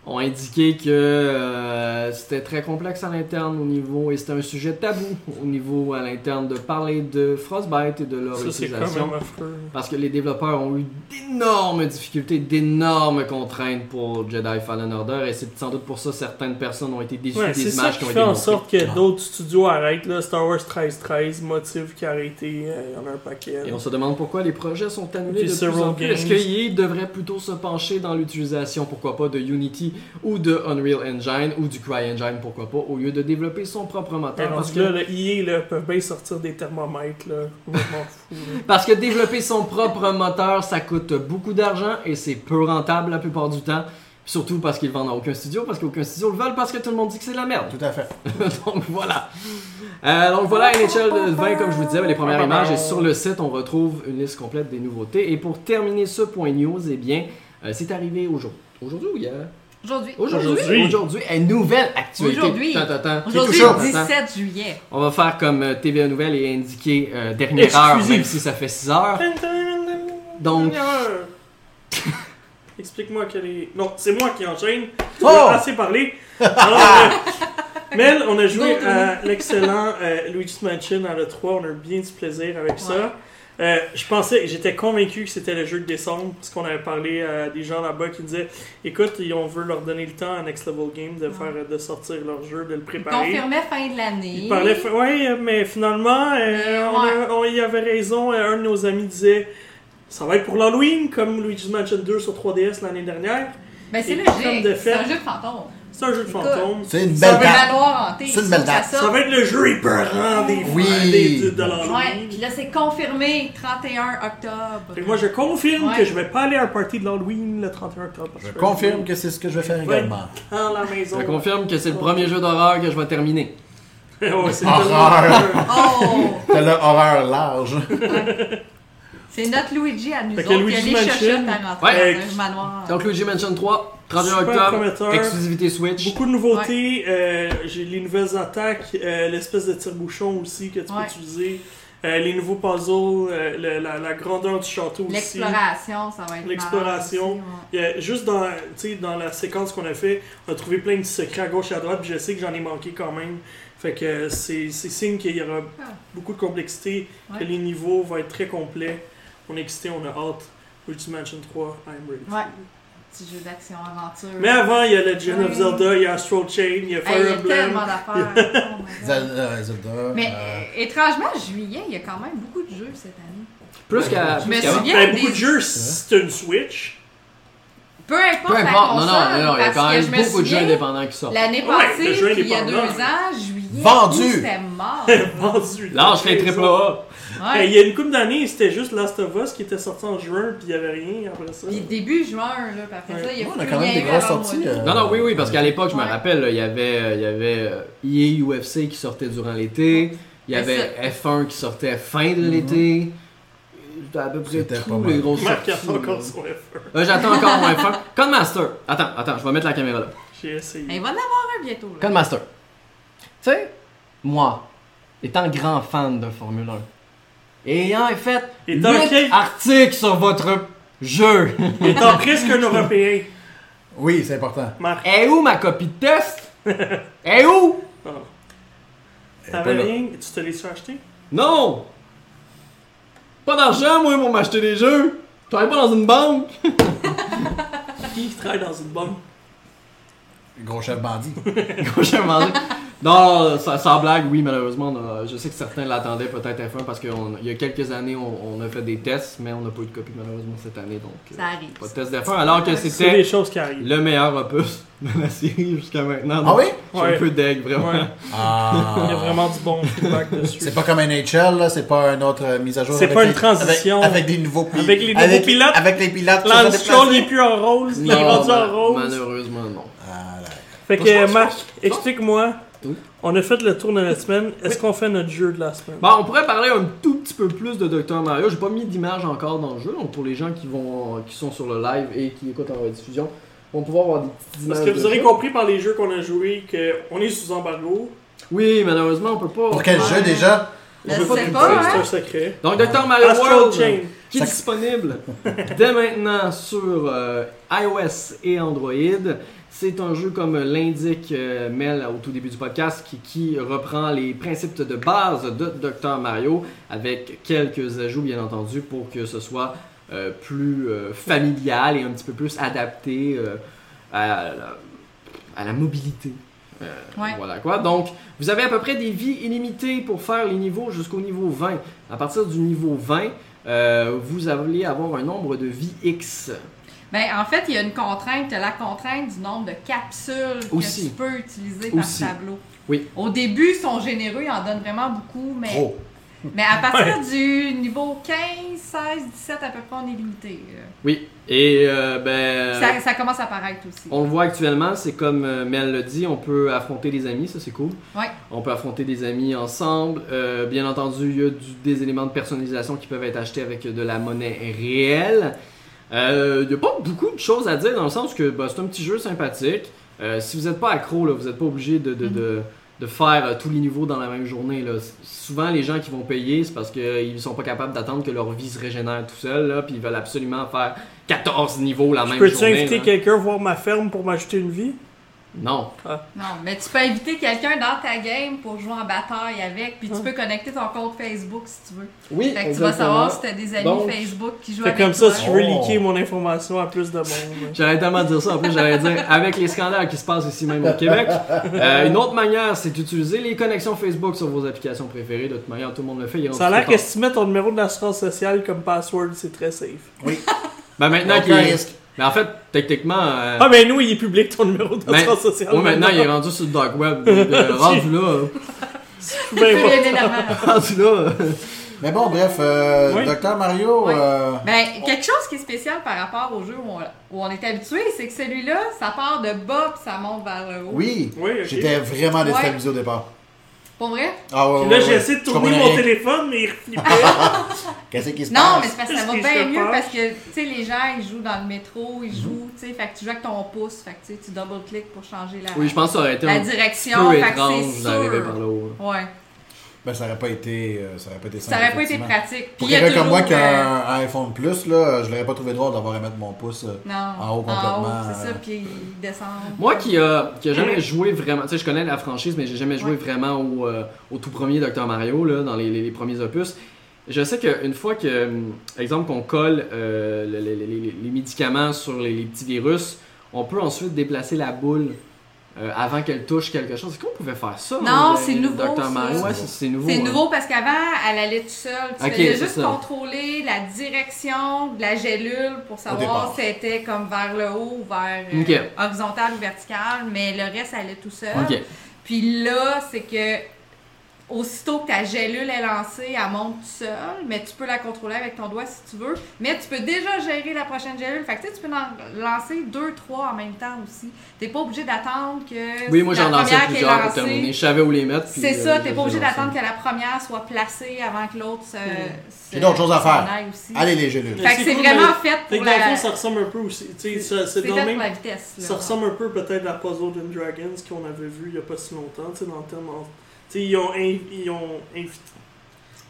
[SPEAKER 3] ont indiqué que euh, c'était très complexe à l'interne au niveau et c'était un sujet tabou au niveau à l'interne de parler de Frostbite et de leur
[SPEAKER 1] Ça, c'est quand
[SPEAKER 3] utilisation.
[SPEAKER 1] même affreux.
[SPEAKER 3] Parce que les développeurs ont eu d'énormes difficultés, d'énormes contraintes pour Jedi Fallen Order et c'est sans doute pour ça certaines personnes ont été déçues
[SPEAKER 1] Ouais, c'est
[SPEAKER 3] des
[SPEAKER 1] ça
[SPEAKER 3] images
[SPEAKER 1] qui
[SPEAKER 3] qui ont
[SPEAKER 1] fait
[SPEAKER 3] été
[SPEAKER 1] en
[SPEAKER 3] montrées.
[SPEAKER 1] sorte que d'autres studios arrêtent. Là, Star Wars 13-13, Motive qui a arrêté, euh, il y en a un paquet.
[SPEAKER 3] Et on se demande pourquoi les projets sont annulés
[SPEAKER 1] Puis
[SPEAKER 3] de plus
[SPEAKER 1] Several
[SPEAKER 3] en plus. Est-ce
[SPEAKER 1] Games.
[SPEAKER 3] que EA devrait plutôt se pencher dans l'utilisation, pourquoi pas, de Unity ou de Unreal Engine ou du CryEngine, pourquoi pas, au lieu de développer son propre
[SPEAKER 1] Ben,
[SPEAKER 3] moteur
[SPEAKER 1] parce que là, le EA là, peuvent bien sortir des thermomètres. Là. Moi, je m'en fous. là.
[SPEAKER 3] Parce que développer son propre moteur, ça coûte beaucoup d'argent et c'est peu rentable la plupart du temps. Surtout parce qu'ils le vendent à aucun studio, parce qu'aucun studio le veulent, parce que tout le monde dit que c'est de la merde.
[SPEAKER 2] Tout à fait.
[SPEAKER 3] donc voilà. Euh, donc voilà, NHL 20, comme je vous disais, ben, les premières images. Et sur le site, on retrouve une liste complète des nouveautés. Et pour terminer ce point news, eh bien, euh, c'est arrivé aujourd'hui. Aujourd'hui ou hier
[SPEAKER 4] Aujourd'hui.
[SPEAKER 3] Aujourd'hui. Aujourd'hui, une nouvelle actualité.
[SPEAKER 4] Aujourd'hui.
[SPEAKER 3] Tant, tant, tant.
[SPEAKER 4] Aujourd'hui,
[SPEAKER 2] chaud.
[SPEAKER 4] le 17 juillet.
[SPEAKER 3] On va faire comme euh, TVA Nouvelle et indiquer euh, dernière heure,
[SPEAKER 1] Exclusif.
[SPEAKER 3] même si ça fait 6 heures. Ah. Donc-
[SPEAKER 1] Explique-moi quelle est. Non, c'est moi qui enchaîne.
[SPEAKER 2] Oh!
[SPEAKER 1] On a assez parlé. Alors, euh, Mel, on a joué
[SPEAKER 4] Non, Tony.
[SPEAKER 1] à l'excellent euh, Luigi's Mansion à l'E3. On a eu bien du plaisir avec ça. Euh, je pensais, j'étais convaincu que c'était le jeu de décembre, parce qu'on avait parlé à des gens là-bas qui disaient écoute, ils- on veut leur donner le temps à Next Level Game de, faire, de sortir leur jeu, de le
[SPEAKER 4] Il
[SPEAKER 1] préparer.
[SPEAKER 4] confirmait fin de l'année.
[SPEAKER 1] Il parlait, fa- ouais, mais finalement, euh, on, a- on y avait raison. Euh, Un de nos amis disait, ça va être pour l'Halloween, comme Luigi's Mansion 2 sur 3DS l'année dernière.
[SPEAKER 4] Ben, c'est
[SPEAKER 1] Et
[SPEAKER 4] logique.
[SPEAKER 1] comme de fait-
[SPEAKER 4] C'est un jeu de fantôme.
[SPEAKER 1] C'est un jeu de
[SPEAKER 4] Écoute.
[SPEAKER 1] fantômes.
[SPEAKER 2] C'est une
[SPEAKER 1] Ça
[SPEAKER 2] belle
[SPEAKER 1] va
[SPEAKER 2] date.
[SPEAKER 1] être-
[SPEAKER 4] Manoir hanté.
[SPEAKER 2] C'est une belle date.
[SPEAKER 4] Ça,
[SPEAKER 1] Ça va être le jeu épeurant des
[SPEAKER 2] Oui.
[SPEAKER 1] frères des, de, de l'Halloween.
[SPEAKER 4] Ouais, puis là, c'est confirmé 31 octobre.
[SPEAKER 1] Fait que moi, je confirme
[SPEAKER 4] Ouais.
[SPEAKER 1] que je vais pas aller à un party de l'Halloween le 31 octobre. parce
[SPEAKER 2] Je
[SPEAKER 1] que
[SPEAKER 2] confirme que c'est ce que je vais faire
[SPEAKER 1] Ouais.
[SPEAKER 2] également.
[SPEAKER 1] Dans la maison.
[SPEAKER 3] Je confirme que c'est le premier jeu d'horreur que je vais terminer.
[SPEAKER 1] ouais,
[SPEAKER 2] Ah,
[SPEAKER 1] c'est tellement-
[SPEAKER 2] Horreur.
[SPEAKER 4] Oh!
[SPEAKER 2] T'as le horreur large.
[SPEAKER 4] C'est notre Luigi à nous
[SPEAKER 1] Fait
[SPEAKER 4] autres.
[SPEAKER 1] que
[SPEAKER 4] Il y a
[SPEAKER 1] Luigi
[SPEAKER 4] les
[SPEAKER 1] Mansion.
[SPEAKER 4] chochottes à rentrer
[SPEAKER 1] Ouais.
[SPEAKER 4] dans le manoir.
[SPEAKER 3] Donc Luigi Mansion 3, 31
[SPEAKER 1] Super
[SPEAKER 3] octobre,
[SPEAKER 1] prometteur.
[SPEAKER 3] exclusivité Switch.
[SPEAKER 1] Beaucoup de nouveautés. euh, J'ai les nouvelles attaques, euh, l'espèce de tire-bouchon aussi que tu
[SPEAKER 4] Ouais.
[SPEAKER 1] peux utiliser. euh, les nouveaux puzzles, euh, le- la, la grandeur du château aussi.
[SPEAKER 4] L'exploration, ça va être
[SPEAKER 1] L'exploration.
[SPEAKER 4] marrant aussi,
[SPEAKER 1] Il y a- juste dans, tu sais, dans la séquence qu'on a fait, on a trouvé plein de secrets à gauche et à droite, puis je sais que j'en ai manqué quand même. Fait que c'est c'est signe qu'il y aura
[SPEAKER 4] Ah.
[SPEAKER 1] beaucoup de complexité, que
[SPEAKER 4] Ouais.
[SPEAKER 1] les niveaux vont être très complets. On est excité, on a hâte. Luigi Mansion 3, I'm ready.
[SPEAKER 4] ouais. Ouais. Petit jeu d'action-aventure.
[SPEAKER 1] Mais avant, il y a Legend of
[SPEAKER 4] Ouais.
[SPEAKER 1] Zelda, il y a Astral Chain, il y a
[SPEAKER 4] Hey, il y
[SPEAKER 1] Fire
[SPEAKER 4] a
[SPEAKER 1] Emblem.
[SPEAKER 4] tellement d'affaires. Oh my God.
[SPEAKER 2] Zelda. Zelda,
[SPEAKER 4] Mais
[SPEAKER 2] euh,
[SPEAKER 4] euh, étrangement, juillet, il y a quand même beaucoup de jeux cette année.
[SPEAKER 3] Plus qu'à...
[SPEAKER 4] Je
[SPEAKER 3] plus
[SPEAKER 4] me
[SPEAKER 3] qu'avant.
[SPEAKER 4] souviens
[SPEAKER 1] Ben,
[SPEAKER 4] des-
[SPEAKER 1] beaucoup de jeux, c'est une Switch.
[SPEAKER 4] Peu importe,
[SPEAKER 3] Peu
[SPEAKER 4] la
[SPEAKER 3] importe, non,
[SPEAKER 4] console,
[SPEAKER 3] non, non, non, il y a
[SPEAKER 4] parce
[SPEAKER 3] quand
[SPEAKER 4] que
[SPEAKER 3] même
[SPEAKER 4] je me
[SPEAKER 3] beaucoup de jeux
[SPEAKER 4] souviens,
[SPEAKER 3] indépendants qui sortent.
[SPEAKER 4] L'année
[SPEAKER 1] Ouais, le
[SPEAKER 4] passée,
[SPEAKER 1] jeu
[SPEAKER 4] puis il y a deux
[SPEAKER 1] indépendant.
[SPEAKER 4] ans, juillet,
[SPEAKER 2] Vendu.
[SPEAKER 4] où c'était mort.
[SPEAKER 1] Vendu.
[SPEAKER 3] Lâche les triple A.
[SPEAKER 1] Ben,
[SPEAKER 4] Ouais.
[SPEAKER 1] Il y a une couple d'années, c'était juste Last of Us qui était sorti en juin, puis il n'y avait rien après ça.
[SPEAKER 4] Puis début juin, là, puis après
[SPEAKER 1] Ouais.
[SPEAKER 4] ça, il y a
[SPEAKER 2] on
[SPEAKER 4] plus
[SPEAKER 2] a quand même
[SPEAKER 4] rien
[SPEAKER 2] des
[SPEAKER 4] eu
[SPEAKER 2] grosses
[SPEAKER 4] avant
[SPEAKER 2] sorties.
[SPEAKER 4] moi.
[SPEAKER 2] euh,
[SPEAKER 3] Non, non, oui, oui, parce qu'à l'époque, je me
[SPEAKER 4] Ouais.
[SPEAKER 3] rappelle, là, il y avait, euh, il y avait euh, EA UFC qui sortait durant l'été, il y
[SPEAKER 4] Mais
[SPEAKER 3] avait F1 qui sortait fin de l'été, C'était à peu près
[SPEAKER 2] Mhm. C'était pas
[SPEAKER 3] tous
[SPEAKER 2] mal.
[SPEAKER 3] les grosses
[SPEAKER 1] Marc
[SPEAKER 3] sorties.
[SPEAKER 1] a encore
[SPEAKER 3] là.
[SPEAKER 1] son effort.
[SPEAKER 3] Euh, J'attends encore mon F1. Codemaster. Attends, attends, je vais mettre la caméra là.
[SPEAKER 1] J'ai essayé.
[SPEAKER 4] Mais il va en avoir un bientôt. Là.
[SPEAKER 3] Codemaster. Tu sais, moi, étant grand fan de Formule 1, ayant fait
[SPEAKER 1] Étant
[SPEAKER 3] huit
[SPEAKER 1] quel-
[SPEAKER 3] articles sur votre jeu,
[SPEAKER 1] Étant presque un Européen,
[SPEAKER 2] Oui, c'est important.
[SPEAKER 1] Marc.
[SPEAKER 3] est Eh où ma copie de test? Est où?
[SPEAKER 1] Non.
[SPEAKER 2] pas
[SPEAKER 1] T'avais
[SPEAKER 2] là.
[SPEAKER 1] rien, tu te l'as acheté?
[SPEAKER 3] Non! Pas d'argent, moi, pour m'acheter des jeux! Je travaille pas dans une banque!
[SPEAKER 1] Qui travaille dans une bombe?
[SPEAKER 2] Gros chef bandit.
[SPEAKER 3] Gros chien manger. Non, non, ça- sans blague, oui, malheureusement, on a- je sais que certains l'attendaient peut-être F1 parce qu'il y a quelques années, on, on a fait des tests, mais on n'a pas eu de copie, malheureusement, cette année, donc euh,
[SPEAKER 4] Ça arrive.
[SPEAKER 3] pas de test F1, alors que
[SPEAKER 1] C'est des
[SPEAKER 3] c'était
[SPEAKER 1] choses qui arrivent.
[SPEAKER 3] le meilleur opus de la série jusqu'à maintenant.
[SPEAKER 2] Ah oui?
[SPEAKER 3] Je suis
[SPEAKER 1] Ouais.
[SPEAKER 3] un peu deg, vraiment.
[SPEAKER 1] Ouais. Il y a
[SPEAKER 2] Ah.
[SPEAKER 1] vraiment du bon feedback dessus.
[SPEAKER 2] C'est pas comme NHL, là, c'est pas une autre euh, mise à jour.
[SPEAKER 1] C'est
[SPEAKER 2] avec
[SPEAKER 1] pas une
[SPEAKER 2] les-
[SPEAKER 1] transition.
[SPEAKER 2] Avec, avec des nouveaux pilotes.
[SPEAKER 1] Avec les nouveaux pilotes.
[SPEAKER 2] Avec les pilotes. qui se sont
[SPEAKER 1] Lance Stroll
[SPEAKER 2] déplacés.
[SPEAKER 1] n'est plus en rose, il est
[SPEAKER 3] Non,
[SPEAKER 1] rendu en
[SPEAKER 3] ma-
[SPEAKER 1] rose.
[SPEAKER 3] Malheureusement, non.
[SPEAKER 2] Ah, là.
[SPEAKER 1] Fait que euh, Marc, explique-moi,
[SPEAKER 3] Oui.
[SPEAKER 1] on a fait le tour de la semaine, est-ce qu'on fait notre jeu de la semaine?
[SPEAKER 3] Bon, on pourrait parler un tout petit peu plus de Dr Mario. J'ai pas mis d'image encore dans le jeu, donc pour les gens qui vont, qui sont sur le live et qui écoutent en rediffusion, vont pouvoir avoir des petites images.
[SPEAKER 1] Parce que
[SPEAKER 3] de
[SPEAKER 1] vous aurez
[SPEAKER 3] ça.
[SPEAKER 1] compris par les jeux qu'on a joués qu'on est sous embargo.
[SPEAKER 3] Oui, malheureusement, on peut pas.
[SPEAKER 2] Pour quel
[SPEAKER 4] Ouais.
[SPEAKER 2] jeu déjà
[SPEAKER 4] Je
[SPEAKER 1] peut
[SPEAKER 4] sais
[SPEAKER 1] tout
[SPEAKER 4] pas,
[SPEAKER 1] dire,
[SPEAKER 4] hein.
[SPEAKER 1] C'est un secret.
[SPEAKER 3] Donc, Dr Mario
[SPEAKER 1] Astral
[SPEAKER 3] World,
[SPEAKER 1] Chain.
[SPEAKER 3] qui est
[SPEAKER 2] Ça-
[SPEAKER 3] disponible dès maintenant sur euh, iOS et Android. C'est un jeu, comme l'indique euh, Mel au tout début du podcast, qui, qui reprend les principes de base de Dr. Mario, avec quelques ajouts, bien entendu, pour que ce soit euh, plus euh, familial et un petit peu plus adapté euh, à, la, à la mobilité. Euh,
[SPEAKER 4] Ouais.
[SPEAKER 3] Voilà quoi. Donc, vous avez à peu près des vies illimitées pour faire les niveaux jusqu'au niveau 20. À partir du niveau 20, euh, vous allez avoir un nombre de vies X.
[SPEAKER 4] Ben, en fait, il y a une contrainte, t'as la contrainte du nombre de capsules
[SPEAKER 3] Aussi.
[SPEAKER 4] que tu peux utiliser
[SPEAKER 3] Aussi.
[SPEAKER 4] par tableau.
[SPEAKER 3] Oui.
[SPEAKER 4] Au début, ils sont généreux, ils en donnent vraiment beaucoup, mais,
[SPEAKER 2] Trop.
[SPEAKER 4] mais à partir du niveau 15, 16, 17, à peu près, on est limité. là.
[SPEAKER 3] Oui. Et euh, ben.
[SPEAKER 4] Ça, ça commence à paraître aussi.
[SPEAKER 3] On le voit actuellement, c'est comme euh, Mel le dit, on peut affronter des amis, ça c'est cool.
[SPEAKER 4] Ouais.
[SPEAKER 3] On peut affronter des amis ensemble. Euh, bien entendu, il y a du- des éléments de personnalisation qui peuvent être achetés avec de la monnaie réelle. Euh, Il n'y a pas beaucoup de choses à dire dans le sens que bah, c'est un petit jeu sympathique. Euh, si vous n'êtes pas accro, là, vous n'êtes pas obligé de, de- de- de faire euh, tous les niveaux dans la même journée. là. S- Souvent, les gens qui vont payer, c'est parce qu'ils ne sont pas capables d'attendre que leur vie se régénère tout seul, là, puis ils veulent absolument faire 14 niveaux la
[SPEAKER 1] Je
[SPEAKER 3] même
[SPEAKER 1] Peux-tu
[SPEAKER 3] journée. hein.
[SPEAKER 1] inviter
[SPEAKER 3] là.
[SPEAKER 1] quelqu'un voir ma ferme pour m'ajouter une vie?
[SPEAKER 3] Non.
[SPEAKER 4] Non, mais tu peux inviter quelqu'un dans ta game pour jouer en bataille avec, puis tu peux connecter ton compte Facebook si tu veux.
[SPEAKER 3] Oui,
[SPEAKER 4] Fait que tu
[SPEAKER 3] exactement.
[SPEAKER 4] vas savoir si t'as des amis
[SPEAKER 3] Donc,
[SPEAKER 4] Facebook qui jouent
[SPEAKER 1] Fait
[SPEAKER 4] avec
[SPEAKER 1] comme ça,
[SPEAKER 4] toi.
[SPEAKER 1] si je veux
[SPEAKER 2] Oh.
[SPEAKER 1] leaker mon information à plus de monde.
[SPEAKER 3] J'allais tellement dire ça, en plus j'allais dire avec les scandales qui se passent ici même au Québec. Euh, une autre manière, c'est d'utiliser les connexions Facebook sur vos applications préférées. De toute manière, tout le monde le fait. il est
[SPEAKER 1] Ça a
[SPEAKER 3] rendu
[SPEAKER 1] l'air
[SPEAKER 3] très
[SPEAKER 1] que
[SPEAKER 3] fort.
[SPEAKER 1] si tu mets ton numéro de l'assurance sociale comme password, c'est très safe.
[SPEAKER 2] Oui.
[SPEAKER 3] Ben, maintenant
[SPEAKER 2] Aucun
[SPEAKER 3] qu'il est...
[SPEAKER 2] risque.
[SPEAKER 3] Mais en fait, techniquement. euh,
[SPEAKER 1] Ah, ben nous, il est public ton numéro de
[SPEAKER 3] ben,
[SPEAKER 1] social sociale.
[SPEAKER 3] ouais, maintenant, il est rendu sur le dark web. donc, euh, rendu là,
[SPEAKER 1] Ben, bon.
[SPEAKER 4] Bien évidemment.
[SPEAKER 3] rendu là. euh,
[SPEAKER 2] Mais bon, bref, euh,
[SPEAKER 1] Oui.
[SPEAKER 2] Docteur Mario,
[SPEAKER 4] Oui.
[SPEAKER 2] euh,
[SPEAKER 4] Ben, quelque chose qui est spécial par rapport au jeu où on, où on est habitué, c'est que celui-là, ça part de bas puis ça monte vers le haut.
[SPEAKER 2] oui,
[SPEAKER 1] Oui, ok.
[SPEAKER 2] j'étais vraiment déstabilisé au départ.
[SPEAKER 4] Pour vrai?
[SPEAKER 2] Ah ouais,
[SPEAKER 1] Puis
[SPEAKER 2] ouais,
[SPEAKER 1] là,
[SPEAKER 2] ouais,
[SPEAKER 1] j'ai
[SPEAKER 2] ouais.
[SPEAKER 1] essayé de
[SPEAKER 2] Je
[SPEAKER 1] tourner
[SPEAKER 2] comprenais
[SPEAKER 1] mon
[SPEAKER 2] rien.
[SPEAKER 1] téléphone, mais il flippait.
[SPEAKER 4] Ah.
[SPEAKER 2] Qu'est-ce qui se
[SPEAKER 4] Non, mais
[SPEAKER 2] passe?
[SPEAKER 4] c'est parce que
[SPEAKER 1] Qu'est-ce
[SPEAKER 4] ça va
[SPEAKER 1] qui
[SPEAKER 4] bien
[SPEAKER 1] se
[SPEAKER 4] mieux
[SPEAKER 1] passe?
[SPEAKER 4] parce que, tu sais, les gens, ils jouent dans le métro, ils
[SPEAKER 2] Mhm.
[SPEAKER 4] jouent, tu sais, fait que tu joues avec ton pouce, fait que tu sais, tu double-cliques pour changer la,
[SPEAKER 3] Oui, je pense que ça aurait été
[SPEAKER 4] la
[SPEAKER 3] un
[SPEAKER 4] direction,
[SPEAKER 3] peu
[SPEAKER 4] fait que
[SPEAKER 3] étrange
[SPEAKER 4] c'est
[SPEAKER 3] d'arriver par
[SPEAKER 4] sûr.
[SPEAKER 3] là haut.
[SPEAKER 4] Ouais,
[SPEAKER 2] Ben, ça aurait pas été, euh, ça aurait pas été
[SPEAKER 4] ça
[SPEAKER 2] simple,
[SPEAKER 4] aurait pas été
[SPEAKER 2] effectivement.
[SPEAKER 4] pratique. Puis
[SPEAKER 2] Pour
[SPEAKER 4] il y a
[SPEAKER 2] quelqu'un comme moi
[SPEAKER 4] toujours,
[SPEAKER 2] qui a
[SPEAKER 4] euh,
[SPEAKER 2] un un iPhone Plus, là, je l'aurais pas trouvé drôle d'avoir à mettre mon pouce. euh.
[SPEAKER 4] Non,
[SPEAKER 2] en haut complètement,
[SPEAKER 4] c'est
[SPEAKER 2] euh,
[SPEAKER 4] ça, puis ils descendent.
[SPEAKER 3] Moi qui euh, qui a jamais joué vraiment, tu sais, je connais la franchise, mais j'ai jamais joué
[SPEAKER 4] Ouais.
[SPEAKER 3] vraiment au, euh, au tout premier Dr Mario là, dans les, les- les premiers opus. Je sais qu'une fois que, hum, exemple, qu'on colle euh, le- le- le- les, les médicaments sur les, les petits virus, on peut ensuite déplacer la boule euh, avant qu'elle touche quelque chose. Est-ce qu'on pouvait faire ça
[SPEAKER 4] Non,
[SPEAKER 3] hein, dans
[SPEAKER 4] c'est
[SPEAKER 3] les
[SPEAKER 4] nouveau,
[SPEAKER 3] Dr
[SPEAKER 4] ça.
[SPEAKER 3] Mario, ouais, c'est c'est nouveau.
[SPEAKER 4] C'est
[SPEAKER 3] hein.
[SPEAKER 4] nouveau parce qu'avant, elle allait toute seule. Tu
[SPEAKER 3] Ok,
[SPEAKER 4] faisais
[SPEAKER 3] c'est
[SPEAKER 4] juste
[SPEAKER 3] ça.
[SPEAKER 4] contrôler la direction de la gélule pour
[SPEAKER 2] départ.
[SPEAKER 4] savoir si c'était comme vers le haut ou vers euh,
[SPEAKER 3] Ok.
[SPEAKER 4] horizontal ou vertical, mais le reste, elle allait tout seul.
[SPEAKER 3] Ok.
[SPEAKER 4] Puis là, c'est que aussitôt que ta gélule est lancée, elle monte toute seule, mais tu peux la contrôler avec ton doigt si tu veux. Mais tu peux déjà gérer la prochaine gélule. Fait que tu sais, tu peux en lancer deux, trois en même temps aussi. T'es pas obligé d'attendre que
[SPEAKER 3] Oui, moi
[SPEAKER 4] la
[SPEAKER 3] j'en lançais
[SPEAKER 4] première qui est
[SPEAKER 3] plusieurs pour
[SPEAKER 4] lancée-
[SPEAKER 3] terminer. Je savais où les mettre. puis,
[SPEAKER 4] c'est
[SPEAKER 3] euh,
[SPEAKER 4] ça,
[SPEAKER 3] je
[SPEAKER 4] t'es
[SPEAKER 3] les
[SPEAKER 4] pas obligé
[SPEAKER 3] ai lancés.
[SPEAKER 4] d'attendre que la première soit placée avant que l'autre se. se-
[SPEAKER 2] J'ai d'autres choses à faire.
[SPEAKER 4] s'en aille aussi.
[SPEAKER 2] Allez, les gélules.
[SPEAKER 4] Fait que c'est
[SPEAKER 1] cool,
[SPEAKER 4] vraiment
[SPEAKER 1] mais- Fait
[SPEAKER 4] fait pour
[SPEAKER 1] que dans le
[SPEAKER 4] la.
[SPEAKER 1] fond, ça ressemble un peu aussi. Tu sais, ça-
[SPEAKER 4] C'est
[SPEAKER 1] c'est dans le
[SPEAKER 4] fait pour
[SPEAKER 1] même.
[SPEAKER 4] la vitesse. là.
[SPEAKER 1] Ça ressemble un peu peut-être à Puzzle and Dragons qu'on avait vu il y a pas si longtemps, tu sais, dans le terme. en- Tu sais, ils ont, inv- ils ont invité.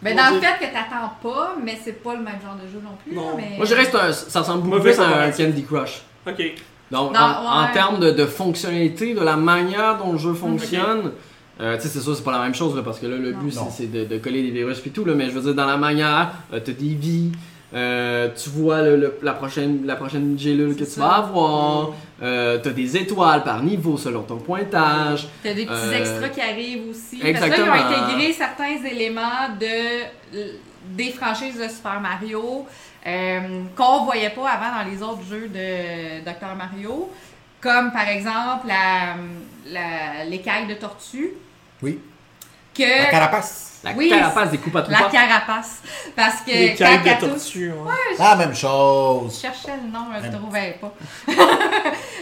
[SPEAKER 4] Mais dans le fait que t'attends pas, mais c'est pas le même genre de jeu non plus.
[SPEAKER 1] Non.
[SPEAKER 4] là, Mais...
[SPEAKER 3] Moi je reste, un- ça ressemble beaucoup
[SPEAKER 1] Mauvais
[SPEAKER 3] plus à un
[SPEAKER 1] comparatif.
[SPEAKER 3] Candy Crush.
[SPEAKER 1] Ok.
[SPEAKER 3] Donc,
[SPEAKER 4] Non,
[SPEAKER 3] en, en
[SPEAKER 4] ouais.
[SPEAKER 3] termes de, de fonctionnalité, de la manière dont le jeu fonctionne, euh, tu sais, c'est sûr, c'est pas la même chose, là, parce que là, le
[SPEAKER 4] Non.
[SPEAKER 3] but, c'est-
[SPEAKER 2] Non.
[SPEAKER 3] c'est de, de coller des virus puis tout, là, mais je veux dire, dans la manière, euh, t'as des vies, euh, tu vois le- le- la, prochaine, la prochaine gélule que
[SPEAKER 4] C'est
[SPEAKER 3] tu
[SPEAKER 4] ça. Mm.
[SPEAKER 3] vas avoir, euh, t'as des étoiles par niveau selon ton pointage.
[SPEAKER 4] T'as des petits
[SPEAKER 3] Euh,
[SPEAKER 4] extras qui arrivent aussi.
[SPEAKER 3] exactement.
[SPEAKER 4] Parce que là, ils ont intégré certains éléments de, des franchises de Super Mario euh, qu'on voyait pas avant dans les autres jeux de Dr. Mario. Comme par exemple la, la- l'écaille de tortue.
[SPEAKER 2] Oui.
[SPEAKER 4] Que
[SPEAKER 2] La carapace.
[SPEAKER 3] La
[SPEAKER 4] Oui,
[SPEAKER 3] carapace des coupes à
[SPEAKER 4] La
[SPEAKER 3] trois.
[SPEAKER 4] carapace. Parce
[SPEAKER 1] Les
[SPEAKER 4] que
[SPEAKER 1] cailles de
[SPEAKER 4] Cacatouche-
[SPEAKER 1] tortue, ouais.
[SPEAKER 2] La même
[SPEAKER 4] je
[SPEAKER 2] chose.
[SPEAKER 4] cherchais le nom, je le trouvais pas.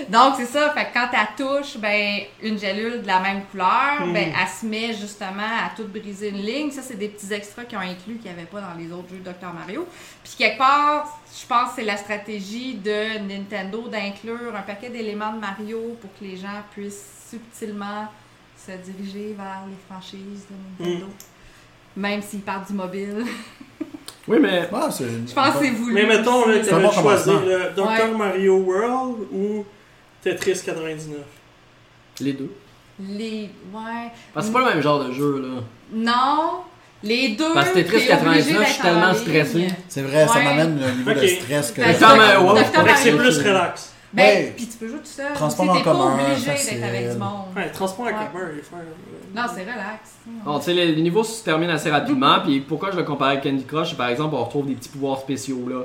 [SPEAKER 4] Donc, c'est ça. Fait que quand elle touche ben, une gélule de la même couleur,
[SPEAKER 1] Hmm.
[SPEAKER 4] ben, elle se met justement à toute briser une ligne. Ça, c'est des petits extras qui ont inclus qu'il n'y avait pas dans les autres jeux Dr. Mario. Puis, quelque part, je pense que c'est la stratégie de Nintendo d'inclure un paquet d'éléments de Mario pour que les gens puissent subtilement se diriger vers les franchises de Nintendo.
[SPEAKER 1] Hmm.
[SPEAKER 4] Même s'ils partent du mobile.
[SPEAKER 3] Oui, mais
[SPEAKER 2] Ah, c'est une-
[SPEAKER 4] Je pense que c'est
[SPEAKER 2] une
[SPEAKER 4] voulu.
[SPEAKER 1] Mais mettons, là,
[SPEAKER 4] aussi.
[SPEAKER 1] t'avais
[SPEAKER 2] bon
[SPEAKER 1] choisi
[SPEAKER 2] commencement.
[SPEAKER 1] le Dr.
[SPEAKER 4] Ouais.
[SPEAKER 1] Mario World ou Tetris 99.
[SPEAKER 3] les deux.
[SPEAKER 4] Les. Ouais.
[SPEAKER 3] Parce que c'est pas le même genre de jeu, là.
[SPEAKER 4] Non. Les deux.
[SPEAKER 3] Parce que Tetris
[SPEAKER 4] t'es obligé
[SPEAKER 3] 99, je suis
[SPEAKER 4] d'être en
[SPEAKER 3] tellement
[SPEAKER 4] ligne.
[SPEAKER 3] stressé.
[SPEAKER 2] C'est vrai, ça
[SPEAKER 4] Ouais. Ben,
[SPEAKER 2] m'amène un niveau
[SPEAKER 1] Ok.
[SPEAKER 2] de stress que
[SPEAKER 4] Fait que-
[SPEAKER 3] Docteur Mario, euh, ouais,
[SPEAKER 4] Docteur
[SPEAKER 1] Fait que c'est
[SPEAKER 4] Mario.
[SPEAKER 1] plus relax.
[SPEAKER 4] Ben,
[SPEAKER 2] Ouais.
[SPEAKER 4] puis tu peux jouer tout seul.
[SPEAKER 2] Transport
[SPEAKER 4] Tu sais,
[SPEAKER 2] en
[SPEAKER 4] T'es pas
[SPEAKER 2] commun,
[SPEAKER 4] obligé
[SPEAKER 2] facile.
[SPEAKER 4] d'être avec du monde.
[SPEAKER 1] Ouais, transport en
[SPEAKER 4] Ouais.
[SPEAKER 1] commun, il est faire.
[SPEAKER 4] Non, c'est relax.
[SPEAKER 3] Bon, tu sais, le le niveau se termine assez rapidement. Puis pourquoi je le compare avec Candy Crush Par exemple, on retrouve des petits pouvoirs spéciaux là.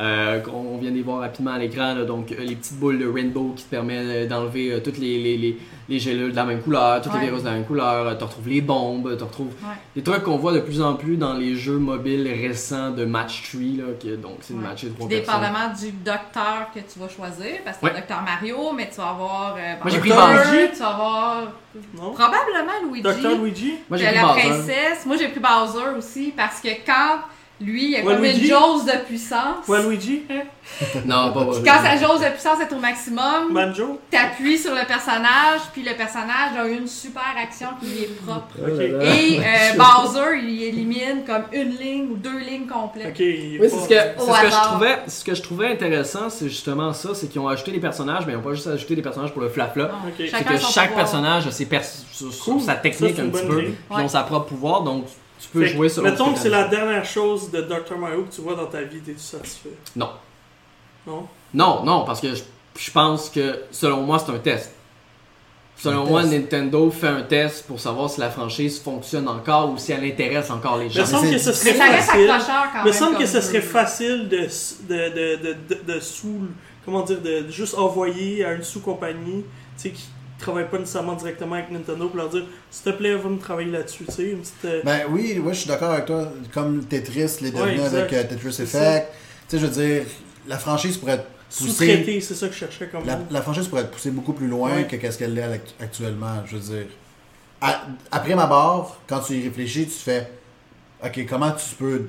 [SPEAKER 3] euh, qu'on on vient de les voir rapidement à l'écran, là. donc euh, les petites boules de rainbow qui te permettent euh, d'enlever euh, toutes les, les, les, les gélules de la même couleur, toutes
[SPEAKER 4] Ouais.
[SPEAKER 3] les virus de la même couleur, euh, tu retrouves les bombes, tu retrouves
[SPEAKER 4] Ouais.
[SPEAKER 3] des trucs qu'on voit de plus en plus dans les jeux mobiles récents de Match 3, là, que, donc c'est de
[SPEAKER 4] Ouais.
[SPEAKER 3] matcher
[SPEAKER 4] Puis
[SPEAKER 3] trois personnes.
[SPEAKER 4] dépendamment du docteur que tu vas choisir, parce que
[SPEAKER 3] Ouais.
[SPEAKER 4] le docteur Mario, mais tu vas avoir. euh,
[SPEAKER 3] Moi, j'ai pris
[SPEAKER 4] Bowser,
[SPEAKER 1] Luigi.
[SPEAKER 4] Tu vas avoir.
[SPEAKER 1] Non?
[SPEAKER 4] Probablement Luigi.
[SPEAKER 1] Dr. Luigi?
[SPEAKER 3] Moi j'ai pris
[SPEAKER 4] Puis la
[SPEAKER 3] Bowser.
[SPEAKER 4] princesse. Moi, j'ai pris Bowser aussi, parce que quand lui, il y a
[SPEAKER 1] Ouais,
[SPEAKER 4] comme une
[SPEAKER 1] Luigi.
[SPEAKER 4] jauge de puissance.
[SPEAKER 1] Ouais, Luigi?
[SPEAKER 3] Non, pas Bowser.
[SPEAKER 4] Quand sa jauge de puissance est au maximum,
[SPEAKER 1] Banjo?
[SPEAKER 4] t'appuies sur le personnage, puis le personnage a une super action qui lui est propre.
[SPEAKER 3] Oh là là.
[SPEAKER 4] Et euh, Bowser, il élimine comme une ligne ou deux lignes complètes.
[SPEAKER 1] Ok, il est
[SPEAKER 3] Oui,
[SPEAKER 1] pas-
[SPEAKER 3] c'est ce que, c'est
[SPEAKER 4] Au
[SPEAKER 3] ce que je
[SPEAKER 4] hasard.
[SPEAKER 3] trouvais, ce que je trouvais intéressant, c'est justement ça, c'est qu'ils ont ajouté des personnages, mais ils n'ont pas juste ajouté des personnages pour le flafla.
[SPEAKER 4] Non,
[SPEAKER 1] Ok.
[SPEAKER 3] C'est
[SPEAKER 4] chacun
[SPEAKER 3] que
[SPEAKER 4] son
[SPEAKER 3] chaque
[SPEAKER 4] pouvoir.
[SPEAKER 3] personnage a ses pers- sur- sur
[SPEAKER 1] Cool.
[SPEAKER 3] sa technique
[SPEAKER 1] Ça, c'est
[SPEAKER 3] un
[SPEAKER 1] une
[SPEAKER 3] petit
[SPEAKER 1] bonne
[SPEAKER 3] peu,
[SPEAKER 1] idée.
[SPEAKER 3] puis ils ont
[SPEAKER 4] Ouais.
[SPEAKER 3] sa propre pouvoir, donc tu peux
[SPEAKER 1] Fait que,
[SPEAKER 3] jouer selon. ce
[SPEAKER 1] Mettons que
[SPEAKER 3] t'as
[SPEAKER 1] c'est
[SPEAKER 3] envie.
[SPEAKER 1] la dernière chose de Dr. Mario que tu vois dans ta vie, t'es-tu satisfait?
[SPEAKER 3] Non,
[SPEAKER 1] Non?
[SPEAKER 3] non, non, parce que je, je pense que selon moi c'est un test. Selon
[SPEAKER 2] Un
[SPEAKER 3] moi,
[SPEAKER 2] test.
[SPEAKER 3] Nintendo fait un test pour savoir si la franchise fonctionne encore ou si elle intéresse encore les gens.
[SPEAKER 1] Mais semble
[SPEAKER 2] c'est-
[SPEAKER 1] que ce
[SPEAKER 4] Mais
[SPEAKER 1] serait
[SPEAKER 4] ça reste
[SPEAKER 1] facile.
[SPEAKER 4] accrocheur quand même.
[SPEAKER 1] Me semble
[SPEAKER 4] comme
[SPEAKER 1] que ce
[SPEAKER 4] jeu.
[SPEAKER 1] serait facile de, s- de, de, de, de, de saoul- comment dire, de, de juste envoyer à une sous-compagnie, tu sais, qui travaille pas nécessairement directement avec Nintendo pour leur dire s'il te plaît va me travailler là-dessus tu sais une petite euh,
[SPEAKER 2] Ben oui, ouais, je suis d'accord avec toi. Comme Tetris l'est devenu
[SPEAKER 1] Ouais, exact.
[SPEAKER 2] avec euh, Tetris
[SPEAKER 1] C'est
[SPEAKER 2] Effect. Tu sais, je veux dire, la franchise pourrait être poussée.
[SPEAKER 1] sous-traitée c'est ça que je cherchais comme
[SPEAKER 2] La,
[SPEAKER 1] mot.
[SPEAKER 2] la franchise pourrait être poussée beaucoup plus loin
[SPEAKER 1] Ouais.
[SPEAKER 2] que qu'est-ce qu'elle l'est ac- actuellement. Je veux dire, à- après ma barre, quand tu y réfléchis, tu fais OK, comment tu peux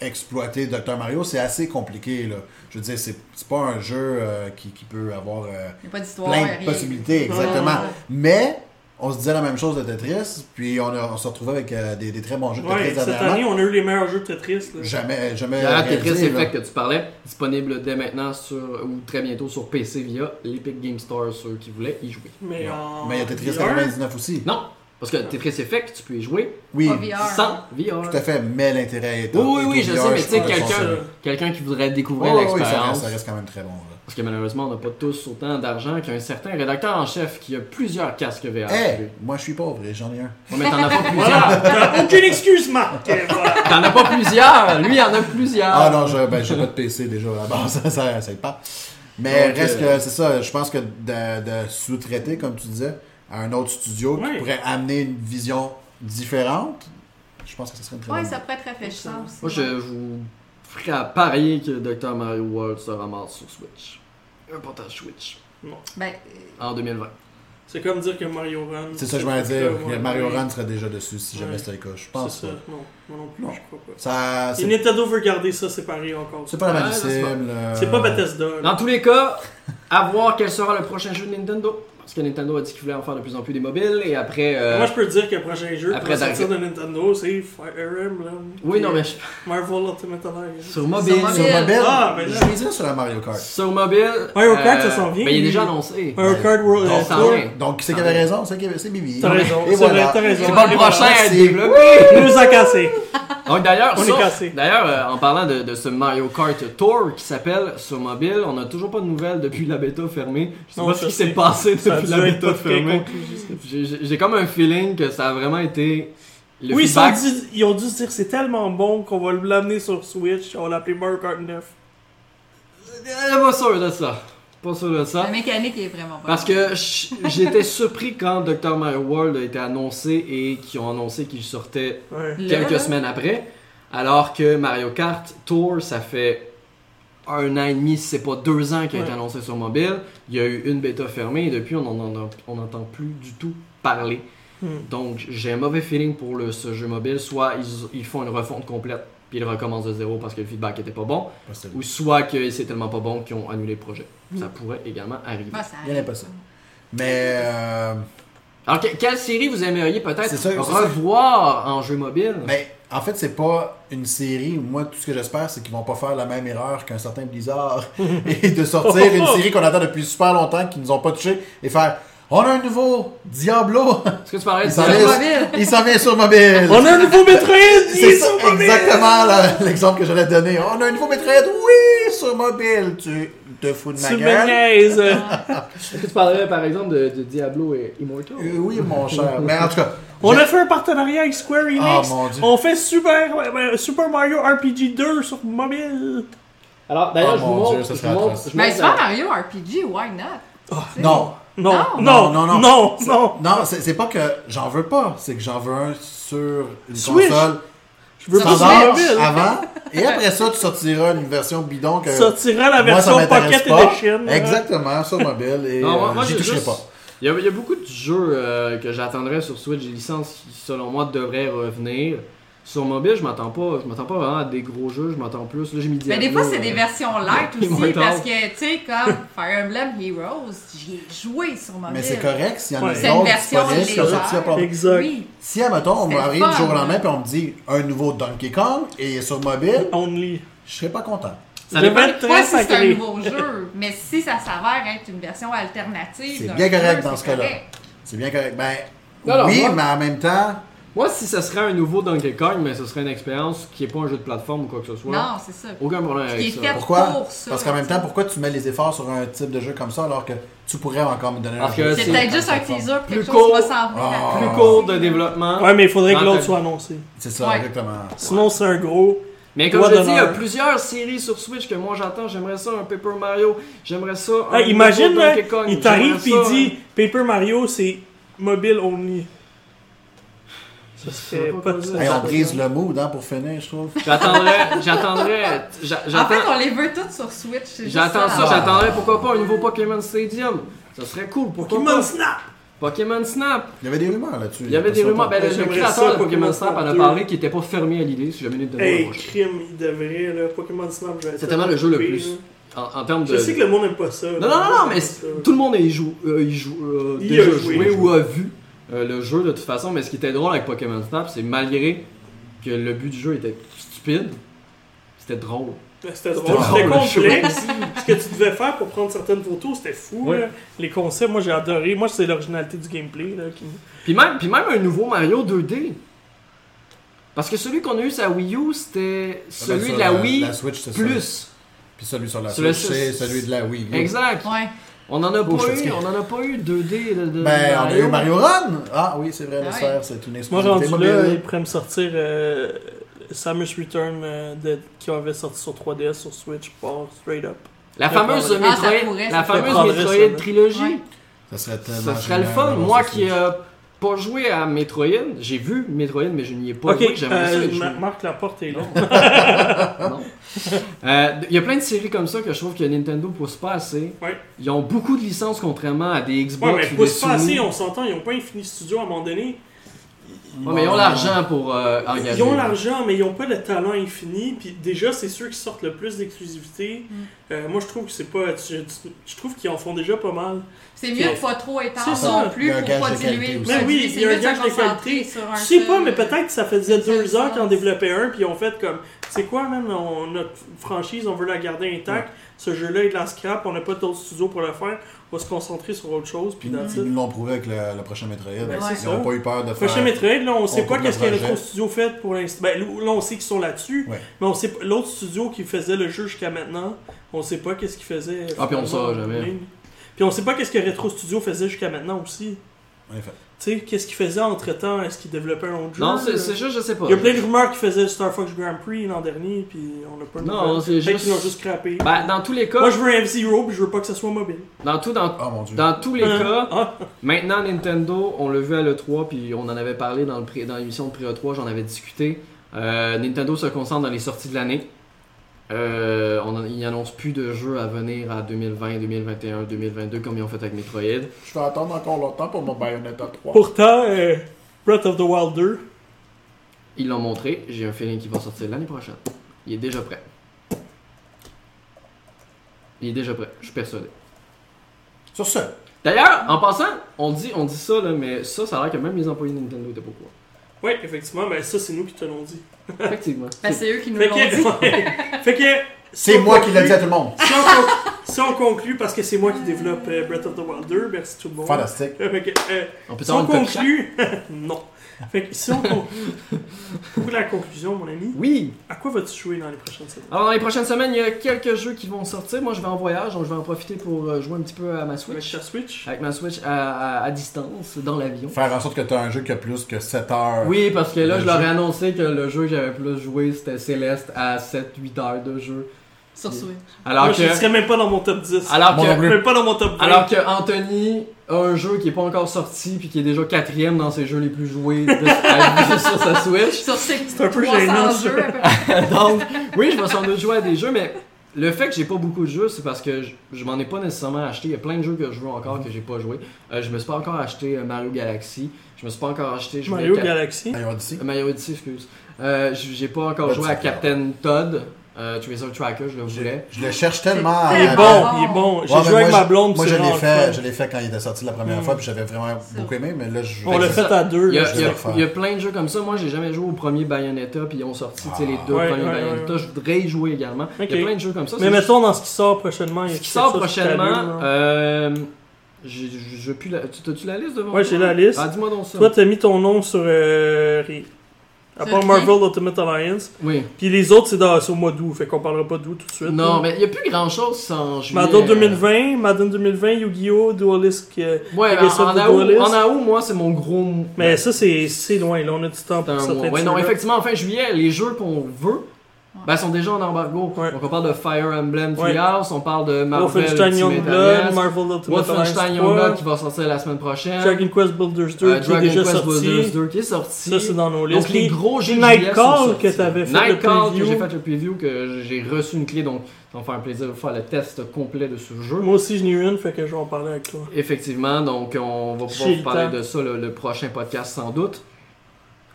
[SPEAKER 2] exploiter Dr. Mario C'est assez compliqué. Là. Je veux dire, c'est c'est pas un jeu euh, qui, qui peut avoir. euh,
[SPEAKER 4] Il n'y a pas d'histoire.
[SPEAKER 2] plein
[SPEAKER 4] rien.
[SPEAKER 2] de possibilités, exactement.
[SPEAKER 4] Ouais.
[SPEAKER 2] Mais on se disait la même chose de Tetris, puis on, a- on se retrouvait avec euh, des, des très bons jeux de
[SPEAKER 1] ouais
[SPEAKER 2] Tetris
[SPEAKER 1] cette
[SPEAKER 2] dernièrement.
[SPEAKER 1] année on a eu les meilleurs jeux de Tetris là.
[SPEAKER 2] Jamais, jamais.
[SPEAKER 3] D'ailleurs, Tetris
[SPEAKER 2] réalisé, là.
[SPEAKER 3] Effect que tu parlais, disponible dès maintenant sur, ou très bientôt sur PC via l'Epic Game Store, ceux qui voulaient y jouer.
[SPEAKER 1] mais euh, en
[SPEAKER 2] Mais il y a Tetris
[SPEAKER 1] VR,
[SPEAKER 2] 99 aussi.
[SPEAKER 3] Non, parce que Tetris Effect, tu peux y jouer
[SPEAKER 2] Oui,
[SPEAKER 4] Pas VR.
[SPEAKER 3] sans VR.
[SPEAKER 2] tout à fait, mais l'intérêt est
[SPEAKER 3] Oui, oui, oui, je sais, mais tu sais,
[SPEAKER 1] pense que
[SPEAKER 3] quelqu'un
[SPEAKER 1] ça-
[SPEAKER 3] quelqu'un qui voudrait découvrir
[SPEAKER 2] Oui, oui, ça,
[SPEAKER 3] l'expérience.
[SPEAKER 2] reste- ça reste quand même très bon. là.
[SPEAKER 3] parce que malheureusement, on n'a pas tous autant d'argent qu'un certain rédacteur en chef qui a plusieurs casques VR.
[SPEAKER 2] Hey, moi je suis pauvre et j'en ai un.
[SPEAKER 3] On mais t'en as pas plusieurs.
[SPEAKER 1] voilà t'as Ben, aucune excuse Marc Et voilà.
[SPEAKER 3] T'en as pas plusieurs. Lui, il en a plusieurs.
[SPEAKER 2] Ah, non, je ben, j'ai pas de PC déjà à la base, ça, ça, ça aide pas. Mais
[SPEAKER 3] Donc,
[SPEAKER 2] reste
[SPEAKER 3] euh,
[SPEAKER 2] que c'est ça, je pense que de, de sous-traiter, comme tu disais, à un autre studio
[SPEAKER 1] Oui.
[SPEAKER 2] qui pourrait amener une vision différente, je pense que ce serait une très
[SPEAKER 4] Ouais,
[SPEAKER 2] bonne
[SPEAKER 4] ça pourrait être rafraîchissant aussi.
[SPEAKER 3] Moi, je vous ferai à parier que Dr. Mario World se ramasse sur Switch. Un portage Switch.
[SPEAKER 4] Ben, euh,
[SPEAKER 3] En 2020.
[SPEAKER 1] c'est comme dire que Mario Run
[SPEAKER 2] C'est ça que je voulais
[SPEAKER 1] c'est-
[SPEAKER 2] dire.
[SPEAKER 1] ouais,
[SPEAKER 2] Mario
[SPEAKER 1] oui.
[SPEAKER 2] Run serait déjà dessus si jamais
[SPEAKER 1] Ouais.
[SPEAKER 2] c'était le cas. Je pense
[SPEAKER 1] c'est ça
[SPEAKER 2] pas.
[SPEAKER 1] non moi non plus
[SPEAKER 2] Non.
[SPEAKER 1] je crois pas
[SPEAKER 2] Ça,
[SPEAKER 1] et
[SPEAKER 2] c'est,
[SPEAKER 1] Nintendo veut garder ça séparé encore
[SPEAKER 2] c'est pas la
[SPEAKER 3] Ah,
[SPEAKER 2] même
[SPEAKER 3] ça,
[SPEAKER 2] cible.
[SPEAKER 3] c'est
[SPEAKER 2] euh,
[SPEAKER 1] c'est pas Bethesda là.
[SPEAKER 3] Dans tous les cas, à voir quel sera le prochain jeu de Nintendo. Parce que Nintendo a dit qu'il voulait en faire de plus en plus des mobiles. Et après. euh,
[SPEAKER 1] Moi, je peux te dire que le prochain jeu qui
[SPEAKER 3] Après,
[SPEAKER 1] va sortir de Nintendo, c'est Fire Emblem. là.
[SPEAKER 3] Oui, non, mais je-
[SPEAKER 1] Marvel Ultimate Alliance.
[SPEAKER 3] sur mobile.
[SPEAKER 4] Sur
[SPEAKER 2] Sur
[SPEAKER 4] mobile.
[SPEAKER 2] mobile,
[SPEAKER 1] Ah,
[SPEAKER 3] ben
[SPEAKER 1] mais là-
[SPEAKER 2] je vais dire sur la Mario Kart.
[SPEAKER 3] Sur mobile.
[SPEAKER 1] Mario Kart,
[SPEAKER 3] euh,
[SPEAKER 1] ça s'en vient.
[SPEAKER 3] Mais il est déjà annoncé.
[SPEAKER 1] Mario Kart World
[SPEAKER 3] On
[SPEAKER 1] euh,
[SPEAKER 3] s'en
[SPEAKER 1] Tour.
[SPEAKER 3] vient.
[SPEAKER 2] Donc, qui c'est qui avait raison C'est, qui- c'est Bibi.
[SPEAKER 1] T'as raison,
[SPEAKER 2] Et
[SPEAKER 1] c'est
[SPEAKER 2] voilà.
[SPEAKER 1] vrai, t'as raison.
[SPEAKER 3] C'est pas le
[SPEAKER 1] Et voilà.
[SPEAKER 3] prochain à être
[SPEAKER 2] C'est-
[SPEAKER 3] développé.
[SPEAKER 1] Il nous a cassé.
[SPEAKER 3] Donc d'ailleurs,
[SPEAKER 1] On est
[SPEAKER 3] ça-
[SPEAKER 1] cassé.
[SPEAKER 3] D'ailleurs, euh, en parlant de, de ce Mario Kart Tour qui s'appelle sur mobile, on n'a toujours pas de nouvelles depuis la bêta fermée. Je sais
[SPEAKER 1] Non,
[SPEAKER 3] pas
[SPEAKER 1] ça,
[SPEAKER 3] ce qui
[SPEAKER 1] c'est-
[SPEAKER 3] s'est passé
[SPEAKER 1] Ça a
[SPEAKER 3] depuis
[SPEAKER 1] dû
[SPEAKER 3] la
[SPEAKER 1] être
[SPEAKER 3] bêta
[SPEAKER 1] pas très
[SPEAKER 3] fermée.
[SPEAKER 1] conclusif.
[SPEAKER 3] J'ai- J'ai j'ai comme un feeling que ça a vraiment été le
[SPEAKER 1] Oui, ils, sont
[SPEAKER 3] feedback.
[SPEAKER 1] dit- ils ont dû se dire c'est tellement bon qu'on va l'amener sur Switch. On l'a appelé Mario Kart 9.
[SPEAKER 3] Euh, Pas sûr de ça. Pas sûr de ça.
[SPEAKER 4] la mécanique est vraiment pas
[SPEAKER 3] Parce
[SPEAKER 4] bonne.
[SPEAKER 3] que j- j'étais surpris quand Dr. Mario World a été annoncé et qu'ils ont annoncé qu'il sortait
[SPEAKER 1] Ouais.
[SPEAKER 4] Là,
[SPEAKER 3] quelques
[SPEAKER 4] là,
[SPEAKER 3] semaines après. Alors que Mario Kart Tour, ça fait un an et demi, si c'est pas deux ans qu'il a été
[SPEAKER 1] Ouais.
[SPEAKER 3] annoncé sur mobile. Il y a eu une bêta fermée et depuis, on n'entend on n'entend plus du tout parler.
[SPEAKER 1] Hmm.
[SPEAKER 3] Donc, j'ai un mauvais feeling pour le, ce jeu mobile. Soit ils, ils font une refonte complète puis ils recommencent de zéro parce que le feedback était pas bon,
[SPEAKER 2] Impossible.
[SPEAKER 3] ou soit que c'est tellement pas bon qu'ils ont annulé le projet. Ça pourrait également arriver.
[SPEAKER 4] Bah, ça
[SPEAKER 2] Il y en a pas ça.
[SPEAKER 4] arrive.
[SPEAKER 2] Mais euh,
[SPEAKER 3] Alors, que- quelle série vous aimeriez peut-être
[SPEAKER 2] C'est ça, c'est ça.
[SPEAKER 3] revoir en jeu mobile
[SPEAKER 2] ben, en fait, c'est pas une série. Moi, tout ce que j'espère, c'est qu'ils vont pas faire la même erreur qu'un certain Blizzard et de sortir une série qu'on attend depuis super longtemps, qu'ils nous ont pas touché, et faire On a un nouveau Diablo
[SPEAKER 3] Est-ce que tu parlais de
[SPEAKER 2] Il s'en
[SPEAKER 4] Sur
[SPEAKER 2] vient-
[SPEAKER 4] mobile.
[SPEAKER 2] il s'en vient sur mobile.
[SPEAKER 1] On a un nouveau Metroid! Il
[SPEAKER 2] C'est
[SPEAKER 1] est
[SPEAKER 2] ça,
[SPEAKER 1] sur mobile!
[SPEAKER 2] exactement la- l'exemple que j'allais donner. On a un nouveau maîtresse, oui, sur mobile. Tu te fous de ma
[SPEAKER 1] Tu me
[SPEAKER 2] gueule.
[SPEAKER 1] niaises.
[SPEAKER 3] Est-ce que tu parlerais par exemple de, de Diablo et Immortal
[SPEAKER 2] Euh, oui, mon cher. Mais en tout cas,
[SPEAKER 1] On a fait un partenariat avec Square
[SPEAKER 2] Ah,
[SPEAKER 1] Enix.
[SPEAKER 2] mon Dieu.
[SPEAKER 1] On fait Super, euh, Super Mario RPG 2 sur mobile.
[SPEAKER 3] Alors
[SPEAKER 2] Oh,
[SPEAKER 3] d'ailleurs, je vous
[SPEAKER 2] mon
[SPEAKER 3] montre.
[SPEAKER 2] Dieu, ça
[SPEAKER 3] je
[SPEAKER 2] serait
[SPEAKER 3] vous montre-
[SPEAKER 2] atroce.
[SPEAKER 3] je vous
[SPEAKER 4] Ben,
[SPEAKER 3] montre
[SPEAKER 4] Super
[SPEAKER 3] la-
[SPEAKER 4] Mario RPG, why not? Tu sais.
[SPEAKER 2] non.
[SPEAKER 1] Non, non,
[SPEAKER 2] Non.
[SPEAKER 1] non, non.
[SPEAKER 2] Non, non, non.
[SPEAKER 1] Non, non.
[SPEAKER 2] Non, c'est c'est pas que j'en veux pas, c'est que j'en veux un sur une
[SPEAKER 1] Switch.
[SPEAKER 2] console
[SPEAKER 1] Je veux
[SPEAKER 4] Ça
[SPEAKER 1] pas
[SPEAKER 4] va
[SPEAKER 1] sur
[SPEAKER 2] standard
[SPEAKER 1] mobile.
[SPEAKER 2] avant, et après ça, tu sortiras une version bidon que
[SPEAKER 1] Sortira la
[SPEAKER 2] moi, ça
[SPEAKER 1] version
[SPEAKER 2] m'intéresse
[SPEAKER 1] Pocket
[SPEAKER 2] pas.
[SPEAKER 4] hein.
[SPEAKER 1] Edition. euh,
[SPEAKER 2] Exactement, sur mobile, et
[SPEAKER 3] Non, moi-
[SPEAKER 2] euh,
[SPEAKER 3] moi,
[SPEAKER 2] j'y
[SPEAKER 3] j'ai
[SPEAKER 2] toucherai
[SPEAKER 3] juste-
[SPEAKER 2] pas.
[SPEAKER 3] Il y, a, il y a beaucoup de jeux euh, que j'attendrais sur Switch, des licences qui, selon moi, devraient revenir. Sur mobile, je m'attends pas, je m'attends pas vraiment à des gros jeux, je m'attends plus. Là, j'ai mis
[SPEAKER 4] Mais
[SPEAKER 3] Diablo.
[SPEAKER 4] Ben, des fois, c'est
[SPEAKER 3] euh,
[SPEAKER 4] des versions light
[SPEAKER 3] Ils m'ont
[SPEAKER 4] aussi, parce
[SPEAKER 3] tort.
[SPEAKER 4] que, tu sais, comme Fire Emblem Heroes, j'y ai joué sur mobile.
[SPEAKER 2] Mais c'est correct s'il y en a
[SPEAKER 1] Ouais.
[SPEAKER 4] C'est une
[SPEAKER 2] d'autres
[SPEAKER 4] version
[SPEAKER 2] disponibles, qui ont sorti il y a pas
[SPEAKER 4] légère.
[SPEAKER 2] longtemps.
[SPEAKER 1] Exact.
[SPEAKER 4] Oui.
[SPEAKER 2] Si, admettons, on
[SPEAKER 4] C'est
[SPEAKER 2] m'arrive
[SPEAKER 4] fun. hein.
[SPEAKER 2] du jour au lendemain et on me dit un nouveau Donkey Kong et sur mobile,
[SPEAKER 1] Only.
[SPEAKER 2] je serais pas content.
[SPEAKER 3] Ça
[SPEAKER 1] Je
[SPEAKER 3] dépend
[SPEAKER 1] vais
[SPEAKER 3] des
[SPEAKER 1] être
[SPEAKER 4] Pas
[SPEAKER 1] très
[SPEAKER 4] si c'est un
[SPEAKER 1] sacré.
[SPEAKER 4] nouveau jeu, mais si ça s'avère être une version alternative.
[SPEAKER 2] C'est
[SPEAKER 4] d'un
[SPEAKER 2] bien
[SPEAKER 4] jeu,
[SPEAKER 2] correct
[SPEAKER 4] c'est
[SPEAKER 2] dans ce cas-là.
[SPEAKER 4] correct.
[SPEAKER 2] C'est bien correct. Ben,
[SPEAKER 3] Non, non,
[SPEAKER 2] oui,
[SPEAKER 3] moi-
[SPEAKER 2] mais en même temps,
[SPEAKER 3] Moi, si ce serait un nouveau Donkey Kong, mais ce serait une expérience qui est pas un jeu de plateforme ou quoi que ce soit.
[SPEAKER 4] Non, c'est ça.
[SPEAKER 3] Aucun problème
[SPEAKER 4] Qui est
[SPEAKER 3] avec ça.
[SPEAKER 4] fait
[SPEAKER 2] pourquoi
[SPEAKER 4] pour ça,
[SPEAKER 2] Parce qu'en même temps, pourquoi tu mets les efforts sur un type de jeu comme ça alors que tu pourrais encore me donner
[SPEAKER 3] Parce
[SPEAKER 2] un
[SPEAKER 3] que
[SPEAKER 2] jeu
[SPEAKER 4] C'est
[SPEAKER 3] C'est
[SPEAKER 4] peut-être
[SPEAKER 2] sur
[SPEAKER 4] juste un
[SPEAKER 2] plateforme.
[SPEAKER 4] teaser,
[SPEAKER 3] Plus
[SPEAKER 4] quelque chose
[SPEAKER 3] court.
[SPEAKER 4] va s'en venir.
[SPEAKER 2] Ah.
[SPEAKER 4] après.
[SPEAKER 3] Plus court de développement.
[SPEAKER 1] Ouais, mais il faudrait que
[SPEAKER 3] Dans
[SPEAKER 1] l'autre
[SPEAKER 3] ta-
[SPEAKER 1] soit annoncé.
[SPEAKER 2] C'est ça,
[SPEAKER 4] Ouais.
[SPEAKER 2] exactement.
[SPEAKER 1] Sinon, c'est un gros.
[SPEAKER 3] Mais comme
[SPEAKER 1] Doigt
[SPEAKER 3] je dis, il y a
[SPEAKER 1] d'honneur.
[SPEAKER 3] plusieurs séries sur Switch que moi j'attends. J'aimerais ça un Paper Mario, j'aimerais ça un
[SPEAKER 1] Ah, imagine,
[SPEAKER 3] nouveau
[SPEAKER 1] là,
[SPEAKER 3] Donkey Kong,
[SPEAKER 1] il t'arrive
[SPEAKER 3] j'aimerais
[SPEAKER 1] pis il
[SPEAKER 3] ça euh,
[SPEAKER 1] dit Paper Mario, c'est mobile only. Ça
[SPEAKER 3] Je sais
[SPEAKER 1] serait
[SPEAKER 3] pas
[SPEAKER 1] pas
[SPEAKER 3] quoi
[SPEAKER 1] de
[SPEAKER 3] dire.
[SPEAKER 2] Hey,
[SPEAKER 1] sens.
[SPEAKER 2] on brise le mood hein, pour finir, je trouve.
[SPEAKER 3] un- J'attendrais, j'attendrais, j'a-
[SPEAKER 4] En fait,
[SPEAKER 3] j'attends,
[SPEAKER 4] on les veut toutes sur Switch. c'est juste
[SPEAKER 3] j'attends ça,
[SPEAKER 4] la-
[SPEAKER 3] j'attendrais pourquoi pas un nouveau Pokémon Stadium. Ça serait cool, pourquoi
[SPEAKER 1] Pokémon
[SPEAKER 3] pas.
[SPEAKER 1] Snap!
[SPEAKER 3] Pokémon Snap.
[SPEAKER 2] Il y avait des rumeurs là-dessus.
[SPEAKER 3] Il y avait des rumeurs, ben, le- le
[SPEAKER 1] J'aimerais
[SPEAKER 3] créateur
[SPEAKER 1] ça,
[SPEAKER 3] de Pokémon
[SPEAKER 1] Pokémon
[SPEAKER 3] Snap
[SPEAKER 1] Snap
[SPEAKER 3] en a
[SPEAKER 1] 2.
[SPEAKER 3] parlé, qui était pas fermé à l'idée, si jamais il devait le
[SPEAKER 1] Hey,
[SPEAKER 3] reprocher.
[SPEAKER 1] crime, il devrait, là. Pokémon Snap, je vais
[SPEAKER 3] C'est
[SPEAKER 1] être
[SPEAKER 3] tellement le jeu le
[SPEAKER 1] occupé,
[SPEAKER 3] plus-
[SPEAKER 1] là.
[SPEAKER 3] En, en termes de.
[SPEAKER 1] Je sais que le monde aime pas ça.
[SPEAKER 3] Non, non, non, non, mais c'est- tout le monde a y jou- euh, y jou- euh,
[SPEAKER 1] Euh, Il
[SPEAKER 3] déjà
[SPEAKER 1] a
[SPEAKER 3] joué,
[SPEAKER 1] joué.
[SPEAKER 3] ou a vu euh, le jeu de toute façon. Mais ce qui était drôle avec Pokémon Snap, c'est malgré que le but du jeu était stupide, c'était drôle.
[SPEAKER 1] Ben, C'était
[SPEAKER 3] C'était
[SPEAKER 1] drôle, c'était
[SPEAKER 3] drôle,
[SPEAKER 1] complexe. Ce que tu devais faire pour prendre certaines photos, c'était fou.
[SPEAKER 3] Ouais.
[SPEAKER 1] là. Les concepts, moi j'ai adoré. Moi, c'est l'originalité du gameplay. Là, qui...
[SPEAKER 3] Puis même, puis même un nouveau Mario 2D. Parce que celui qu'on a eu sur la Wii U, c'était Ben, celui de la Wii
[SPEAKER 2] La Switch, c'est Ah, ben, ça.
[SPEAKER 3] plus.
[SPEAKER 2] Puis celui sur la
[SPEAKER 3] Sur le
[SPEAKER 2] Switch, c'est
[SPEAKER 3] six.
[SPEAKER 2] celui de la Wii. U.
[SPEAKER 3] Exact.
[SPEAKER 4] Ouais.
[SPEAKER 3] On en a
[SPEAKER 2] Oh, je
[SPEAKER 3] pas
[SPEAKER 2] suis
[SPEAKER 3] eu,
[SPEAKER 2] fatigué.
[SPEAKER 3] on en a pas eu 2D de, de
[SPEAKER 2] Ben, on a eu Mario Run! Ah oui, c'est vrai, le
[SPEAKER 4] Ah ouais.
[SPEAKER 2] cerf, c'est une
[SPEAKER 1] Moi,
[SPEAKER 2] exclusivité
[SPEAKER 1] rendu là,
[SPEAKER 2] mobile.
[SPEAKER 1] ils pourraient me sortir euh, Samus Return euh, de- qui avait sorti sur 3DS, sur Switch, pour straight up.
[SPEAKER 3] La fameuse
[SPEAKER 1] Ah,
[SPEAKER 4] ça
[SPEAKER 3] Metroid,
[SPEAKER 4] pourrait,
[SPEAKER 3] la
[SPEAKER 4] ça
[SPEAKER 3] fameuse
[SPEAKER 1] pourrait.
[SPEAKER 3] Metroid trilogie.
[SPEAKER 4] Ouais.
[SPEAKER 2] Ça serait tellement
[SPEAKER 3] Ça serait le
[SPEAKER 2] génial
[SPEAKER 3] fun.
[SPEAKER 2] d'avoir
[SPEAKER 3] Moi
[SPEAKER 2] ça
[SPEAKER 3] qui euh, n'ai
[SPEAKER 2] sur-
[SPEAKER 3] pas joué à Metroid, j'ai vu Metroid, mais je n'y ai pas
[SPEAKER 1] ok,
[SPEAKER 3] joué. J'aimerais ça
[SPEAKER 1] euh,
[SPEAKER 3] y jouer.
[SPEAKER 1] Ma- Marc Laporte est là.
[SPEAKER 3] Non. Euh, Il y a plein de séries comme ça que je trouve que Nintendo pousse pas assez.
[SPEAKER 1] Ouais.
[SPEAKER 3] Ils ont beaucoup de licences contrairement à des Xbox
[SPEAKER 1] Ouais, mais
[SPEAKER 3] ou des
[SPEAKER 1] pousse pas
[SPEAKER 3] Sony.
[SPEAKER 1] assez, on s'entend, ils ont pas infini studio à un moment donné.
[SPEAKER 3] Ouais, mais ils ont l'argent pour euh, engager.
[SPEAKER 1] Ils ont l'argent, mais ils ont pas le talent infini. Puis déjà, c'est ceux qui sortent le plus d'exclusivité. Euh, moi, je trouve que c'est pas. tu- tu- je trouve qu'ils en font déjà pas mal.
[SPEAKER 4] C'est mieux de
[SPEAKER 1] Ok.
[SPEAKER 4] pas trop étendre
[SPEAKER 1] C'est ça.
[SPEAKER 4] non
[SPEAKER 2] Il y
[SPEAKER 4] plus
[SPEAKER 2] a un
[SPEAKER 4] pour
[SPEAKER 2] gage
[SPEAKER 4] pas
[SPEAKER 2] de qualité
[SPEAKER 4] diluer.
[SPEAKER 2] aussi.
[SPEAKER 1] Mais
[SPEAKER 4] Ça
[SPEAKER 1] oui,
[SPEAKER 4] dit,
[SPEAKER 1] il
[SPEAKER 4] c'est
[SPEAKER 1] y a
[SPEAKER 4] mieux
[SPEAKER 1] un
[SPEAKER 4] de
[SPEAKER 1] gage
[SPEAKER 4] se
[SPEAKER 1] de
[SPEAKER 4] concentrer
[SPEAKER 1] qualité.
[SPEAKER 4] sur un
[SPEAKER 1] Je sais pas,
[SPEAKER 4] seul,
[SPEAKER 1] mais
[SPEAKER 4] euh,
[SPEAKER 1] peut-être que ça faisait deux
[SPEAKER 4] seul
[SPEAKER 1] ans qu'ils en
[SPEAKER 4] sens.
[SPEAKER 1] développaient un, puis ils ont fait comme, c'est quoi, même, on- notre franchise, on veut la garder intacte. Ce jeu-là est de la scrap, on n'a pas d'autres studios pour le faire. On va se concentrer sur autre chose, puis
[SPEAKER 2] Puis
[SPEAKER 1] dans
[SPEAKER 2] ils l'ont prouvé avec le, le prochain Metroid.
[SPEAKER 1] Ben,
[SPEAKER 4] c'est
[SPEAKER 2] ils n'ont
[SPEAKER 1] ça.
[SPEAKER 2] pas eu peur de faire.
[SPEAKER 1] Prochain Metroid, là, on sait
[SPEAKER 2] On
[SPEAKER 1] pas
[SPEAKER 2] coupe
[SPEAKER 1] qu'est-ce
[SPEAKER 2] le
[SPEAKER 1] qu'il y a
[SPEAKER 2] projet.
[SPEAKER 1] d'autres studios fait pour l'instant. Ben, là, on sait qu'ils sont là-dessus,
[SPEAKER 2] Ouais.
[SPEAKER 1] mais on sait pas- l'autre studio qui faisait le jeu jusqu'à maintenant, on sait pas qu'est-ce qu'il faisait.
[SPEAKER 3] Ah, puis on le saura jamais.
[SPEAKER 1] Puis on sait pas qu'est-ce que Retro Studio faisait jusqu'à maintenant aussi.
[SPEAKER 2] En effet.
[SPEAKER 1] Tu sais, qu'est-ce qu'ils faisaient entre-temps? Est-ce qu'ils développaient un autre jeu?
[SPEAKER 3] Non, c'est c'est juste, je sais pas.
[SPEAKER 1] Il y a plein de rumeurs qui faisaient le Star Fox Grand Prix l'an dernier, puis on n'a pas de
[SPEAKER 3] Non,
[SPEAKER 1] nouvelles.
[SPEAKER 3] c'est
[SPEAKER 1] Peut-être
[SPEAKER 3] juste-
[SPEAKER 1] qu'ils l'ont juste crappé.
[SPEAKER 3] Ben, dans tous les cas,
[SPEAKER 1] Moi, je veux un F-Zero, puis je veux pas que ça soit mobile.
[SPEAKER 3] dans, tout, dans,
[SPEAKER 2] Oh mon dieu.
[SPEAKER 3] dans tous les
[SPEAKER 1] Hein?
[SPEAKER 3] cas,
[SPEAKER 1] Ah,
[SPEAKER 3] Maintenant, Nintendo, on l'a vu à l'E3, puis on en avait parlé dans, le pré- dans l'émission de Pré-E3, j'en avais discuté. Euh, Nintendo se concentre dans les sorties de l'année. Euh, on en- ils n'annoncent plus de jeux à venir à 2020, 2021, 2022 comme ils ont fait avec Metroid.
[SPEAKER 2] Je vais attendre encore longtemps pour mon Bayonetta 3.
[SPEAKER 1] pourtant, euh, Breath of the Wild 2,
[SPEAKER 3] Ils l'ont montré, j'ai un feeling qu'il va sortir l'année prochaine. Il est déjà prêt. Il est déjà prêt, je suis persuadé.
[SPEAKER 2] Sur ce,
[SPEAKER 3] D'ailleurs, en passant, on dit, on dit ça, là, mais ça, ça a l'air que même les employés de Nintendo étaient pas au courant.
[SPEAKER 1] oui, effectivement, ben ça, c'est nous qui te l'ont dit.
[SPEAKER 3] Effectivement.
[SPEAKER 4] Ben, c'est eux qui nous
[SPEAKER 1] Fait
[SPEAKER 4] l'ont dit.
[SPEAKER 1] que, fait que si
[SPEAKER 2] c'est
[SPEAKER 1] on
[SPEAKER 2] moi qui l'ai
[SPEAKER 1] conclut-
[SPEAKER 2] dit à tout le monde.
[SPEAKER 1] Si on, con- si on conclut, parce que c'est moi qui développe euh, Breath of the Wild 2, merci tout le monde.
[SPEAKER 2] Fantastique.
[SPEAKER 1] Euh, fait que, euh,
[SPEAKER 3] On peut
[SPEAKER 1] si on
[SPEAKER 3] avoir une coquille.
[SPEAKER 1] conclut, non. Fait que si on conclut, pour la conclusion, mon ami,
[SPEAKER 3] Oui!
[SPEAKER 1] à quoi vas-tu jouer dans les prochaines semaines?
[SPEAKER 3] Alors, dans les prochaines semaines, il y a quelques jeux qui vont sortir. Moi, je vais en voyage, donc je vais en profiter pour euh, jouer un petit peu à ma
[SPEAKER 1] Avec
[SPEAKER 3] Switch.
[SPEAKER 1] ta Switch?
[SPEAKER 3] Avec ma Switch à, à- à distance, dans l'avion.
[SPEAKER 2] Faire en sorte que tu as un jeu qui a plus que 7 heures.
[SPEAKER 3] Oui, parce que là,
[SPEAKER 2] Le
[SPEAKER 3] je leur ai
[SPEAKER 2] jeu.
[SPEAKER 3] annoncé que le jeu que j'avais plus joué, c'était Céleste à 7-8 heures de jeu.
[SPEAKER 4] Sur Switch.
[SPEAKER 3] Alors
[SPEAKER 1] Moi, je ne
[SPEAKER 3] que...
[SPEAKER 1] serais même pas dans mon top 10.
[SPEAKER 3] Alors
[SPEAKER 2] Moi non
[SPEAKER 3] que...
[SPEAKER 2] plus.
[SPEAKER 1] même pas dans mon top 20.
[SPEAKER 3] Alors que Anthony a un jeu qui est pas encore sorti puis qui est déjà quatrième dans ses jeux les plus joués de- à vie sur sa Switch.
[SPEAKER 4] Sur ces
[SPEAKER 1] un peu gênant, ça.
[SPEAKER 4] jeux, à peu près.
[SPEAKER 3] Donc, oui, je vais sans doute jouer à des jeux, mais le fait que j'ai pas beaucoup de jeux, c'est parce que je, je m'en ai pas nécessairement acheté. Il y a plein de jeux que je veux encore que j'ai pas joué. Euh, je me suis pas encore acheté euh, Mario Galaxy. Je me suis pas encore acheté. je voulais
[SPEAKER 1] Mario
[SPEAKER 3] Cap-
[SPEAKER 1] Galaxy.
[SPEAKER 2] D'ailleurs, d'ici.
[SPEAKER 3] Euh, Mario Odyssey, excuse. Euh, j- j'ai pas encore
[SPEAKER 2] Pas
[SPEAKER 3] joué
[SPEAKER 2] de
[SPEAKER 3] à
[SPEAKER 2] secret.
[SPEAKER 3] Captain Todd. Euh, Tracer Tracker, je le voulais.
[SPEAKER 2] Je le cherche tellement.
[SPEAKER 1] Il
[SPEAKER 4] Il
[SPEAKER 1] est
[SPEAKER 4] est
[SPEAKER 1] bon,
[SPEAKER 4] bon.
[SPEAKER 1] il est bon. J'ai
[SPEAKER 2] ah, Ouais, mais
[SPEAKER 1] joué avec
[SPEAKER 2] moi,
[SPEAKER 1] ma blonde,
[SPEAKER 2] Moi,
[SPEAKER 1] c'est
[SPEAKER 2] je l'ai
[SPEAKER 1] vraiment
[SPEAKER 2] fait,
[SPEAKER 1] le
[SPEAKER 2] je
[SPEAKER 1] fun.
[SPEAKER 2] l'ai fait quand il était sorti la première
[SPEAKER 1] Mm.
[SPEAKER 2] fois, puis j'avais vraiment
[SPEAKER 4] C'est
[SPEAKER 2] beaucoup aimé, mais là, je.
[SPEAKER 1] On l'a
[SPEAKER 3] c'est
[SPEAKER 1] fait
[SPEAKER 3] ça.
[SPEAKER 1] à deux.
[SPEAKER 3] Il y, a,
[SPEAKER 1] là.
[SPEAKER 3] il y a-
[SPEAKER 2] vais refaire.
[SPEAKER 3] il y a plein de jeux comme ça. Moi, j'ai jamais joué au premier Bayonetta, puis ils ont sorti tu sais, les deux
[SPEAKER 1] Ah. Ouais,
[SPEAKER 3] premiers
[SPEAKER 1] ouais, ouais,
[SPEAKER 3] Bayonetta.
[SPEAKER 1] ouais.
[SPEAKER 3] Je voudrais y jouer également. Il y
[SPEAKER 1] Ok.
[SPEAKER 3] a plein de jeux comme ça.
[SPEAKER 1] Mais
[SPEAKER 3] C'est
[SPEAKER 1] mettons dans ce qui sort prochainement. il y a
[SPEAKER 3] Ce qui
[SPEAKER 1] quelque
[SPEAKER 3] sort
[SPEAKER 1] chose
[SPEAKER 3] prochainement,
[SPEAKER 1] t'allume, là.
[SPEAKER 3] euh, j'ai- j'ai j'ai plus la... tu- T'as-tu la liste devant
[SPEAKER 1] Ouais,
[SPEAKER 3] toi?
[SPEAKER 1] j'ai la liste.
[SPEAKER 3] Ah, dis-moi donc ça.
[SPEAKER 1] Toi, t'as mis ton nom sur. euh, rien. à
[SPEAKER 4] Sur
[SPEAKER 1] part
[SPEAKER 4] qui?
[SPEAKER 1] Marvel Ultimate Alliance.
[SPEAKER 3] Oui.
[SPEAKER 1] Puis les autres, c'est dans- c'est au mois d'août. Fait qu'on parlera pas d'août tout de suite.
[SPEAKER 3] Non,
[SPEAKER 1] là.
[SPEAKER 3] mais euh, il n'y a plus grand-chose sans juillet.
[SPEAKER 1] Madden 2020, Madden 2020, Yu-Gi-Oh! Dualisk. euh,
[SPEAKER 3] Ouais,
[SPEAKER 1] Il y
[SPEAKER 3] en,
[SPEAKER 1] a ça
[SPEAKER 3] en
[SPEAKER 1] de
[SPEAKER 3] août,
[SPEAKER 1] Duelist.
[SPEAKER 3] en août, moi, c'est mon gros... m- ben,
[SPEAKER 1] Mais ça, c'est c'est loin. Là, on a du temps
[SPEAKER 3] c'est
[SPEAKER 1] pour
[SPEAKER 3] un
[SPEAKER 1] certains
[SPEAKER 3] mois. Ouais, non,
[SPEAKER 1] trucs-là.
[SPEAKER 3] effectivement, en fin juillet, les jeux qu'on veut, Ben, ils sont déjà en embargo.
[SPEAKER 1] Ouais.
[SPEAKER 3] Donc, on parle de Fire Emblem
[SPEAKER 1] Ouais.
[SPEAKER 3] Treehouse, on parle de Marvel
[SPEAKER 1] Wolfenstein
[SPEAKER 3] Ultimate
[SPEAKER 1] Youngblood,
[SPEAKER 3] Alliance,
[SPEAKER 1] Marvel Ultimate
[SPEAKER 3] Wolfenstein
[SPEAKER 1] Alliance
[SPEAKER 3] Youngblood
[SPEAKER 1] 3,
[SPEAKER 3] qui va sortir la semaine prochaine,
[SPEAKER 1] Dragon Quest Builders 2
[SPEAKER 3] euh,
[SPEAKER 1] qui est
[SPEAKER 3] Dragon
[SPEAKER 1] déjà
[SPEAKER 3] Quest Brothers
[SPEAKER 1] sorti.
[SPEAKER 3] 2 qui est sorti.
[SPEAKER 1] Ça, c'est dans nos listes.
[SPEAKER 3] donc les
[SPEAKER 1] Puis
[SPEAKER 3] gros jeux
[SPEAKER 1] Night
[SPEAKER 3] JS sont
[SPEAKER 1] Call
[SPEAKER 3] sortis.
[SPEAKER 1] que t'avais fait
[SPEAKER 3] Night
[SPEAKER 1] le
[SPEAKER 3] Call que
[SPEAKER 1] preview.
[SPEAKER 3] j'ai fait le preview, que j'ai reçu une clé, donc ça va me faire un plaisir de faire le test complet de ce jeu.
[SPEAKER 1] Moi aussi, je n'ai eu une, fait que je vais en parler avec toi.
[SPEAKER 3] Effectivement, donc on va pouvoir
[SPEAKER 1] J'ai
[SPEAKER 3] vous
[SPEAKER 1] le
[SPEAKER 3] parler
[SPEAKER 1] temps.
[SPEAKER 3] de ça le, le prochain podcast sans doute.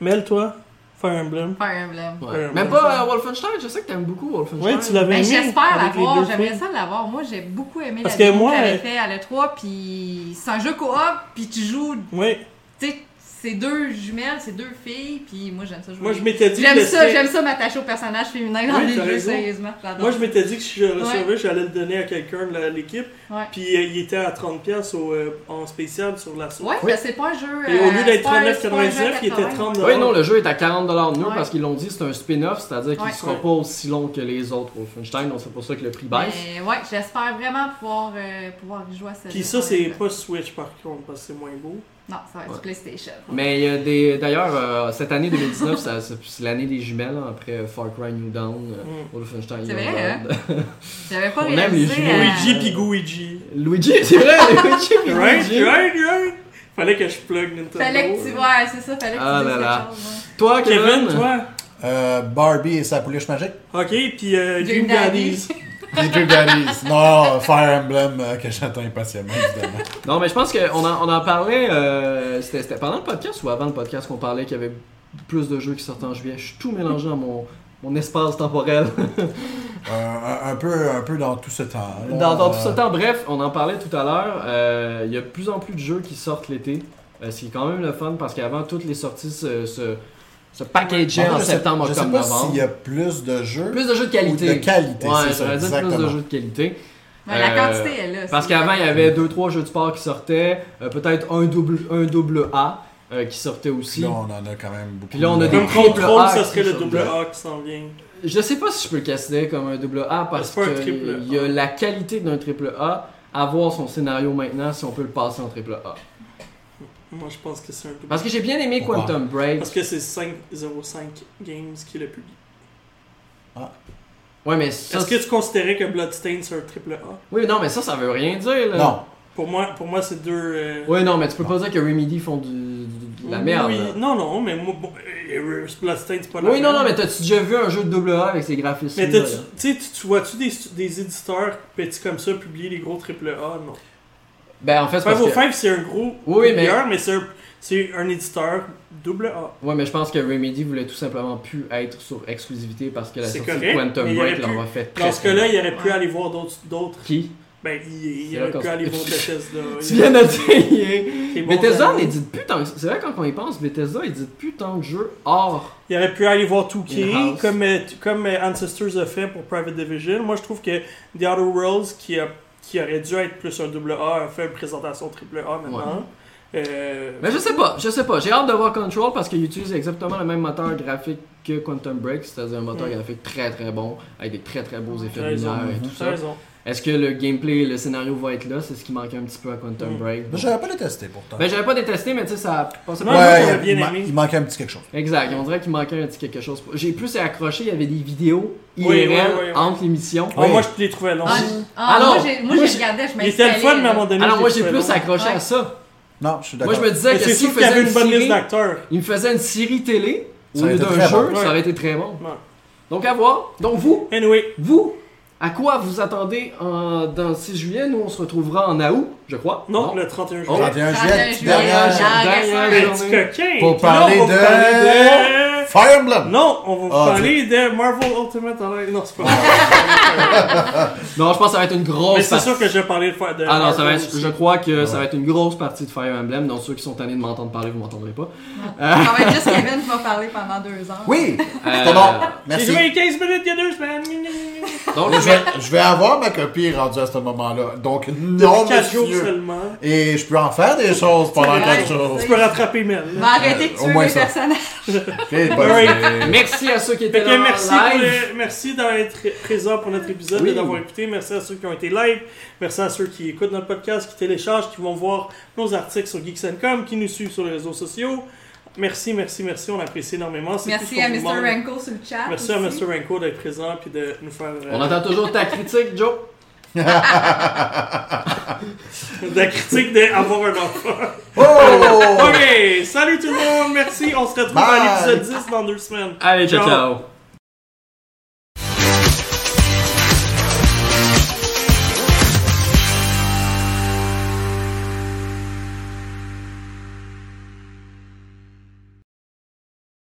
[SPEAKER 1] Mel, toi, Fire Emblem.
[SPEAKER 4] Fire Emblem.
[SPEAKER 3] Ouais.
[SPEAKER 1] Euh,
[SPEAKER 3] Même
[SPEAKER 1] Wolfenstein.
[SPEAKER 3] pas euh, Wolfenstein, je sais que t'aimes beaucoup Wolfenstein.
[SPEAKER 1] Oui, tu l'avais
[SPEAKER 4] Ben,
[SPEAKER 1] mis
[SPEAKER 4] j'espère
[SPEAKER 1] avec les
[SPEAKER 4] l'avoir,
[SPEAKER 1] deux
[SPEAKER 4] j'aimerais
[SPEAKER 1] filles.
[SPEAKER 4] ça l'avoir. Moi, j'ai beaucoup aimé
[SPEAKER 1] Parce
[SPEAKER 4] la
[SPEAKER 1] que
[SPEAKER 4] démo
[SPEAKER 1] moi,
[SPEAKER 4] que j'avais
[SPEAKER 1] euh,
[SPEAKER 4] fait à l'E3, puis c'est un jeu coop, puis tu joues,
[SPEAKER 1] Oui,
[SPEAKER 4] tu sais, c'est deux jumelles, c'est deux filles, puis moi, j'aime ça jouer.
[SPEAKER 1] moi je m'étais dit que
[SPEAKER 4] J'aime
[SPEAKER 1] le
[SPEAKER 4] ça,
[SPEAKER 1] fait-
[SPEAKER 4] j'aime ça m'attacher au personnage féminin dans
[SPEAKER 1] Oui,
[SPEAKER 4] les
[SPEAKER 1] t'as
[SPEAKER 4] jeux,
[SPEAKER 1] raison.
[SPEAKER 4] sérieusement. J'adore.
[SPEAKER 1] Moi, je m'étais dit que si je le
[SPEAKER 4] Ouais.
[SPEAKER 1] recevais, j'allais le donner à quelqu'un de la- l'équipe.
[SPEAKER 4] Ouais.
[SPEAKER 1] Puis euh, il était à 30$ au, euh, en spécial sur la sauce.
[SPEAKER 4] Ouais, parce que c'est pas un jeu.
[SPEAKER 1] Et au
[SPEAKER 4] euh,
[SPEAKER 1] lieu d'être
[SPEAKER 4] c'est pas un- c'est pas un jeu
[SPEAKER 1] 39,99, il était
[SPEAKER 4] 80.
[SPEAKER 1] 30$.
[SPEAKER 3] Oui, non, le jeu est à 40$ de nous
[SPEAKER 4] Ouais.
[SPEAKER 3] parce qu'ils l'ont dit, c'est un spin-off, c'est-à-dire qu'il
[SPEAKER 4] Ouais.
[SPEAKER 3] sera pas aussi long que les autres Wolfenstein, donc c'est pour ça que le prix baisse.
[SPEAKER 4] Mais ouais, j'espère vraiment pouvoir, euh, pouvoir y jouer à ce
[SPEAKER 1] Puis
[SPEAKER 4] jeu.
[SPEAKER 1] ça, c'est pas Switch par contre, parce que c'est moins beau.
[SPEAKER 4] Non, ça va être
[SPEAKER 3] Ouais.
[SPEAKER 4] du PlayStation.
[SPEAKER 3] Mais il y a des. D'ailleurs, euh, cette année 2019, ça- ça- c'est l'année des jumelles, hein, après euh, Far Cry New Dawn, euh,
[SPEAKER 1] Mm.
[SPEAKER 3] Wolfenstein.
[SPEAKER 4] C'est
[SPEAKER 3] Young
[SPEAKER 4] vrai, hein?
[SPEAKER 3] Blood.
[SPEAKER 4] J'avais pas
[SPEAKER 3] On aime les
[SPEAKER 4] réalisé.
[SPEAKER 3] jeux.
[SPEAKER 4] euh,
[SPEAKER 1] Luigi puis Luigi.
[SPEAKER 3] Luigi, c'est vrai, Luigi, puis
[SPEAKER 1] Right,
[SPEAKER 3] Luigi.
[SPEAKER 1] right, right. Fallait que je plug Nintendo.
[SPEAKER 4] Fallait que tu. Ouais, c'est ça, fallait que tu
[SPEAKER 3] Ah là
[SPEAKER 4] dises quelque
[SPEAKER 3] là.
[SPEAKER 4] chose, hein. ouais.
[SPEAKER 3] Toi,
[SPEAKER 1] Kevin,
[SPEAKER 3] Kevin,
[SPEAKER 1] toi.
[SPEAKER 2] Euh, Barbie et sa pouliche magique.
[SPEAKER 1] Ok, puis euh, Dream
[SPEAKER 4] Dream
[SPEAKER 1] Daddies.
[SPEAKER 2] Puis Dream Daddies. Non, Fire Emblem euh, que j'attends impatiemment, évidemment.
[SPEAKER 3] Non, mais je pense qu'on en, on en parlait. euh, C'était c'était pendant le podcast ou avant le podcast qu'on parlait qu'il y avait plus de jeux qui sortaient en juillet. Je suis tout mélangé dans mon, mon espace temporel.
[SPEAKER 2] Euh, un, un peu, un peu dans tout ce temps. là.
[SPEAKER 3] dans, dans tout ce
[SPEAKER 2] Euh,
[SPEAKER 3] temps, bref, on en parlait tout à l'heure. euh, Il y a de plus en plus de jeux qui sortent l'été. euh, ce qui est quand même le fun parce qu'avant, toutes les sorties se, se, se packageaient
[SPEAKER 2] en
[SPEAKER 3] en
[SPEAKER 2] fait, je sais-
[SPEAKER 3] septembre,
[SPEAKER 2] je sais
[SPEAKER 3] octobre,
[SPEAKER 2] pas
[SPEAKER 3] novembre.
[SPEAKER 2] S'il y a plus de jeux.
[SPEAKER 3] Plus de jeux de qualité.
[SPEAKER 2] Ou de qualité,
[SPEAKER 3] ouais,
[SPEAKER 2] c'est ça,
[SPEAKER 3] j'aurais dit plus de
[SPEAKER 2] exactement.
[SPEAKER 3] jeux de qualité.
[SPEAKER 4] Ouais, la
[SPEAKER 3] Euh,
[SPEAKER 4] quantité est là.
[SPEAKER 3] Parce
[SPEAKER 4] c'est-
[SPEAKER 3] qu'avant, il y avait 2-3 jeux de sport qui sortaient, euh, peut-être un double, un double A euh, qui sortait aussi.
[SPEAKER 2] Puis là, on en a quand même beaucoup.
[SPEAKER 3] Puis là, on a des
[SPEAKER 1] Comme
[SPEAKER 3] triple
[SPEAKER 1] contrôle,
[SPEAKER 3] A
[SPEAKER 1] ça
[SPEAKER 3] qui
[SPEAKER 1] serait le
[SPEAKER 3] sont
[SPEAKER 1] double A qui s'en vient.
[SPEAKER 3] Je sais pas si je peux le considérer comme un double A parce
[SPEAKER 1] C'est pas un
[SPEAKER 3] que
[SPEAKER 1] triple A.
[SPEAKER 3] il y a la qualité d'un triple A. À voir son scénario maintenant si on peut le passer en triple A.
[SPEAKER 1] Moi, je pense que c'est un double
[SPEAKER 3] Parce que j'ai bien aimé
[SPEAKER 2] Pourquoi?
[SPEAKER 3] Quantum Break.
[SPEAKER 1] Parce que c'est 505 Games qui le publie.
[SPEAKER 3] Ouais, mais ça.
[SPEAKER 1] Est-ce que tu considérais que Bloodstained c'est un triple A
[SPEAKER 3] Oui, non, mais ça, ça veut rien dire, là.
[SPEAKER 2] Non.
[SPEAKER 1] Pour moi, pour moi c'est deux. euh,
[SPEAKER 3] Oui, non, mais tu peux pas dire que Remedy font du, du- de la merde.
[SPEAKER 1] oui.
[SPEAKER 3] là.
[SPEAKER 1] Non, non, mais moi, bon, euh, Bloodstained, c'est pas la
[SPEAKER 3] Oui, non,
[SPEAKER 1] merde.
[SPEAKER 3] non, mais t'as-tu déjà vu un jeu de double A avec ces graphismes
[SPEAKER 1] Mais
[SPEAKER 3] là,
[SPEAKER 1] t'as- tu sais, tu- tu vois-tu des, des éditeurs petits comme ça publier les gros triple A Non.
[SPEAKER 3] Ben, en fait, c'est parce
[SPEAKER 1] Five
[SPEAKER 3] que...
[SPEAKER 1] 5 c'est un gros
[SPEAKER 3] Oui, mais-
[SPEAKER 1] publieur, mais c'est un, c'est un éditeur double A.
[SPEAKER 3] Ouais, mais je pense que Remedy voulait tout simplement plus être sur exclusivité parce que la
[SPEAKER 1] C'est
[SPEAKER 3] sortie de
[SPEAKER 1] correct, mais
[SPEAKER 3] Quantum
[SPEAKER 1] il y aurait
[SPEAKER 3] Break leur
[SPEAKER 1] pu-
[SPEAKER 3] a fait très
[SPEAKER 1] Dans ce cas-là,
[SPEAKER 3] mal.
[SPEAKER 1] il aurait pu
[SPEAKER 4] Ouais.
[SPEAKER 1] aller voir d'autres. d'autres-
[SPEAKER 3] Qui
[SPEAKER 1] Ben, il, il
[SPEAKER 3] C'est
[SPEAKER 1] aurait
[SPEAKER 3] là
[SPEAKER 1] pu
[SPEAKER 3] qu'on-
[SPEAKER 1] aller voir Bethesda.
[SPEAKER 3] Tu viens de dire.
[SPEAKER 1] Tes bons
[SPEAKER 3] Bethesda
[SPEAKER 1] amis.
[SPEAKER 3] n'édite plus tant que... C'est vrai quand on y pense, Bethesda n'édite plus tant de jeux hors.
[SPEAKER 1] Il aurait pu aller voir 2K,
[SPEAKER 3] In-house.
[SPEAKER 1] comme, euh, t- comme euh, Ancestors a fait pour Private Division. Moi, je trouve que The Outer Worlds, qui, a, qui aurait dû être plus un double A, a fait une présentation triple A maintenant. Euh,
[SPEAKER 3] Mais je sais pas, je sais pas. J'ai hâte de voir Control parce qu'ils utilisent exactement le même moteur graphique que Quantum Break, c'est-à-dire un moteur
[SPEAKER 1] Mm.
[SPEAKER 3] graphique très très bon, avec des très très beaux effets
[SPEAKER 1] T'as
[SPEAKER 3] de
[SPEAKER 1] raison,
[SPEAKER 3] lumière et
[SPEAKER 2] mhm.
[SPEAKER 3] tout
[SPEAKER 1] t'as
[SPEAKER 3] ça.
[SPEAKER 1] raison.
[SPEAKER 3] Est-ce que le gameplay, le scénario va être là C'est ce qui manque un petit peu à Quantum
[SPEAKER 1] Mm.
[SPEAKER 3] Break.
[SPEAKER 2] Mais j'avais pas le testé pourtant.
[SPEAKER 3] Ben j'avais pas détesté, mais tu sais, ça passe
[SPEAKER 1] Non, moi, j'aurais bien
[SPEAKER 2] il, ma-
[SPEAKER 1] aimé.
[SPEAKER 2] il manquait un petit quelque chose.
[SPEAKER 3] Exact, on dirait qu'il manquait un petit quelque chose. J'ai plus accroché, il y avait des vidéos IRL
[SPEAKER 1] Oui, oui, oui, oui.
[SPEAKER 3] entre l'émission.
[SPEAKER 1] Ah,
[SPEAKER 2] Oui.
[SPEAKER 1] moi, je les trouvais longs.
[SPEAKER 4] Ah, ah,
[SPEAKER 3] Alors,
[SPEAKER 4] moi, j'ai- moi,
[SPEAKER 3] moi,
[SPEAKER 4] je
[SPEAKER 3] j'ai-
[SPEAKER 4] regardais, je
[SPEAKER 1] Il était le
[SPEAKER 4] m'installais.
[SPEAKER 1] fun, mais à un moment
[SPEAKER 4] là.
[SPEAKER 1] donné,
[SPEAKER 3] Alors moi
[SPEAKER 1] je
[SPEAKER 3] j'ai
[SPEAKER 1] les
[SPEAKER 3] plus
[SPEAKER 1] trouvais longs.
[SPEAKER 3] accroché
[SPEAKER 4] Ouais.
[SPEAKER 3] à ça.
[SPEAKER 2] Non, je suis
[SPEAKER 3] Moi
[SPEAKER 2] d'accord.
[SPEAKER 3] je me disais
[SPEAKER 1] Mais
[SPEAKER 3] que
[SPEAKER 1] c'est
[SPEAKER 3] s'il
[SPEAKER 1] sûr qu'il y avait
[SPEAKER 3] faisait une,
[SPEAKER 1] une bonne liste
[SPEAKER 3] série,
[SPEAKER 1] d'acteurs.
[SPEAKER 3] il me faisait une série télé
[SPEAKER 2] Ça
[SPEAKER 3] au
[SPEAKER 2] aurait
[SPEAKER 3] lieu
[SPEAKER 2] été
[SPEAKER 3] d'un
[SPEAKER 2] très
[SPEAKER 3] jeu,
[SPEAKER 1] bon.
[SPEAKER 3] ça
[SPEAKER 1] Ouais.
[SPEAKER 3] aurait été très bon.
[SPEAKER 1] Ouais.
[SPEAKER 3] Donc à voir. Donc vous,
[SPEAKER 1] Anyway,
[SPEAKER 3] vous, à quoi vous attendez en- dans le 6 juillet Nous on se retrouvera en août, je crois.
[SPEAKER 1] non, le 31
[SPEAKER 3] Oh.
[SPEAKER 1] juillet.
[SPEAKER 2] 31
[SPEAKER 4] 31
[SPEAKER 2] juillet,
[SPEAKER 4] juillet,
[SPEAKER 2] dernière
[SPEAKER 4] genre.
[SPEAKER 2] journée.
[SPEAKER 4] Ah,
[SPEAKER 1] Hey,
[SPEAKER 3] dernière
[SPEAKER 1] petit
[SPEAKER 3] journée.
[SPEAKER 1] coquin!
[SPEAKER 2] Pour
[SPEAKER 1] Là,
[SPEAKER 2] parler
[SPEAKER 1] on va
[SPEAKER 2] de-
[SPEAKER 1] parler de-
[SPEAKER 2] Fire Emblem!
[SPEAKER 1] Non, on va
[SPEAKER 2] Ah,
[SPEAKER 1] parler de Marvel Ultimate Alliance. Non, c'est pas vrai.
[SPEAKER 3] Non, je pense que ça va être une
[SPEAKER 1] Mais
[SPEAKER 3] grosse
[SPEAKER 1] c'est
[SPEAKER 3] partie.
[SPEAKER 1] sûr que je vais parler de faire de.
[SPEAKER 3] Ah non, ça va
[SPEAKER 1] Marvel
[SPEAKER 3] être,
[SPEAKER 1] aussi.
[SPEAKER 3] je crois que ça va être une grosse partie de Fire Emblem. Donc ceux qui sont tannés de m'entendre parler, vous m'entendrez pas.
[SPEAKER 4] Ça va être juste Kevin qui va parler pendant deux heures.
[SPEAKER 2] Oui!
[SPEAKER 3] Euh,
[SPEAKER 2] C'était bon!
[SPEAKER 1] J'ai
[SPEAKER 2] Merci.
[SPEAKER 1] joué 15 minutes il y a deux semaines.
[SPEAKER 3] Donc
[SPEAKER 2] Je vais, je vais avoir ma copie rendue à ce moment-là. Donc, non,
[SPEAKER 1] 4 jours
[SPEAKER 2] monsieur.
[SPEAKER 1] seulement.
[SPEAKER 2] Et je peux en faire des choses pendant
[SPEAKER 4] Ouais.
[SPEAKER 2] quatre jours.
[SPEAKER 1] Tu peux rattraper Mel.
[SPEAKER 4] Mais arrêtez de
[SPEAKER 2] Au
[SPEAKER 4] tuer
[SPEAKER 2] moins
[SPEAKER 4] les
[SPEAKER 2] ça.
[SPEAKER 4] personnages.
[SPEAKER 2] Ok, bonne
[SPEAKER 1] Alright.
[SPEAKER 2] idée.
[SPEAKER 3] merci à ceux qui étaient
[SPEAKER 1] Fait
[SPEAKER 3] là
[SPEAKER 1] que
[SPEAKER 3] en
[SPEAKER 1] merci, pour
[SPEAKER 3] live.
[SPEAKER 1] le- merci d'être présent pour notre épisode
[SPEAKER 3] Oui.
[SPEAKER 1] et d'avoir écouté. Merci à ceux qui ont été live. Merci à ceux qui écoutent notre podcast, qui téléchargent, qui vont voir nos articles sur Geeks and Com, qui nous suivent sur les réseaux sociaux. Merci, merci, merci. On apprécie énormément. C'est tout ce
[SPEAKER 4] Merci
[SPEAKER 1] qu'on
[SPEAKER 4] à
[SPEAKER 1] vous
[SPEAKER 4] Mr.
[SPEAKER 1] demande.
[SPEAKER 4] Renko sur le chat.
[SPEAKER 1] Merci à
[SPEAKER 4] aussi.
[SPEAKER 1] Mr. Renko d'être présent puis de nous faire euh,
[SPEAKER 3] On attend toujours ta critique, Joe.
[SPEAKER 1] de la critique d'avoir un enfant.
[SPEAKER 2] Oh!
[SPEAKER 1] Oh! ok, salut tout le monde, merci. On se retrouve
[SPEAKER 2] Bye.
[SPEAKER 1] à l'épisode 10 dans deux semaines.
[SPEAKER 3] Allez, ciao,
[SPEAKER 1] Ciao.
[SPEAKER 3] ciao.